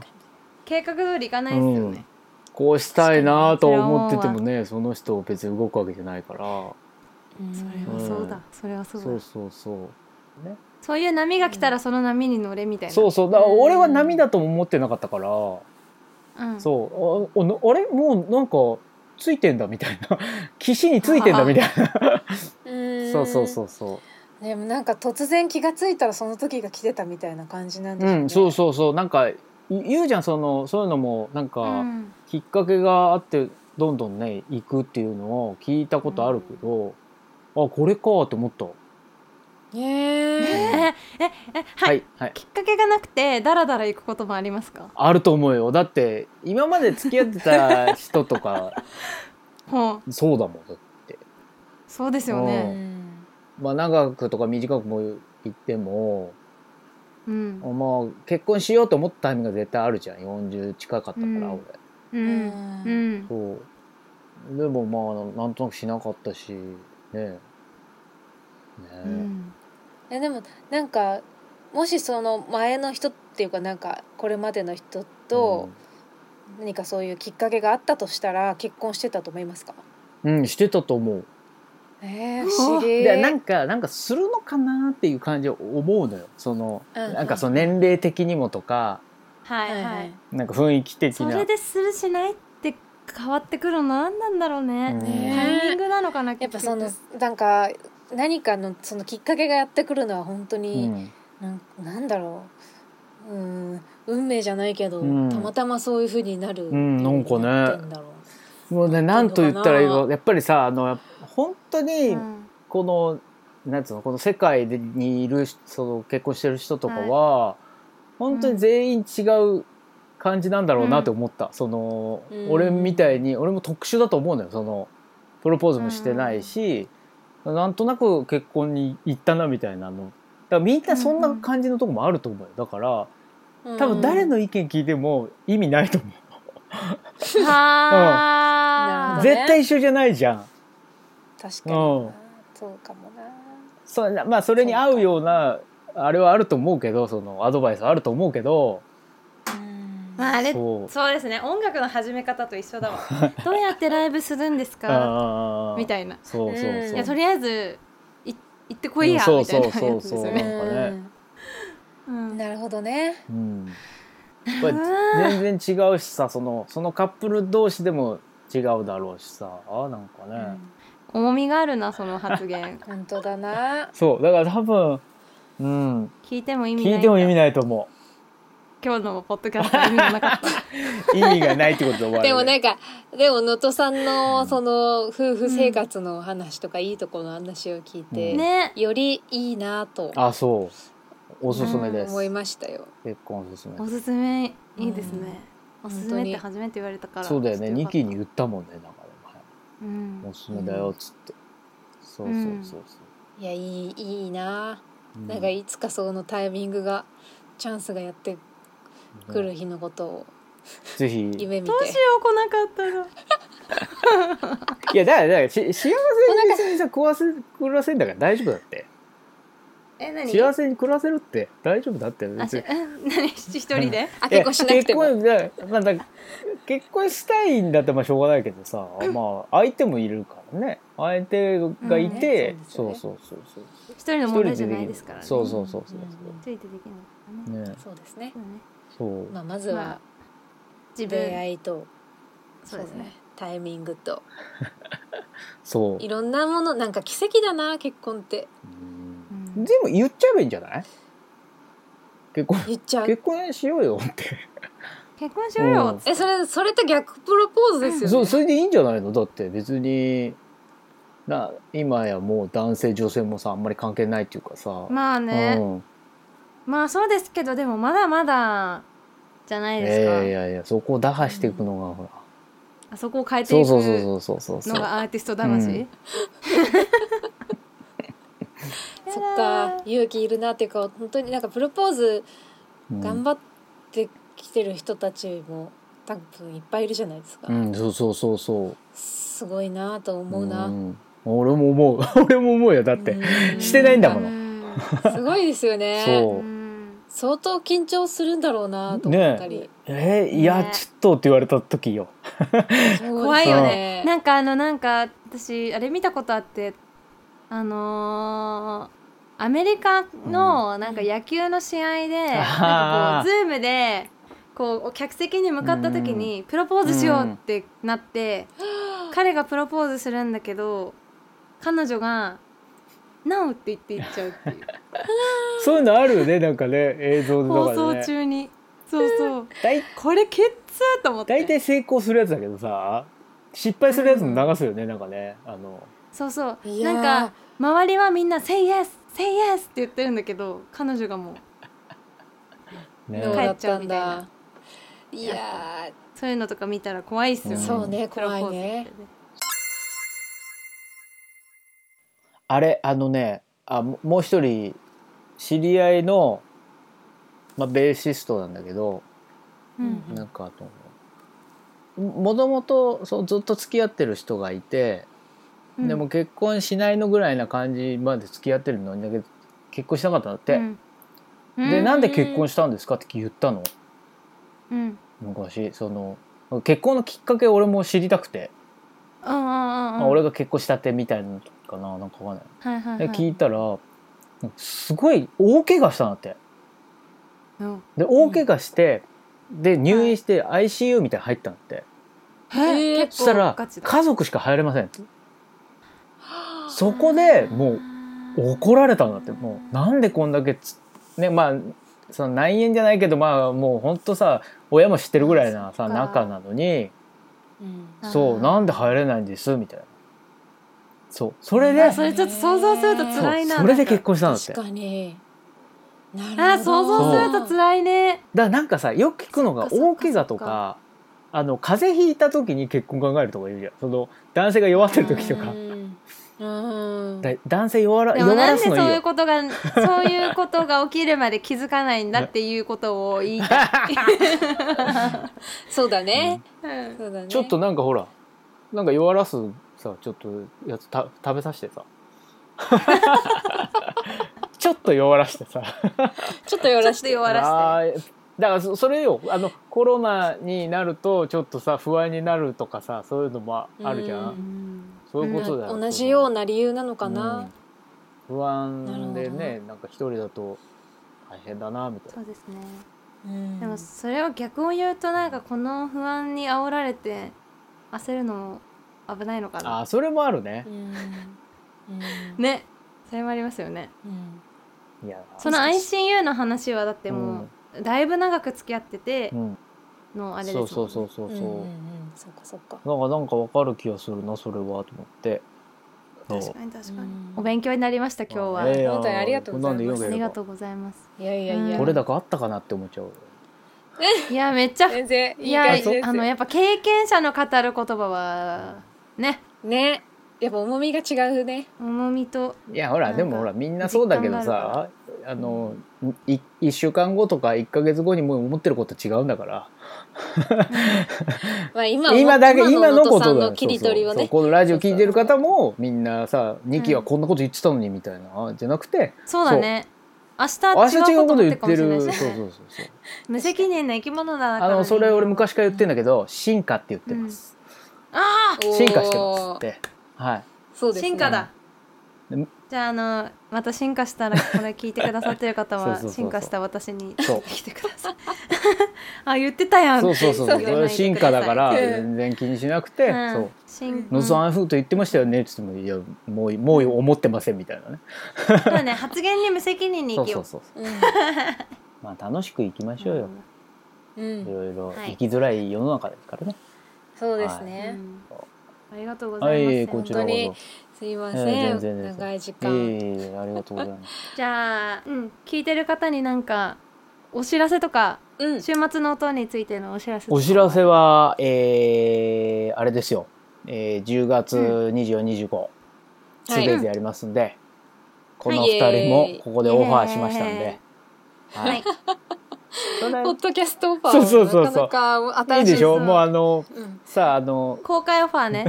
[SPEAKER 1] 計画通りいかないですよね、
[SPEAKER 3] こうしたいなと思っててもねその人別に動くわけじゃないから
[SPEAKER 2] うん
[SPEAKER 1] それはそうだ、
[SPEAKER 3] うん
[SPEAKER 1] それはそうだ
[SPEAKER 3] そ
[SPEAKER 1] そうう
[SPEAKER 3] そうそう
[SPEAKER 1] いう波が来たらその波に乗れみたいな、
[SPEAKER 3] そううそうだから俺は波だとも思ってなかったから、
[SPEAKER 1] ん、
[SPEAKER 3] そうあおあれもうなんかついてんだみたいな 岸についてんだみたい
[SPEAKER 2] うん
[SPEAKER 3] なそうそうそうそ
[SPEAKER 2] でもなんか突然気がついたらその時が来てたみたいな感じなん
[SPEAKER 3] う、
[SPEAKER 2] でしょ
[SPEAKER 3] うん、そうそうそうなんかい言うじゃんそのそういうのもなんか、
[SPEAKER 1] うん
[SPEAKER 3] きっかけがあってどんどんね行くっていうのを聞いたことあるけど、あこれかと思った。
[SPEAKER 2] うねえ
[SPEAKER 1] えええはい、
[SPEAKER 3] い、はい、
[SPEAKER 1] きっかけがなくてダラダラ行くこともありますか
[SPEAKER 3] あると思うよだって今まで付き合ってた人 とか
[SPEAKER 1] ほう
[SPEAKER 3] そうだもん
[SPEAKER 1] そうですよ
[SPEAKER 2] う
[SPEAKER 1] ね
[SPEAKER 2] ん
[SPEAKER 3] まあ長くとか短くも言っても、
[SPEAKER 1] うん
[SPEAKER 3] まあ、結婚しようと思ったタイミングが絶対あるじゃん40近かったから、
[SPEAKER 1] うん
[SPEAKER 3] 俺
[SPEAKER 1] う
[SPEAKER 2] うんん
[SPEAKER 1] うん
[SPEAKER 3] そうでもまあなんとなくしなかったしねね、
[SPEAKER 1] うん
[SPEAKER 2] えでもなんかもしその前の人っていうかなんかこれまでの人と何かそういうきっかけがあったとしたら結婚してたと思いますか
[SPEAKER 3] うんしてたと思う、
[SPEAKER 2] えー、
[SPEAKER 1] うわ
[SPEAKER 2] 不思議
[SPEAKER 3] でなんかなんかするのかなっていう感じを思うのよその、
[SPEAKER 2] うん
[SPEAKER 3] なんかその年齢的にもとか
[SPEAKER 1] はいはい、
[SPEAKER 3] なんか雰囲気的
[SPEAKER 1] そ
[SPEAKER 3] な
[SPEAKER 1] れでするしないって変わってくるのなんなんだろうね、
[SPEAKER 3] うん
[SPEAKER 1] タイミングなのかな
[SPEAKER 2] やっぱその
[SPEAKER 1] 結
[SPEAKER 2] なんか何かのそのきっかけがやってくるのは本当
[SPEAKER 3] う
[SPEAKER 2] に、
[SPEAKER 3] ん
[SPEAKER 2] なんなんだろううん運命じゃないけど、
[SPEAKER 3] うん
[SPEAKER 2] たまたまそういうふうになる、
[SPEAKER 3] うんなんかね
[SPEAKER 2] なってんだろう
[SPEAKER 3] もうねなんと言ったらいい
[SPEAKER 2] どうな
[SPEAKER 3] か
[SPEAKER 2] の
[SPEAKER 3] やっぱりさあの本当
[SPEAKER 1] 局
[SPEAKER 3] に
[SPEAKER 1] うん
[SPEAKER 3] この、なんつうのこの世界でにいるその結婚してる人とかは、本当に全員違う感じなんだろうなって思った、その、
[SPEAKER 2] うん
[SPEAKER 3] 俺みたいに俺も特殊だと思うのよそのプロポーズもしてないし、なんとなく結婚に行ったなみたいなのだからみんなそんな感じのとこもあると思うよだから多分誰の意見聞いても意味ないと思う、
[SPEAKER 1] はあ
[SPEAKER 2] うん
[SPEAKER 1] ぜ
[SPEAKER 3] 絶対一緒じゃないじゃん。
[SPEAKER 2] 確かにな、
[SPEAKER 3] うん
[SPEAKER 2] そうかもな
[SPEAKER 3] そうなまあそれに合うようなあれはあると思うけどそのアドバイスはあると思うけど
[SPEAKER 2] うん
[SPEAKER 1] まああれ
[SPEAKER 3] そう
[SPEAKER 1] そうですね音楽の始め方と一緒だわどうやってライブするんですか
[SPEAKER 3] あー
[SPEAKER 1] みたいな
[SPEAKER 3] そうそう
[SPEAKER 2] うん
[SPEAKER 3] そう
[SPEAKER 1] いやと
[SPEAKER 3] り
[SPEAKER 1] りあえずい行ってこいや
[SPEAKER 3] うん
[SPEAKER 1] みたいなやつ
[SPEAKER 3] そうそ
[SPEAKER 1] で
[SPEAKER 3] う
[SPEAKER 1] す
[SPEAKER 3] そう
[SPEAKER 1] よ
[SPEAKER 3] そう
[SPEAKER 1] ね
[SPEAKER 3] なんかね
[SPEAKER 1] うん
[SPEAKER 2] なるほどね
[SPEAKER 3] うんこれ全然違うしさそのそのカップル同士でも違うだろうしさあーなんか
[SPEAKER 2] う
[SPEAKER 3] ね、
[SPEAKER 2] ん
[SPEAKER 1] 重みがあるなその発 言
[SPEAKER 2] 本当だな
[SPEAKER 3] そうだから多分うん
[SPEAKER 1] 聞いても意味ない
[SPEAKER 3] 聞いても意味ないと思
[SPEAKER 1] 今日のポッドキャストは意味がなかった
[SPEAKER 3] う意味がないってことで終わる
[SPEAKER 2] でもなん
[SPEAKER 3] ね
[SPEAKER 2] かでも能登さんのその夫婦生活の話とかいいとこの話を聞いて、
[SPEAKER 3] うん
[SPEAKER 1] ね
[SPEAKER 2] よりいいなと
[SPEAKER 3] あそうおすすめです、
[SPEAKER 2] 思いましたよ。
[SPEAKER 3] 結婚おすすめ
[SPEAKER 1] おすすめいいですね、おすすめって
[SPEAKER 2] 本
[SPEAKER 1] 初めて言われたから
[SPEAKER 3] そうだよねニキに
[SPEAKER 1] う
[SPEAKER 3] 言ったもんねだから前
[SPEAKER 1] ん
[SPEAKER 3] おすすめだよっつって、そうそうそうそう、
[SPEAKER 2] いやいいいいな、
[SPEAKER 3] う
[SPEAKER 2] なんかいつかそのタイミングがチャンスがやってくる日のことを
[SPEAKER 3] ぜひい
[SPEAKER 2] 夢見て、
[SPEAKER 1] どうしよう来なかったら
[SPEAKER 3] やだからだからし幸せに別にさ食わせ暮らせんだから大丈夫だって
[SPEAKER 1] え何
[SPEAKER 3] 幸せに暮らせるって大丈夫だって
[SPEAKER 1] あ
[SPEAKER 3] 別
[SPEAKER 1] し
[SPEAKER 3] に
[SPEAKER 1] うん 何一人で
[SPEAKER 2] あ結婚しなくて
[SPEAKER 3] い
[SPEAKER 2] も
[SPEAKER 3] や結婚だからまあ結婚したいんだってまあしょうがないけどさ、まあ相手もいるからね相手がいて、
[SPEAKER 2] うんね
[SPEAKER 3] そ
[SPEAKER 2] そううです
[SPEAKER 3] そうそうそう
[SPEAKER 1] 一人の問題じゃないですからね
[SPEAKER 3] 一人でできるそうそうそうそう
[SPEAKER 1] 一人でできないからね
[SPEAKER 3] ね
[SPEAKER 2] そうですね
[SPEAKER 1] そ。うね
[SPEAKER 3] そう、
[SPEAKER 2] まあまず
[SPEAKER 1] まあ
[SPEAKER 2] は
[SPEAKER 1] 自分
[SPEAKER 2] 出会いと、
[SPEAKER 1] そうですね
[SPEAKER 2] タイミングと
[SPEAKER 3] そう
[SPEAKER 2] いろんなものなんか奇跡だな結婚って
[SPEAKER 3] うんでも言っちゃえばいいんじゃない結婚
[SPEAKER 2] 言っちゃう
[SPEAKER 3] 結。婚しようよって
[SPEAKER 1] 結婚しようよ
[SPEAKER 3] うん
[SPEAKER 1] つって
[SPEAKER 2] えそれそれと逆プロポーズですよね。
[SPEAKER 3] そうそれでいいんじゃないのだって別にな今やもう男性女性もさあんまり関係ないっていうかさ、
[SPEAKER 1] まあね、
[SPEAKER 3] うん、
[SPEAKER 1] まあそうですけどでもまだまだじゃない
[SPEAKER 3] い
[SPEAKER 1] ですか、
[SPEAKER 3] やいやいやそこを打破していくのがほら、
[SPEAKER 1] あそこを変えて
[SPEAKER 3] そ
[SPEAKER 1] いうく
[SPEAKER 3] そうそうそうそうそう
[SPEAKER 1] のがアーティスト魂、
[SPEAKER 3] うん
[SPEAKER 2] そっか勇気いるなっていうか本当になんかプロポーズ
[SPEAKER 3] うん
[SPEAKER 2] 頑張ってきてる人たちも多分いっぱいいるじゃないですか、
[SPEAKER 3] うんそうそうそうそう
[SPEAKER 2] すごいなと思うな、
[SPEAKER 3] ん俺も思う 俺も思うよだって、
[SPEAKER 2] うん
[SPEAKER 3] してないんだもの
[SPEAKER 1] うん
[SPEAKER 2] すごいですよね
[SPEAKER 3] そう
[SPEAKER 1] うん
[SPEAKER 2] 相当緊張するんだろうなと思ったり、
[SPEAKER 3] えいや
[SPEAKER 1] ね
[SPEAKER 3] ちょっとって言われた時よ
[SPEAKER 1] 怖いよね
[SPEAKER 2] な
[SPEAKER 1] なんかあのなんか私あれ見たことあってあのーアメリカのなんか野球の試合で、なんか
[SPEAKER 3] あー
[SPEAKER 1] こうズームでこうお客席に向かった時にプロポーズしようってなって、彼がプロポーズするんだけど彼女が「NO」って言って言っちゃうっていう
[SPEAKER 3] そういうのあるよねなんかね映像でだ
[SPEAKER 1] 放
[SPEAKER 3] から
[SPEAKER 1] 送
[SPEAKER 3] ね
[SPEAKER 1] 中にそうそう
[SPEAKER 3] 大
[SPEAKER 1] これケッツーと思って
[SPEAKER 3] 大体成功するやつだけどさ失敗するやつも流すよね、なんかねあの
[SPEAKER 1] そうそう
[SPEAKER 2] いやー
[SPEAKER 1] なんか周りはみんな「Say yes! Say yes!」って言ってるんだけど彼女がもう
[SPEAKER 3] ね
[SPEAKER 1] の
[SPEAKER 2] どう
[SPEAKER 1] 帰
[SPEAKER 2] だ
[SPEAKER 1] っ
[SPEAKER 2] っ
[SPEAKER 1] ちゃう
[SPEAKER 2] た
[SPEAKER 1] み
[SPEAKER 2] ん
[SPEAKER 1] たいな
[SPEAKER 2] だいや
[SPEAKER 1] そういうのとか見たら怖いっすよ
[SPEAKER 2] ー
[SPEAKER 1] ね。
[SPEAKER 2] そうね
[SPEAKER 1] プロポ
[SPEAKER 2] 怖い
[SPEAKER 1] ーズって
[SPEAKER 2] ね
[SPEAKER 3] あれあのねあももう一人知り合いの、まあ、ベーシストなんだけど、
[SPEAKER 1] うん
[SPEAKER 2] うん
[SPEAKER 3] なんかあのもともとそうずっと付き合ってる人がいて、
[SPEAKER 1] うん
[SPEAKER 3] でも結婚しないのぐらいな感じまで付き合ってるのにだけど結婚しなかったんだって、
[SPEAKER 1] うん
[SPEAKER 3] で
[SPEAKER 1] うん
[SPEAKER 3] なんで結婚したんですかって言ったの
[SPEAKER 1] うん
[SPEAKER 3] 昔その結婚のきっかけ俺も知りたくて、
[SPEAKER 1] うんうんうん
[SPEAKER 3] まあ俺が結婚したてみたいなのかななんかわかんな
[SPEAKER 1] はい
[SPEAKER 3] い、
[SPEAKER 1] はい、はい、
[SPEAKER 3] で聞いたらすごい大怪我したんだって
[SPEAKER 1] うん
[SPEAKER 3] で大怪我して、で入院して ICU みたいに入ったんだって、
[SPEAKER 1] え
[SPEAKER 2] えー
[SPEAKER 1] 結
[SPEAKER 3] そしたら
[SPEAKER 1] 構ガチだ
[SPEAKER 3] 家族しか入れませんってそこ
[SPEAKER 1] あ
[SPEAKER 3] で
[SPEAKER 1] ー
[SPEAKER 3] もう怒られたんだってもうなんでこんだけつねまあその内縁じゃないけどまあもうほんとさ親も知ってるぐらいな
[SPEAKER 1] そ
[SPEAKER 3] さ
[SPEAKER 1] っか
[SPEAKER 3] 仲なのに
[SPEAKER 2] うん
[SPEAKER 1] あー
[SPEAKER 3] そうなんで入れないんですみたいなそうそれで
[SPEAKER 1] あそれちょっと想像すると辛いな
[SPEAKER 3] そうそれで結婚したんだって
[SPEAKER 2] 確
[SPEAKER 3] だか
[SPEAKER 2] かになるほど
[SPEAKER 1] あー想像すると辛いね
[SPEAKER 3] らなんかさよく聞くの
[SPEAKER 1] そっ
[SPEAKER 3] が
[SPEAKER 1] かそっ
[SPEAKER 3] 大
[SPEAKER 1] か
[SPEAKER 3] 怪我とかあの風邪ひいた時に結婚考えるとか言うじゃんその男性が弱ってる時とか
[SPEAKER 2] うんうん
[SPEAKER 3] だ男性弱ら
[SPEAKER 1] でも
[SPEAKER 3] 弱
[SPEAKER 1] な
[SPEAKER 3] ら
[SPEAKER 1] んですそう
[SPEAKER 3] のいい
[SPEAKER 1] いう
[SPEAKER 3] よ
[SPEAKER 1] ことがそういうことが起きるまで気づかないんだっていうことを言い たい、
[SPEAKER 2] そうだね、
[SPEAKER 1] うん
[SPEAKER 2] そうだね
[SPEAKER 3] ちょっとなんかほらなんか弱らすさちょっとやつた食べさせてさ ちょっと弱らしてさ
[SPEAKER 2] ちょっとよろし
[SPEAKER 1] ちょっと弱らして
[SPEAKER 3] あーだからそそれよあのコロナになるとちょっとさ不安になるとかさそういうのもあるじゃん、
[SPEAKER 2] うん
[SPEAKER 3] そういうことだよ
[SPEAKER 2] 同じような理由なのかな、、
[SPEAKER 3] うん不安で
[SPEAKER 2] なる
[SPEAKER 3] ねなんか一人だと大変だなみたいな
[SPEAKER 1] そうですね
[SPEAKER 2] うん
[SPEAKER 1] でもそれを逆を言うとなんかこの不安に煽られて焦るのも危ないのか
[SPEAKER 3] あ
[SPEAKER 1] な
[SPEAKER 3] ーそれもあるね
[SPEAKER 2] う、んうん
[SPEAKER 1] ねそれもありますよね
[SPEAKER 2] うん
[SPEAKER 3] いや
[SPEAKER 1] その ICU の話はだってもうだいぶ長く付き合ってて
[SPEAKER 3] うん、
[SPEAKER 1] のあれですも
[SPEAKER 3] そ
[SPEAKER 1] ん
[SPEAKER 3] う
[SPEAKER 1] ね
[SPEAKER 3] そうそうそうそう、
[SPEAKER 2] うんうんそっかそっか
[SPEAKER 3] なんかなんかわかる気がするなそれはと思って。
[SPEAKER 1] 確かに確かに
[SPEAKER 2] うん
[SPEAKER 1] お勉強になりました今日は、
[SPEAKER 3] ええ
[SPEAKER 2] 本当にありがとうございます
[SPEAKER 3] こんなんで
[SPEAKER 1] あ
[SPEAKER 3] 読め
[SPEAKER 1] り
[SPEAKER 3] れば
[SPEAKER 1] がとうございます
[SPEAKER 2] いやいやいや
[SPEAKER 1] こ
[SPEAKER 3] 取れ高あったかなって思っちゃう。
[SPEAKER 1] いやめっちゃ
[SPEAKER 2] 全然い
[SPEAKER 1] い
[SPEAKER 2] い感
[SPEAKER 1] や
[SPEAKER 2] じです
[SPEAKER 1] あのやっぱ経験者の語る言葉はね
[SPEAKER 2] ねやっぱ重みが違うね
[SPEAKER 1] 重みと
[SPEAKER 3] いやほ
[SPEAKER 1] なん
[SPEAKER 3] ら
[SPEAKER 1] か
[SPEAKER 3] でもほらみんなそうだけど
[SPEAKER 1] 実感が
[SPEAKER 3] さあのい一週間後とか一ヶ月後にもう思ってること違うんだから
[SPEAKER 2] まあ今は
[SPEAKER 3] 今だけ今のこ
[SPEAKER 2] 能登さ
[SPEAKER 3] と
[SPEAKER 2] ん
[SPEAKER 3] だ
[SPEAKER 2] の
[SPEAKER 3] よ
[SPEAKER 2] 切り取りを
[SPEAKER 3] そうそうそう
[SPEAKER 2] ね
[SPEAKER 3] このラジオ聞いてる方もみんなさ「ニキはこんなこと言ってたのに」みたいなじゃなくて
[SPEAKER 1] そうだね明
[SPEAKER 3] 「あし
[SPEAKER 1] 日
[SPEAKER 3] 違
[SPEAKER 1] 違うこ
[SPEAKER 3] うことと
[SPEAKER 1] 言っ
[SPEAKER 3] 言
[SPEAKER 1] て
[SPEAKER 3] っ
[SPEAKER 1] るかも
[SPEAKER 3] て
[SPEAKER 1] しれないしね
[SPEAKER 3] る」そうそうそうそう
[SPEAKER 1] 無責任な生き物だか
[SPEAKER 3] あ
[SPEAKER 1] ら、ね、
[SPEAKER 3] のそれ俺昔から言ってんだけど「進化」って言ってます
[SPEAKER 1] あ
[SPEAKER 3] 進化してます
[SPEAKER 2] お
[SPEAKER 3] っ
[SPEAKER 2] ー
[SPEAKER 3] てはい
[SPEAKER 2] そう
[SPEAKER 1] あ
[SPEAKER 2] ですね
[SPEAKER 1] 進化だ
[SPEAKER 3] うん
[SPEAKER 1] じゃああのまた進化したらこれ聞いてくださってる方
[SPEAKER 3] そう
[SPEAKER 1] は
[SPEAKER 3] そうそうそう
[SPEAKER 1] 進化した私に
[SPEAKER 3] そう
[SPEAKER 1] 来てくださいあ言ってたやん
[SPEAKER 3] そうそうそうそ
[SPEAKER 2] そうう
[SPEAKER 3] それは進化だから
[SPEAKER 2] うん
[SPEAKER 3] 全然気にしなくて、
[SPEAKER 1] うん
[SPEAKER 3] そう
[SPEAKER 1] 進
[SPEAKER 3] 「野津さんああいうふうと言ってましたよね」っつっても「いやもうもう思ってません」みたいなね
[SPEAKER 1] うんそうだね発言に無責任に
[SPEAKER 3] そ
[SPEAKER 1] 生
[SPEAKER 3] う
[SPEAKER 1] き
[SPEAKER 3] そ
[SPEAKER 1] よ
[SPEAKER 3] うそ
[SPEAKER 2] う
[SPEAKER 3] う
[SPEAKER 2] ん
[SPEAKER 3] まあ楽しくいきましょうよ、
[SPEAKER 2] うん
[SPEAKER 3] いろいろ
[SPEAKER 1] はい
[SPEAKER 3] 生きづらい世の中ですからね
[SPEAKER 2] そうです
[SPEAKER 1] う
[SPEAKER 2] ね、
[SPEAKER 1] んありがとうご
[SPEAKER 3] は
[SPEAKER 1] ざいます、
[SPEAKER 3] いこちらこ
[SPEAKER 2] 本
[SPEAKER 3] そ
[SPEAKER 2] すいま
[SPEAKER 3] え
[SPEAKER 2] せん、
[SPEAKER 3] え全然全然
[SPEAKER 2] 長い時間、
[SPEAKER 3] ええありがとうございます
[SPEAKER 1] じゃあ、うん、聞いてる方になんかお知らせとか
[SPEAKER 2] うん
[SPEAKER 1] 週末の音についてのお知らせとか
[SPEAKER 3] お知らせはえー、あれですよ、えー、10月
[SPEAKER 1] う
[SPEAKER 3] 2425
[SPEAKER 2] は
[SPEAKER 3] す
[SPEAKER 2] い
[SPEAKER 3] べてやりますんで、この
[SPEAKER 2] はい
[SPEAKER 3] 二人
[SPEAKER 2] イエー
[SPEAKER 3] も
[SPEAKER 2] イ
[SPEAKER 3] ここでオファーしましたん
[SPEAKER 1] イ
[SPEAKER 3] で
[SPEAKER 1] エ、はい、
[SPEAKER 3] それ
[SPEAKER 2] ポッドキャストオファー
[SPEAKER 3] そう
[SPEAKER 2] は
[SPEAKER 3] そうそうそう
[SPEAKER 2] なかなか
[SPEAKER 3] いい
[SPEAKER 2] 新しい
[SPEAKER 3] でしょ
[SPEAKER 1] そう
[SPEAKER 3] もうあの
[SPEAKER 2] うん
[SPEAKER 3] さああの
[SPEAKER 1] 公開オファーね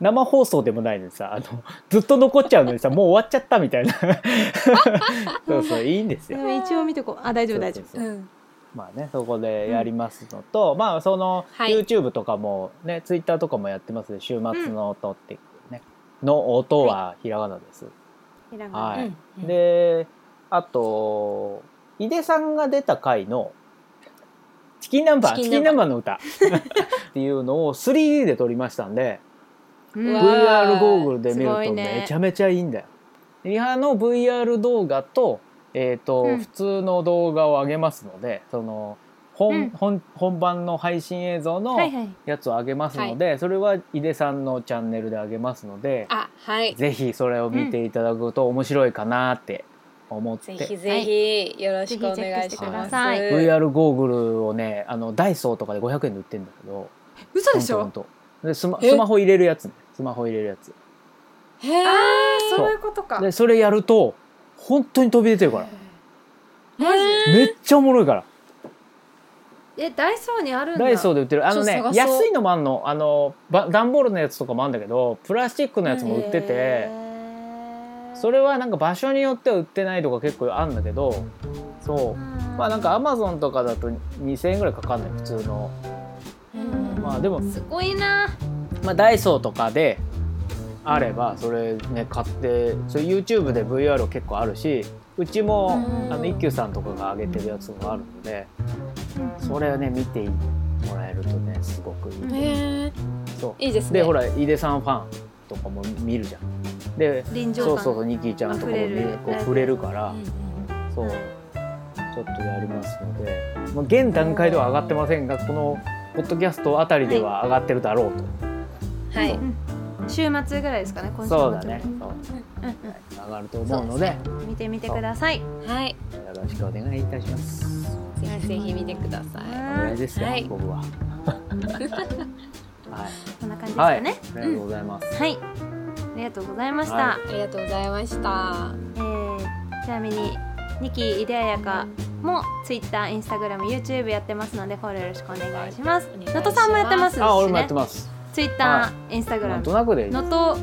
[SPEAKER 3] 生放送でもないのにさあのずっと残っちゃうのにさもう終わっちゃったみたいなそうそういいんです
[SPEAKER 1] で
[SPEAKER 3] よ。
[SPEAKER 1] も一応見てこうあ大丈夫大丈夫
[SPEAKER 3] そう
[SPEAKER 2] う
[SPEAKER 3] そうそうんまあねそこでやりますのと、まあその、
[SPEAKER 2] はい
[SPEAKER 3] YouTube とかもね Twitter とかもやってます週末の音っていうね、の音はひらがなです。
[SPEAKER 1] ひらがな
[SPEAKER 3] はい
[SPEAKER 2] うんうん
[SPEAKER 3] であと井出さんが出た回の「チキンナンバーチ
[SPEAKER 2] チ
[SPEAKER 3] キ
[SPEAKER 2] キ
[SPEAKER 3] ン
[SPEAKER 2] ンナ
[SPEAKER 3] ナン
[SPEAKER 2] ン
[SPEAKER 3] バーの 歌」っていうのを 3D で撮りましたんで。
[SPEAKER 1] うん
[SPEAKER 2] うわ
[SPEAKER 3] VR ゴーグルで見る
[SPEAKER 1] すごい
[SPEAKER 3] と
[SPEAKER 1] ね
[SPEAKER 3] めちゃめちゃいいんだよ。リハの VR 動画と,、えーと
[SPEAKER 1] うん
[SPEAKER 3] 普通の動画を上げますのでその本,、
[SPEAKER 1] うん
[SPEAKER 3] 本本番の配信映像の
[SPEAKER 1] はいはい
[SPEAKER 3] やつを上げますので、それは井出さんのチャンネルで上げますので、
[SPEAKER 2] あはい
[SPEAKER 3] ぜひそれを見ていただくと面白いかなって思って、
[SPEAKER 2] ぜひぜひよろしくお願いし
[SPEAKER 1] ぜひチェックしてく
[SPEAKER 2] ま
[SPEAKER 1] だ
[SPEAKER 2] す、
[SPEAKER 1] さい
[SPEAKER 3] VR ゴーグルをねあのダイソーとかで500円で売ってるんだけど
[SPEAKER 1] 嘘で
[SPEAKER 3] 本
[SPEAKER 1] し
[SPEAKER 3] 当
[SPEAKER 1] ょ
[SPEAKER 3] 本当でスマ
[SPEAKER 2] え
[SPEAKER 3] スマホ入れるやつねスマホ入れるやつ。
[SPEAKER 2] へえ
[SPEAKER 3] 当
[SPEAKER 1] そういうことか
[SPEAKER 3] でそれやると本当に飛び出てるから
[SPEAKER 1] マジ
[SPEAKER 3] めっちゃおもろいから
[SPEAKER 1] えダイソーにあるんだ
[SPEAKER 3] ダイソーで売ってるあの
[SPEAKER 2] ち
[SPEAKER 3] ね
[SPEAKER 2] ょっと探そう
[SPEAKER 3] 安いのもあんのあのば段ボールのやつとかもあんだけどプラスチックのやつも売っててそ
[SPEAKER 1] れ
[SPEAKER 3] れはなんか場所によっては売ってないとか結構あんだけどそうまあなんかアマゾンとかだと2000円ぐらいかかんない普通の
[SPEAKER 2] うん
[SPEAKER 3] まあでも、
[SPEAKER 1] すごいな
[SPEAKER 3] まあ、ダイソーとかであればそれね買ってそれ YouTube で VR を結構あるしうちも
[SPEAKER 1] うん
[SPEAKER 3] あの一休さんとかが上げてるやつもあるのでそれをね見てもらえるとねすごくいい。
[SPEAKER 1] うん
[SPEAKER 2] へえ
[SPEAKER 3] そう
[SPEAKER 2] いいですね
[SPEAKER 3] でほら井出さんファンとかも見るじゃん。で
[SPEAKER 1] 臨場
[SPEAKER 3] そ
[SPEAKER 1] 感
[SPEAKER 3] うそうそうニキーちゃんとかも見
[SPEAKER 1] 触れ
[SPEAKER 3] る
[SPEAKER 1] る
[SPEAKER 3] こう触れるから、そうちょっとやりますので、まあ、現段階では上がってませんがこのポッドキャストあたりでは上がってるだろうと、
[SPEAKER 2] はい
[SPEAKER 1] 週末ぐらいですかね今週末
[SPEAKER 3] そうだね、
[SPEAKER 1] う
[SPEAKER 3] そう
[SPEAKER 1] ん
[SPEAKER 3] 上がると思うのでよ
[SPEAKER 1] うん、見てみてください
[SPEAKER 2] はい
[SPEAKER 3] ろしくお願いいたします。
[SPEAKER 2] ぜひぜひ見てください
[SPEAKER 1] は
[SPEAKER 3] お願いですよ、
[SPEAKER 2] はい
[SPEAKER 3] 僕 は。は
[SPEAKER 1] こんな感じで
[SPEAKER 3] い、
[SPEAKER 1] すか
[SPEAKER 3] はい、あり
[SPEAKER 1] ね
[SPEAKER 3] がとうございます。
[SPEAKER 1] はい、ありがとうございました、
[SPEAKER 3] は
[SPEAKER 2] ありがとうございました
[SPEAKER 1] えーちなみにニキイデアヤカも Twitter、Instagram、YouTube やってますのでフォローよろしくお願いします。
[SPEAKER 2] お願いします
[SPEAKER 1] のとさんもやってますしね。
[SPEAKER 3] あ、俺もやってます。
[SPEAKER 1] Twitter、
[SPEAKER 3] なん
[SPEAKER 1] Instagram
[SPEAKER 3] となくでいい。
[SPEAKER 1] のと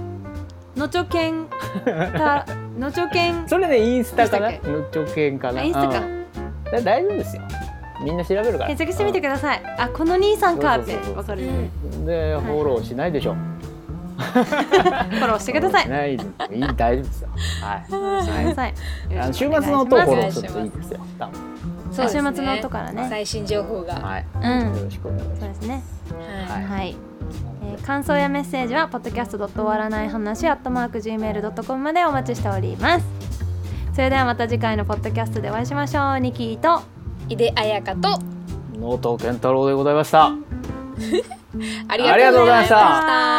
[SPEAKER 1] のちょけんたのちょけん
[SPEAKER 3] それね、インスタかな、
[SPEAKER 1] どう
[SPEAKER 3] のちょけんかな。
[SPEAKER 1] あインスタか
[SPEAKER 3] うんだ大丈夫ですよ。みんな調べるから。
[SPEAKER 1] 検索してみてください。あこの兄さんかってわかるので
[SPEAKER 3] うんで、フォローしないでしょ。
[SPEAKER 1] フォローしてください。
[SPEAKER 3] し
[SPEAKER 1] フ
[SPEAKER 3] ないで、いい、大丈夫ですよ。はい。
[SPEAKER 1] ォローしてください。
[SPEAKER 3] あ
[SPEAKER 1] よ
[SPEAKER 3] の
[SPEAKER 1] ろし
[SPEAKER 3] 週末
[SPEAKER 1] くお願いしま
[SPEAKER 3] の
[SPEAKER 1] す
[SPEAKER 3] 音をフォロ
[SPEAKER 2] お願
[SPEAKER 3] ー
[SPEAKER 2] いしま
[SPEAKER 3] する
[SPEAKER 2] す
[SPEAKER 3] といいですよ。多分。
[SPEAKER 2] そうですね
[SPEAKER 1] 週末の音からね。
[SPEAKER 2] 最新情報が
[SPEAKER 3] はい。
[SPEAKER 1] うん
[SPEAKER 3] よろしくお願いし
[SPEAKER 1] そう
[SPEAKER 3] ま
[SPEAKER 1] ですね。
[SPEAKER 2] は
[SPEAKER 3] はい
[SPEAKER 1] はい。
[SPEAKER 3] す。
[SPEAKER 1] えー感想やメッセージは podcast. 終わらない話 at mark gmail.com までお待ちしておりますそれではまた次回のポッドキャストでお会いしましょうニキーと
[SPEAKER 2] い井出彩香と
[SPEAKER 3] 納豆健太郎でございました。
[SPEAKER 2] あ
[SPEAKER 3] りがとうございました
[SPEAKER 2] ありがとうございました